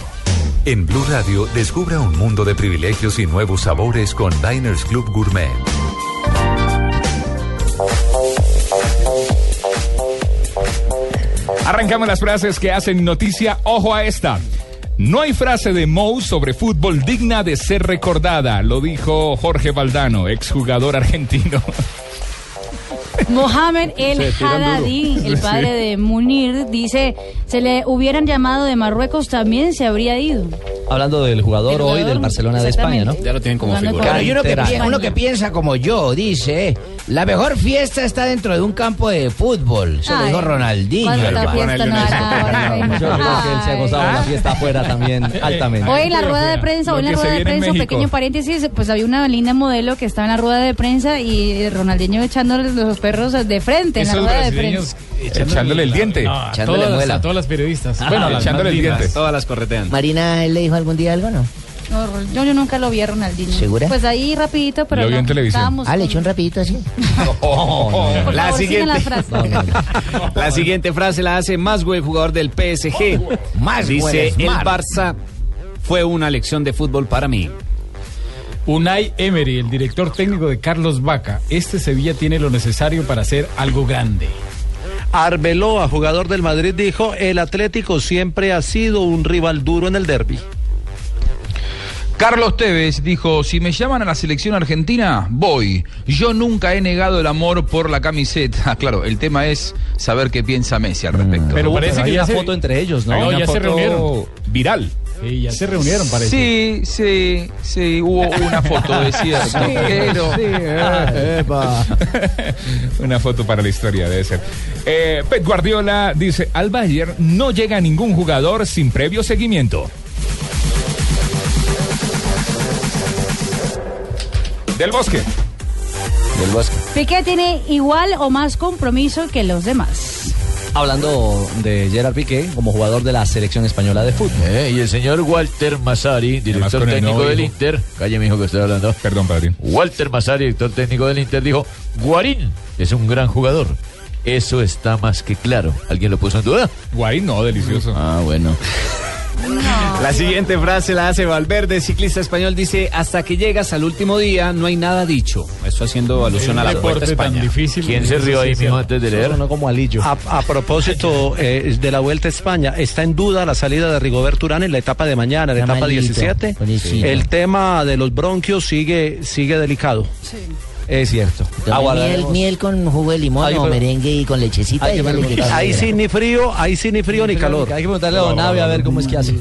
Speaker 1: En Blue Radio, descubra un mundo de privilegios y nuevos sabores con Diners Club Gourmet.
Speaker 5: Arrancamos las frases que hacen noticia. Ojo a esta. No hay frase de Mou sobre fútbol digna de ser recordada, lo dijo Jorge Valdano, exjugador argentino.
Speaker 12: Mohamed El
Speaker 5: Se tiran duro.
Speaker 12: Haddadi, el
Speaker 5: Sí.
Speaker 12: padre de Munir, dice, se le hubieran llamado de Marruecos también se habría ido.
Speaker 4: Hablando del jugador hoy del Barcelona de España, ¿no?
Speaker 12: Ya
Speaker 4: lo tienen
Speaker 12: como Jugando figura.
Speaker 7: Claro, y uno que, piensa,
Speaker 4: Canterano.
Speaker 7: uno que piensa como yo, dice, eh, la mejor fiesta está dentro de un campo de fútbol. Se lo
Speaker 12: Ay,
Speaker 7: dijo Ronaldinho.
Speaker 12: ¿cuánta
Speaker 7: hermano.
Speaker 12: fiesta no ¿Ah? hará
Speaker 4: Yo creo que él se ha gozado de la fiesta afuera también, altamente.
Speaker 12: Hoy en la rueda de prensa, hoy en la rueda de prensa, un pequeño paréntesis, pues había una linda modelo que estaba en la rueda de prensa y Ronaldinho echándole los perros de frente en la
Speaker 6: Esos
Speaker 12: rueda de
Speaker 6: brasileños
Speaker 12: prensa.
Speaker 6: echándole-
Speaker 5: Echándole el diente.
Speaker 6: No, a
Speaker 5: Echándole
Speaker 6: todas,
Speaker 5: muela.
Speaker 6: A todas las periodistas.
Speaker 5: Ah,
Speaker 6: bueno, a las
Speaker 5: echándole
Speaker 6: más
Speaker 5: el
Speaker 6: lindas,
Speaker 5: diente.
Speaker 6: Todas las corretean.
Speaker 7: Marina, ¿él le dijo algún día algo,
Speaker 6: Ah,
Speaker 7: no?
Speaker 12: No, yo, yo nunca lo vi a Ronaldinho.
Speaker 7: ¿Segura?
Speaker 12: Pues ahí rapidito, pero
Speaker 7: Lo vio
Speaker 12: no,
Speaker 7: en televisión.
Speaker 12: estábamos
Speaker 7: Ah, le
Speaker 12: con-
Speaker 7: echó un rapidito así.
Speaker 14: Oh,
Speaker 12: Por
Speaker 6: La
Speaker 12: favor, sigan la frase.
Speaker 6: La siguiente frase la hace Maswell, jugador del PSG. Dice,
Speaker 8: es
Speaker 6: el
Speaker 8: Mar".
Speaker 6: Barça fue una lección de fútbol para mí.
Speaker 8: Unai Emery, el director técnico de Carlos Vaca. Este Sevilla tiene lo necesario para hacer algo grande.
Speaker 6: Arbeloa, jugador del Madrid, dijo, el Atlético siempre ha sido un rival duro en el derby.
Speaker 9: Carlos Tevez dijo, si me llaman a la selección argentina, voy. Yo nunca he negado el amor por la camiseta. Claro, el tema es saber qué piensa Messi al respecto.
Speaker 4: Pero parece que hay una foto entre ellos, ¿no?
Speaker 9: Hay una foto
Speaker 5: Viral.
Speaker 8: Sí, ya se reunieron, parece.
Speaker 9: Sí, sí, sí, hubo una foto, es cierto.
Speaker 5: Sí,
Speaker 9: pero...
Speaker 5: sí, eh, Una foto para la historia debe ser. Eh, Pep Guardiola dice, al Bayern no llega ningún jugador sin previo seguimiento. Del Bosque.
Speaker 4: del bosque.
Speaker 12: Piqué tiene igual o más compromiso que los demás.
Speaker 4: Hablando de Gerard Piqué como jugador de la selección española de fútbol.
Speaker 10: Eh, y el señor Walter Massari, director
Speaker 4: con el
Speaker 10: técnico
Speaker 4: nuevo
Speaker 10: del
Speaker 4: hijo.
Speaker 10: Inter. Calle, mi hijo, que estoy hablando.
Speaker 5: Perdón, padre.
Speaker 10: Walter Massari, director técnico del Inter, dijo: Guarín es un gran jugador. Eso está más que claro. ¿Alguien lo puso en duda?
Speaker 5: Guarín no, delicioso.
Speaker 10: Ah, bueno.
Speaker 8: La siguiente frase la hace Valverde, ciclista español, dice, hasta que llegas al último día no hay nada dicho. Eso haciendo alusión a la Vuelta a España.
Speaker 10: ¿Quién se rió ahí, mijo, antes de leer?
Speaker 4: No como alillo.
Speaker 6: A, a propósito eh, de la Vuelta a España, está en duda la salida de Rigoberto Urán en la etapa de mañana, en la etapa
Speaker 7: Ramalito,
Speaker 6: 17.
Speaker 7: pobrecito.
Speaker 6: El tema de los bronquios sigue, sigue delicado.
Speaker 4: Es cierto.
Speaker 7: Miel, miel con jugo de limón
Speaker 6: Ay,
Speaker 7: o
Speaker 6: pero-
Speaker 7: merengue y con lechecita. y dale que caiga.
Speaker 6: Ahí sí ni frío, ahí sí ni frío ni calor. Hay que preguntarle
Speaker 4: a Don Abe a ver cómo es que hace.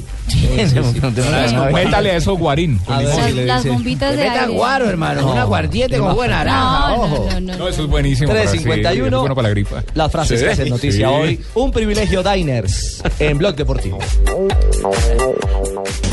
Speaker 5: Métale a eso guarín.
Speaker 4: A ver,
Speaker 5: Con
Speaker 4: sí,
Speaker 5: limón.
Speaker 4: le dice.
Speaker 12: bombitas de
Speaker 5: meta
Speaker 12: aire.
Speaker 5: guaro, hermano, una
Speaker 7: aguardiente con buena naranja,
Speaker 12: No, no,
Speaker 7: ojo.
Speaker 12: no,
Speaker 5: No, eso es buenísimo. para- sí,
Speaker 4: 351.
Speaker 5: es bueno para la gripa.
Speaker 4: Las frases
Speaker 5: Sí.
Speaker 4: que hacen noticia
Speaker 5: Sí.
Speaker 4: hoy. Un privilegio Diners en Blog Deportivo.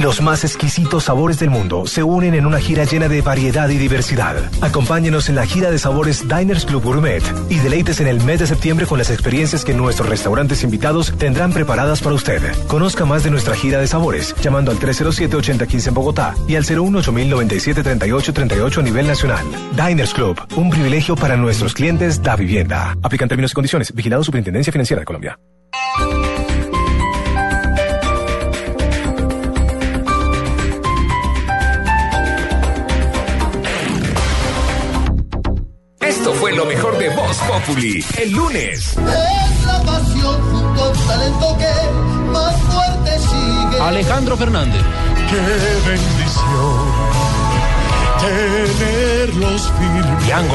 Speaker 39: Los más exquisitos sabores del mundo se unen en una gira llena de variedad y diversidad. Acompáñenos en la gira de sabores Diners Club Gourmet y deleites en el mes de septiembre con las experiencias que nuestros restaurantes invitados tendrán preparadas para usted. Conozca más de nuestra gira de sabores llamando al 307-8015 en Bogotá y al 018-097-3838 a nivel nacional. Diners Club, un privilegio para nuestros clientes da vivienda. Aplican términos y condiciones. Vigilado Superintendencia Financiera de Colombia.
Speaker 1: Esto fue lo mejor de Voz Populi. El lunes.
Speaker 13: Es la pasión junto a un talento que más fuerte sigue.
Speaker 8: Alejandro Fernández.
Speaker 13: Qué bendición tenerlos firmes.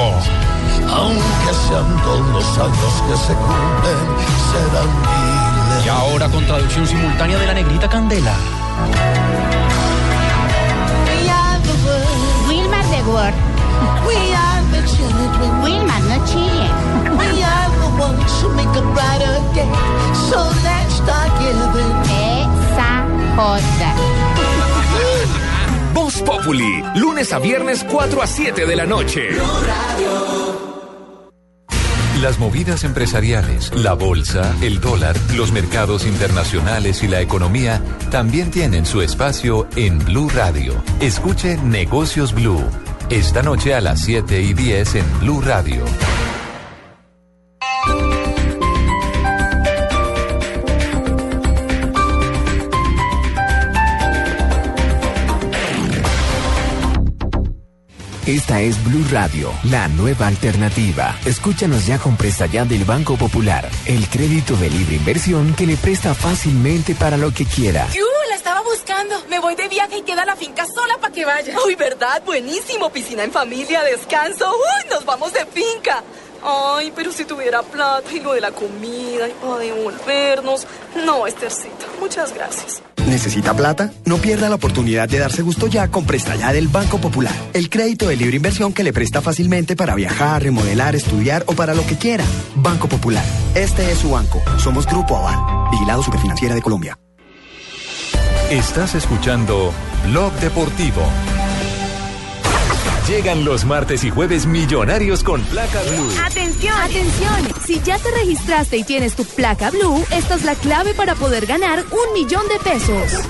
Speaker 13: Aunque sean todos los años que se cumplen, serán miles.
Speaker 8: Y ahora con traducción simultánea de la negrita Candela.
Speaker 13: We are the world. Wilmar the world. We are the children. Wilmar, no chillen. We are the ones who make a brighter day. So let's start giving. Esa
Speaker 1: Voz Populi. Lunes a viernes 4 a 7 de la noche. Las movidas empresariales, la bolsa, el dólar, los mercados internacionales y la economía también tienen su espacio en Blue Radio. Escuche Negocios Blue. Esta noche a las 7 y 10 en Blue Radio.
Speaker 40: Esta es Blue Radio, la nueva alternativa. Escúchanos ya con Presta Ya del Banco Popular, el crédito de libre inversión que le presta fácilmente para lo que quiera.
Speaker 26: ¡Yu! La estaba buscando. Me voy de viaje y queda la finca sola para que vaya. ¡Uy, verdad! Buenísimo. Piscina en familia, descanso. ¡Uy! Nos vamos de finca. Ay, pero si tuviera plata y lo de la comida y para devolvernos. No, Esthercita, muchas gracias.
Speaker 20: ¿Necesita plata? No pierda la oportunidad de darse gusto ya con Presta Ya del Banco Popular. El crédito de libre inversión que le presta fácilmente para viajar, remodelar, estudiar o para lo que quiera. Banco Popular. Este es su banco. Somos Grupo Aval. Vigilado Superfinanciera de Colombia.
Speaker 1: Estás escuchando Blog Deportivo. Llegan los martes y jueves millonarios con placa blue.
Speaker 20: Atención, atención. Si ya te registraste y tienes tu placa blue, esta es la clave para poder ganar un millón de pesos.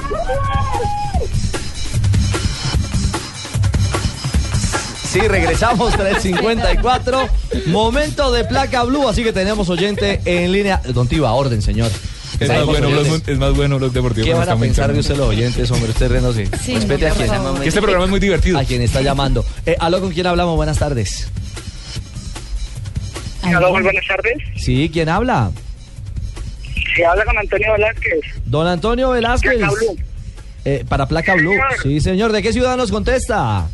Speaker 4: Sí, regresamos 354. Momento de placa blue, así que tenemos oyente en línea. Don Tiva, orden, señor.
Speaker 5: Es más,
Speaker 4: Tenemos
Speaker 5: bueno,
Speaker 4: oyentes.
Speaker 5: blog, es más bueno Blog Deportivo.
Speaker 4: ¿Qué
Speaker 5: no
Speaker 4: van
Speaker 5: está
Speaker 4: a
Speaker 5: muy
Speaker 4: pensar de
Speaker 5: interno.
Speaker 4: usted los oyentes, hombre? Usted renos Respete
Speaker 5: Sí,
Speaker 4: a
Speaker 5: por
Speaker 12: pues,
Speaker 4: quien.
Speaker 5: favor. Que este programa es muy
Speaker 4: divertido. A quien está llamando. Eh, aló, ¿con quién hablamos? Buenas tardes.
Speaker 41: Aló, muy buenas tardes.
Speaker 4: Sí, ¿quién habla?
Speaker 41: Se habla con Antonio Velázquez.
Speaker 4: Don Antonio Velázquez.
Speaker 41: Placa Blue.
Speaker 4: Eh, para Placa Blue.
Speaker 41: Señor.
Speaker 4: Sí, señor. ¿De qué ciudad nos contesta?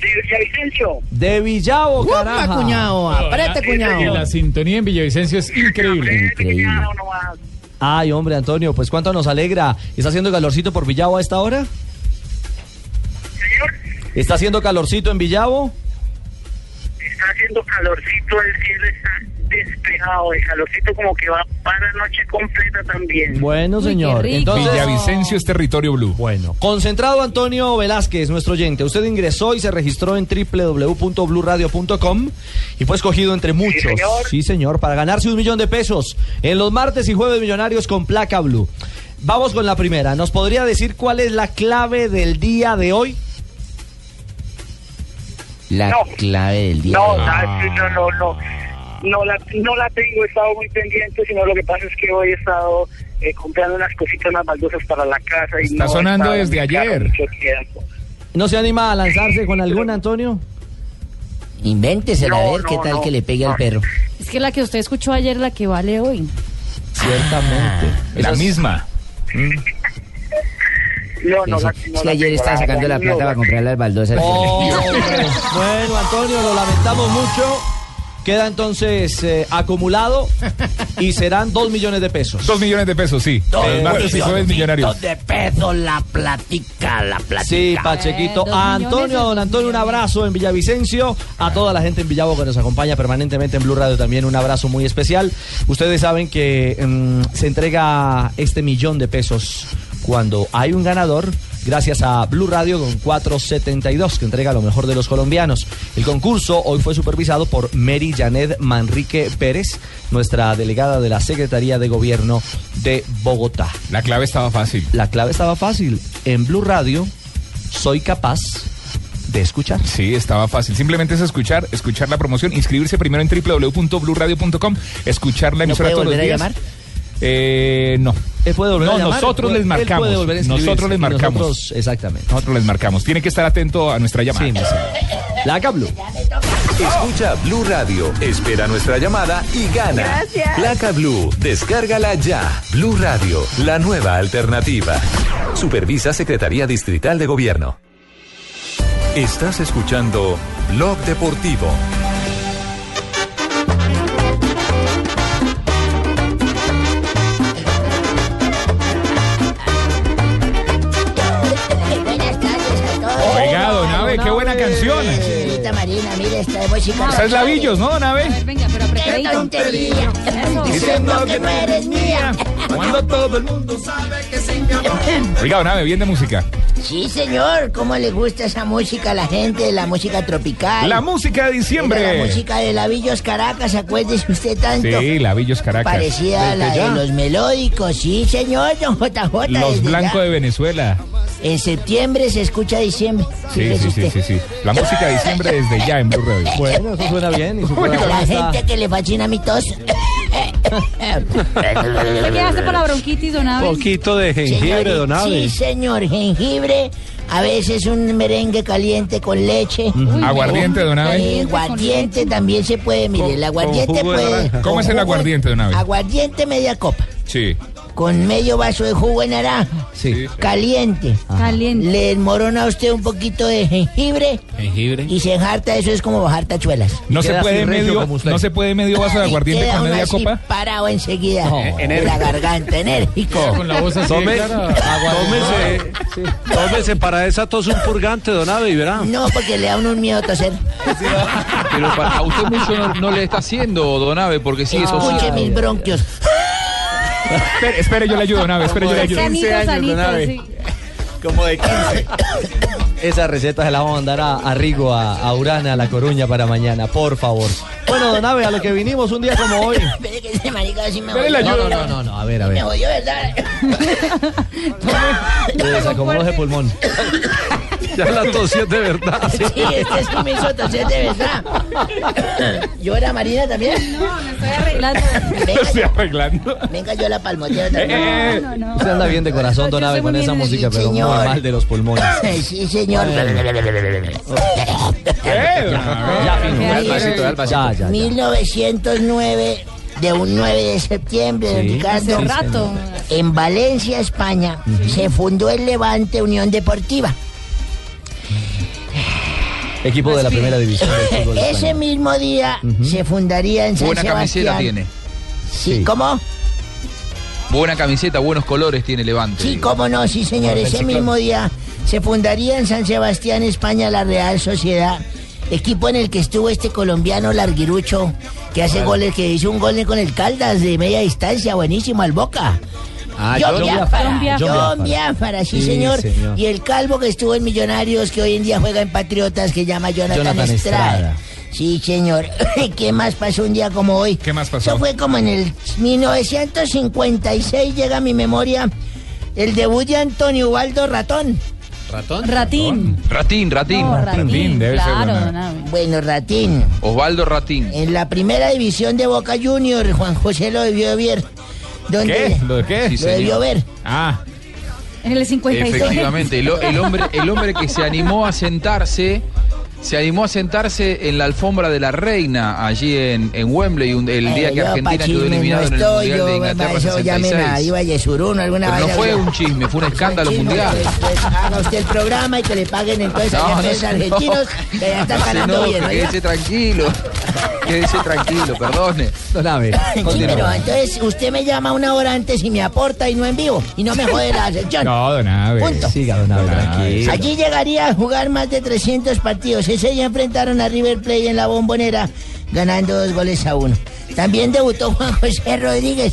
Speaker 41: Sí, Villavicencio.
Speaker 4: De Villavo,
Speaker 41: Upa,
Speaker 4: caraja.
Speaker 41: cuñao,
Speaker 42: La- La sintonía en Villavicencio es increíble.
Speaker 13: ah,
Speaker 4: Ay, hombre, Antonio, pues cuánto nos alegra. ¿Está haciendo calorcito por Villavo a esta hora? ¿Está haciendo calorcito en Villavo?
Speaker 41: Está haciendo calorcito, el cielo está
Speaker 13: despejado, el calorcito como que va para la noche completa también.
Speaker 4: Bueno, señor. Entonces,
Speaker 5: Villavicencio es territorio blue.
Speaker 4: Bueno. Concentrado Antonio Velázquez, nuestro oyente. Usted ingresó y se registró en www.bluradio.com y fue escogido entre muchos.
Speaker 13: señor.
Speaker 4: Sí, señor, para ganarse un millón de pesos en los martes y jueves millonarios con placa blue. Vamos con la primera. ¿Nos podría decir cuál es la clave del día de hoy?
Speaker 3: La clave del día.
Speaker 13: No, sabes, no, no, no. No la, no la tengo, he estado muy pendiente, sino lo que pasa es que hoy he estado eh, comprando unas cositas, unas baldosas para la casa. Y
Speaker 5: Está
Speaker 13: no he
Speaker 5: sonando
Speaker 13: estado en
Speaker 5: desde
Speaker 13: mi carro
Speaker 5: ayer.
Speaker 13: mucho tiempo.
Speaker 4: ¿No se anima a lanzarse con alguna, Antonio?
Speaker 3: Invéntesela
Speaker 12: No,
Speaker 3: a ver qué
Speaker 12: no,
Speaker 3: tal
Speaker 12: no.
Speaker 3: que le pegue al
Speaker 12: No.
Speaker 3: perro.
Speaker 12: Es que la que usted escuchó ayer, la que vale hoy.
Speaker 4: Ciertamente.
Speaker 5: La misma.
Speaker 13: No, no,
Speaker 3: Eso.
Speaker 13: la- no
Speaker 3: es que
Speaker 13: la
Speaker 3: ayer
Speaker 13: tengo,
Speaker 3: estaba
Speaker 13: la-
Speaker 3: sacando la
Speaker 13: no,
Speaker 3: plata
Speaker 13: la-
Speaker 3: para comprar las baldosas.
Speaker 5: Oh,
Speaker 4: bueno, Antonio, lo lamentamos mucho. Queda entonces eh, acumulado y serán dos millones de pesos.
Speaker 5: Dos millones de pesos, sí. Los martes y jueves millonarios.
Speaker 3: de pesos la platica, la platica.
Speaker 4: Sí, Pachequito.
Speaker 3: Eh,
Speaker 4: A Antonio, a don Antonio, un abrazo en Villavicencio. A toda la gente en Villavo que nos acompaña permanentemente en Blue Radio también un abrazo muy especial. Ustedes saben que mm, se entrega este millón de pesos cuando hay un ganador. Gracias a Blue Radio con 472, que entrega lo mejor de los colombianos. El concurso hoy fue supervisado por Mary Janet Manrique Pérez, nuestra delegada de la Secretaría de Gobierno de Bogotá.
Speaker 5: La clave estaba fácil.
Speaker 4: La clave estaba fácil. En Blue Radio soy capaz de escuchar.
Speaker 5: Sí, estaba fácil. Simplemente es escuchar, escuchar la promoción, inscribirse primero en www.bluradio.com, escuchar la
Speaker 3: ¿No
Speaker 5: emisora
Speaker 3: puede
Speaker 5: todos los
Speaker 3: volver a
Speaker 5: días.
Speaker 3: llamar?
Speaker 5: Eh, no.
Speaker 4: Él puede volver
Speaker 5: no,
Speaker 4: a llamar,
Speaker 5: nosotros
Speaker 4: él
Speaker 5: les
Speaker 4: puede- él puede
Speaker 5: marcamos.
Speaker 4: volver a inscribirse
Speaker 5: nosotros les
Speaker 4: y
Speaker 5: marcamos.
Speaker 4: nosotros- exactamente.
Speaker 5: Nosotros les marcamos. Tiene que estar atento a nuestra llamada.
Speaker 4: La Cablo.
Speaker 1: Escucha Blue Radio, espera nuestra llamada y gana.
Speaker 43: Gracias.
Speaker 1: Placa Blue, descárgala ya. Blue Radio, la nueva alternativa. Supervisa Secretaría Distrital de Gobierno. Estás escuchando Blog Deportivo.
Speaker 3: eh,
Speaker 5: Oiga, don Abe, qué buena canción.
Speaker 3: Señorita Marina, mire esta música.
Speaker 5: Esa es Lavillos, ¿no, don Abe?
Speaker 12: Venga, pero
Speaker 3: ¡Qué tontería!
Speaker 5: Diciendo que no eres
Speaker 3: mía.
Speaker 5: Cuando todo el mundo sabe que sin mi amor. Oiga, don Abe, bien de música.
Speaker 3: Sí, señor, cómo le gusta esa música a la gente, la música tropical.
Speaker 5: La música
Speaker 3: Era
Speaker 5: de
Speaker 3: La
Speaker 5: diciembre.
Speaker 3: música de Lavillos Caracas, acuérdese usted tanto.
Speaker 5: Sí, Lavillos Caracas.
Speaker 3: Parecía a la de los melódicos, sí, señor, don JJ.
Speaker 5: Los
Speaker 3: desde
Speaker 5: blancos de Venezuela.
Speaker 3: ya. En septiembre se escucha diciembre.
Speaker 5: Sí,
Speaker 3: fíjese
Speaker 5: sí, sí,
Speaker 3: usted.
Speaker 5: sí, sí. La música de diciembre desde ya en Blue Radio.
Speaker 4: Bueno, eso suena bien. Y
Speaker 3: La
Speaker 4: su programa está-
Speaker 3: gente que le fascina mi tos.
Speaker 12: ¿Qué hace para la bronquitis, don Abel?
Speaker 6: Poquito de jengibre,
Speaker 3: Señorita-
Speaker 6: don Abe.
Speaker 3: Sí, señor, jengibre. A veces un merengue caliente con leche.
Speaker 5: Aguardiente, don Abe.
Speaker 3: Eh, aguardiente también se puede, mire, el aguardiente
Speaker 5: jugo de
Speaker 3: puede.
Speaker 5: naranja. ¿Cómo
Speaker 3: con
Speaker 5: es el
Speaker 3: jugo-
Speaker 5: aguardiente, don Abe?
Speaker 3: Aguardiente media copa,
Speaker 5: Sí.
Speaker 3: con medio vaso de jugo de naranja,
Speaker 4: Sí.
Speaker 3: caliente.
Speaker 12: Caliente.
Speaker 3: Le desmorona a usted un poquito de jengibre
Speaker 5: Jengibre.
Speaker 3: y se enjarta, eso es como bajar tachuelas.
Speaker 5: No
Speaker 4: Y
Speaker 5: se
Speaker 4: queda
Speaker 5: puede
Speaker 4: así regio
Speaker 5: medio,
Speaker 4: como usted.
Speaker 5: no se puede medio vaso de aguardiente
Speaker 3: Queda
Speaker 5: con
Speaker 3: uno
Speaker 5: media
Speaker 3: así
Speaker 5: copa.
Speaker 3: parado enseguida.
Speaker 5: No.
Speaker 3: de la garganta, enérgico.
Speaker 44: Con la voz así
Speaker 6: Tome-
Speaker 44: de cara.
Speaker 6: Tómese, tómese para esa tos un purgante, don Abe, y verá.
Speaker 3: No, porque le da uno un miedo toser.
Speaker 9: Pero para- a usted mucho no, no le está haciendo, don Abe, porque sí, eso sí.
Speaker 3: Ah. Escuche mis bronquios.
Speaker 5: Espere, espere, yo le ayudo, Nave, espere, yo le ayudo.
Speaker 12: Sanito,
Speaker 5: 15 años,
Speaker 12: sanito,
Speaker 5: don Abe.
Speaker 12: sí.
Speaker 4: Como de 15. Esa receta se la vamos a mandar a, a Rigo, a, a Urana, a La Coruña para mañana, por favor. Bueno, don Abe, a lo que vinimos un día como hoy.
Speaker 3: Espere que ese marica así me
Speaker 5: Espere, le
Speaker 3: jodió.
Speaker 5: ayudo,
Speaker 4: No,
Speaker 5: don
Speaker 4: no, no,
Speaker 5: Abe.
Speaker 4: no, a ver, a ver.
Speaker 3: Me jodió, ¿verdad?
Speaker 4: Le desacomodó ese pulmón.
Speaker 6: Ya la tosió de verdad.
Speaker 3: Sí, este es que me hizo toser de verdad. ¿Yo era Marina también?
Speaker 12: No, me estoy arreglando.
Speaker 5: Lo
Speaker 3: Venga,
Speaker 5: estoy arreglando.
Speaker 3: venga yo la palmoteo también.
Speaker 5: Eh,
Speaker 12: No, no, no.
Speaker 4: Usted anda bien de corazón, don
Speaker 12: Yo
Speaker 4: Abe,
Speaker 12: soy
Speaker 4: con
Speaker 12: muy
Speaker 4: esa
Speaker 12: bien
Speaker 4: música,
Speaker 3: energética,
Speaker 4: pero muy
Speaker 3: señor.
Speaker 4: mal de los pulmones.
Speaker 3: Sí, señor.
Speaker 5: eh, don Abe.
Speaker 4: Eh, Ya, Fino,
Speaker 12: Dale el pasito,
Speaker 4: ya, ya, ya.
Speaker 3: 1909, de un 9 de septiembre, don
Speaker 4: Sí.
Speaker 3: Ricardo.
Speaker 12: Hace rato.
Speaker 3: En Valencia, España, se fundó el Levante Unión Deportiva.
Speaker 4: Equipo de la primera división del fútbol
Speaker 3: Ese
Speaker 4: español.
Speaker 3: mismo día se fundaría en San
Speaker 9: Buena
Speaker 3: Sebastián.
Speaker 9: camiseta tiene.
Speaker 3: Sí, ¿cómo?
Speaker 9: Buena camiseta, buenos colores tiene Levante.
Speaker 3: Sí, cómo no, sí, señor. Ese mismo día se fundaría en San Sebastián, España, la Real Sociedad, equipo en el que estuvo este colombiano larguirucho que hace
Speaker 4: Vale.
Speaker 3: goles, que hizo un gol con el Caldas de media distancia, buenísimo, al Boca.
Speaker 4: Ah,
Speaker 3: John,
Speaker 4: John
Speaker 3: Biafara,
Speaker 4: Biafara. John
Speaker 3: John
Speaker 4: Biafara.
Speaker 3: Biafara, sí,
Speaker 4: Sí,
Speaker 3: señor.
Speaker 4: señor.
Speaker 3: Y el calvo que estuvo en Millonarios, que hoy en día juega en Patriotas, que llama Jonathan,
Speaker 4: Jonathan
Speaker 3: Estrada.
Speaker 4: Estrada.
Speaker 3: Sí, señor. ¿Qué más pasó un día como hoy? ¿Qué más pasó? Eso fue como en el 1956, llega a mi memoria, el debut de Antonio Ubaldo Ratón.
Speaker 9: ¿Ratón?
Speaker 45: Ratín.
Speaker 9: Ratín, Ratín.
Speaker 3: No, Ratín,
Speaker 9: una-
Speaker 3: Bueno, Ratín.
Speaker 9: Osvaldo Ratín.
Speaker 3: En la primera división de Boca Junior, Juan José lo debió ver. ¿Dónde?
Speaker 9: ¿Lo de qué? Sí,
Speaker 3: Lo
Speaker 9: señor.
Speaker 3: debió ver. Pues
Speaker 9: Ah.
Speaker 45: En el 56.
Speaker 9: Efectivamente, el, ho- el hombre, el hombre que se animó a sentarse, se animó a sentarse en la alfombra de la reina allí en, en Wembley un- el día
Speaker 3: Eh,
Speaker 9: que
Speaker 3: yo,
Speaker 9: Argentina
Speaker 3: pa'
Speaker 9: quedó
Speaker 3: chisme
Speaker 9: eliminado
Speaker 3: no
Speaker 9: en el
Speaker 3: estoy,
Speaker 9: Mundial
Speaker 3: yo,
Speaker 9: de Inglaterra
Speaker 3: para eso llamen a
Speaker 9: 66.
Speaker 3: Iba Yesuruno, alguna
Speaker 9: Pero no
Speaker 3: vaina,
Speaker 9: fue
Speaker 3: o sea,
Speaker 9: un chisme, fue un escándalo
Speaker 3: chisme,
Speaker 9: mundial.
Speaker 3: pues, pues, haga usted el programa y que le paguen entonces
Speaker 9: No,
Speaker 3: a
Speaker 9: no
Speaker 3: los
Speaker 9: se
Speaker 3: argentinos que ya están
Speaker 9: No se
Speaker 3: ganando
Speaker 9: enoje,
Speaker 3: bien. ¿oiga?
Speaker 9: Quédese tranquilo, quédese tranquilo, perdone.
Speaker 4: No la
Speaker 3: Sí, pero entonces usted me llama una hora antes y me aporta y no en vivo y no me jode la sección.
Speaker 9: don Aves.
Speaker 3: Punto.
Speaker 4: Siga, don Aves, tranquilo.
Speaker 3: Allí llegaría a jugar más de 300 partidos. Ese día enfrentaron a River Plate en la bombonera, ganando dos goles a uno. También debutó Juan José Rodríguez.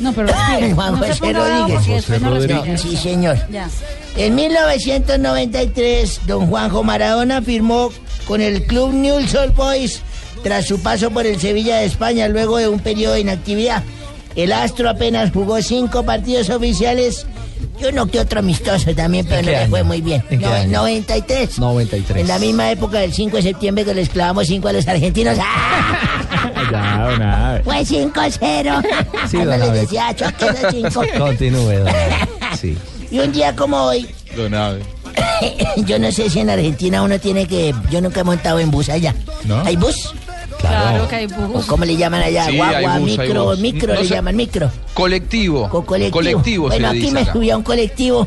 Speaker 45: No, pero
Speaker 3: Juan José
Speaker 45: no se ponga bravo porque
Speaker 3: Rodríguez.
Speaker 45: después no José respira. Rodríguez.
Speaker 3: Sí, señor.
Speaker 45: Ya.
Speaker 3: En 1993, don Juanjo Maradona firmó con el club Newell's Old Boys tras su paso por el Sevilla de España luego de un periodo de inactividad. El astro apenas jugó cinco partidos oficiales y uno que otro amistoso también, pero
Speaker 4: ¿En
Speaker 3: no
Speaker 4: qué
Speaker 3: le fue
Speaker 4: año?
Speaker 3: muy bien.
Speaker 4: ¿En qué
Speaker 3: No,
Speaker 4: año?
Speaker 3: 93.
Speaker 4: 93.
Speaker 3: En la misma época del 5 de septiembre que les clavamos cinco a los argentinos. ¡Ah!
Speaker 4: Ya, don Aves.
Speaker 3: Fue 5-0.
Speaker 4: Sí,
Speaker 3: Cuando
Speaker 4: don
Speaker 3: les
Speaker 4: Aves.
Speaker 3: decía, "Ah, choque de cinco".
Speaker 4: Continúe, don Aves. Sí.
Speaker 3: Y un día como hoy,
Speaker 9: Don Aves.
Speaker 3: yo no sé si en Argentina uno tiene que. Yo nunca he montado en bus allá.
Speaker 9: ¿No?
Speaker 3: ¿Hay bus?
Speaker 45: Claro que hay
Speaker 3: ¿O
Speaker 45: bus.
Speaker 3: ¿Cómo le llaman allá?
Speaker 9: Sí,
Speaker 3: Guagua,
Speaker 9: hay bus, hay
Speaker 3: micro,
Speaker 9: bus.
Speaker 3: micro,
Speaker 9: No
Speaker 3: le
Speaker 9: sé-
Speaker 3: llaman micro.
Speaker 9: Colectivo.
Speaker 3: O colectivo.
Speaker 9: Colectivo se
Speaker 3: bueno,
Speaker 9: le
Speaker 3: aquí
Speaker 9: dice
Speaker 3: me
Speaker 9: acá.
Speaker 3: subí a un colectivo.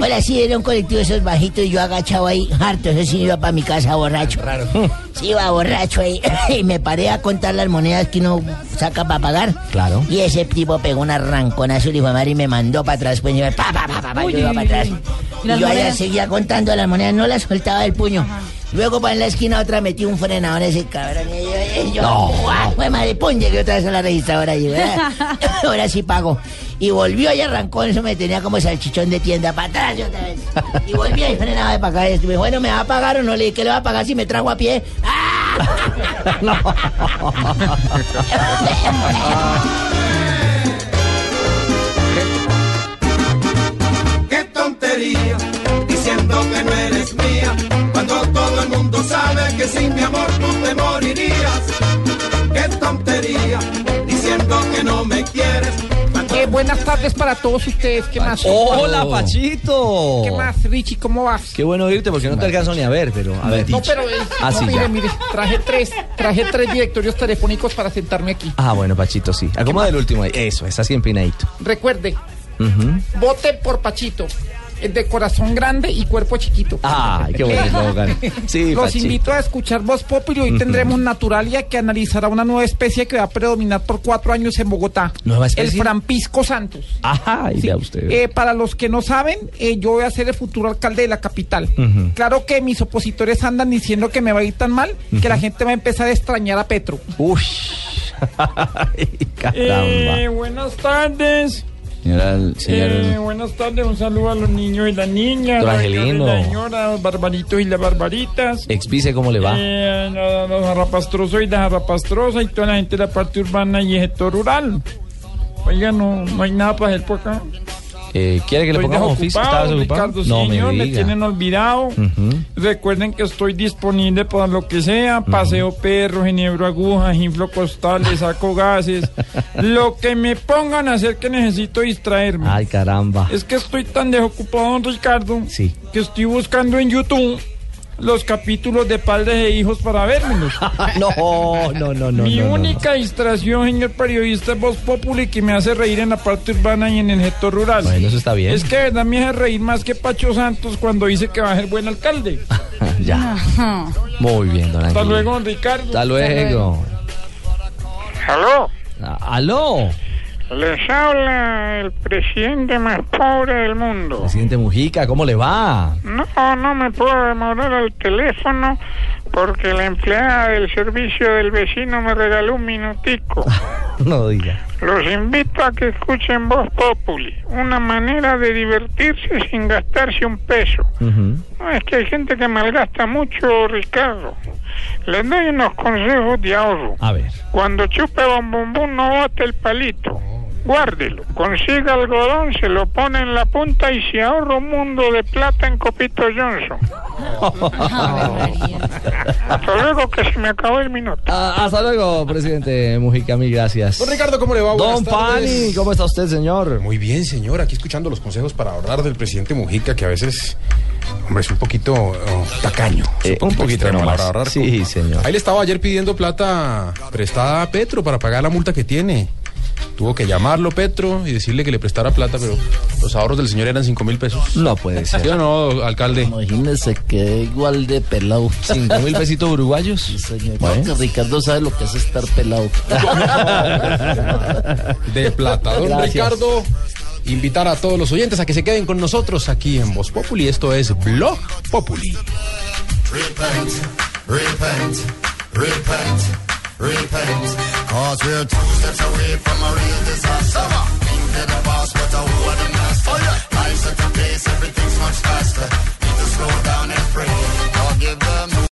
Speaker 3: Ahora sí era un colectivo esos bajitos y yo agachado ahí, harto. Eso sí iba para mi casa borracho. Raro. Sí iba borracho ahí y me paré a contar las monedas que uno saca para pagar. Claro. Y ese tipo pegó un arranconazo y hijo de madre y me mandó para atrás. Pues y yo, pa, pa, pa, pa, pa,
Speaker 45: Uy,
Speaker 3: yo iba
Speaker 45: uy,
Speaker 3: para
Speaker 45: uy,
Speaker 3: atrás.
Speaker 45: uy. ¿Y
Speaker 3: Y
Speaker 45: las
Speaker 3: yo allá
Speaker 45: monedas?
Speaker 3: seguía contando las monedas, no las soltaba del puño. Luego para en la esquina otra metí un frenado en ese cabrón. Y yo, y yo,
Speaker 45: No.
Speaker 3: ¡guau! Fue madre, pum, llegué otra vez a la registradora y yo, "Ah, ahora sí pago. Y volvió y arrancó, eso me tenía como salchichón de tienda para atrás y otra vez. Y volvió y frenaba de para acá. Y me dijo, bueno, ¿me va a pagar o no? Le dije, ¿qué le va a pagar si me trajo a pie? ¡Ah!
Speaker 13: Qué tontería, diciendo que no eres mía, cuando todo el mundo sabe que sin mi amor tú te morirías. Qué tontería, diciendo que no me quieres.
Speaker 22: Eh, buenas tardes para todos ustedes. ¿Qué más?
Speaker 4: Hola, Pachito.
Speaker 22: Oh. ¿Qué más, Richie? ¿Cómo vas?
Speaker 4: Qué bueno oírte porque no te alcanzo ni a ver, pero a ver.
Speaker 22: No, pero eh,
Speaker 4: Ah,
Speaker 22: no,
Speaker 4: sí,
Speaker 22: mire,
Speaker 4: ya.
Speaker 22: mire, traje tres, traje tres directorios telefónicos para sentarme aquí.
Speaker 4: Ah, bueno, Pachito, sí. Acomoda el último ahí. Eso, está así empinadito.
Speaker 22: Recuerde,
Speaker 4: Ujú.
Speaker 22: vote por Pachito. Es de corazón grande y cuerpo chiquito.
Speaker 4: Ah, qué buen eslogan. Sí,
Speaker 22: Los
Speaker 4: Pachito.
Speaker 22: invito a escuchar Voz Populi. Hoy
Speaker 4: Ujú.
Speaker 22: tendremos Naturalia que analizará una nueva especie que va a predominar por cuatro años en Bogotá.
Speaker 4: ¿Nueva
Speaker 22: El
Speaker 4: especie?
Speaker 22: Frampisco Santos.
Speaker 4: Ajá, y vea usted.
Speaker 22: Eh, para los que no saben, eh, yo voy a ser el futuro alcalde de la capital.
Speaker 4: Ujú.
Speaker 22: Claro que mis opositores andan diciendo que me va a ir tan mal que la gente va a empezar a extrañar a Petro.
Speaker 4: Uy.
Speaker 23: Eh,
Speaker 4: Caramba.
Speaker 23: buenas tardes.
Speaker 4: Señora,
Speaker 23: Eh, buenas tardes. Un saludo a los niños y las niñas.
Speaker 4: Don
Speaker 23: a la señora y
Speaker 4: Angelino.
Speaker 23: La señora, a los barbaritos y las barbaritas.
Speaker 4: Exvice cómo le va.
Speaker 23: Eh, a los arrapastrosos y las arrapastrosas y toda la gente de la parte urbana y el sector rural. Oiga, no, no hay nada para hacer por acá.
Speaker 4: Eh, ¿Quiere que le
Speaker 23: Estoy
Speaker 4: pongamos un fisco? ¿Está
Speaker 23: desocupado,
Speaker 4: desocupado?
Speaker 23: pues Ricardo,
Speaker 4: No
Speaker 23: señor,
Speaker 4: me
Speaker 23: me,
Speaker 4: diga.
Speaker 23: tienen olvidado. Recuerden que estoy disponible para lo que sea, paseo perro, ginebro agujas, inflo costales, saco gases, lo que me pongan a hacer que necesito distraerme.
Speaker 4: Ay, caramba.
Speaker 23: Es que estoy tan desocupado, don Ricardo, que estoy buscando en YouTube los capítulos de padres e hijos para verlos.
Speaker 4: no, no, no, no.
Speaker 23: Mi
Speaker 4: no, no.
Speaker 23: única distracción, señor periodista, es Voz Populi, que me hace reír en la parte urbana y en el sector rural.
Speaker 4: Bueno, eso está bien.
Speaker 23: Es que de verdad me hace reír más que Pacho Santos cuando dice que va a ser buen alcalde.
Speaker 4: Ya. Muy bien, don
Speaker 23: Hasta
Speaker 4: Ángel.
Speaker 23: luego, don Ricardo.
Speaker 4: Hasta luego.
Speaker 23: ¿Aló?
Speaker 4: Ah, ¿Aló?
Speaker 46: Les habla el presidente más pobre del mundo.
Speaker 4: Presidente Mujica, ¿cómo le va?
Speaker 46: No, no me puedo demorar al teléfono porque la empleada del servicio del vecino me regaló un minutico.
Speaker 4: No diga.
Speaker 46: Los invito a que escuchen Voz Populi, una manera de divertirse sin gastarse un peso. No, es que hay gente que malgasta mucho, Ricardo. Les doy unos consejos de ahorro.
Speaker 4: A ver.
Speaker 46: Cuando chupe bombombón no bote el palito. Guárdelo. Consiga algodón, se lo pone en la punta y se ahorra un mundo de plata en Copito Johnson. Hasta luego que se me acabó el minuto.
Speaker 4: Ah, hasta luego, presidente Mujica, mil gracias.
Speaker 6: Don Ricardo, ¿cómo le va? Buenas
Speaker 4: Don Pani,
Speaker 6: tardes.
Speaker 4: ¿cómo está usted, señor?
Speaker 6: Muy bien, señor. Aquí escuchando los consejos para ahorrar del presidente Mujica, que a veces, hombre, es un poquito oh, tacaño. Es
Speaker 4: Eh, un poquito
Speaker 6: extremo
Speaker 4: nomás.
Speaker 6: para ahorrar.
Speaker 4: Sí, señor.
Speaker 6: Ahí le estaba ayer pidiendo plata prestada a Ah, Petro para pagar la multa que tiene. Tuvo que llamarlo Petro y decirle que le prestara plata, pero los ahorros del señor eran cinco mil pesos.
Speaker 4: No puede ser.
Speaker 6: ¿Sí o no, alcalde?
Speaker 11: Imagínese que igual de pelado.
Speaker 4: ¿Cinco mil pesitos uruguayos?
Speaker 11: señor. No, que Ricardo sabe lo que es estar pelado.
Speaker 6: de plata. Don
Speaker 11: Gracias.
Speaker 6: Ricardo, invitar a todos los oyentes a que se queden con nosotros aquí en Voz Populi. Esto es Blog Populi.
Speaker 13: Repent, repent, repent, repent. Cause we're two steps away from a real disaster. Think that about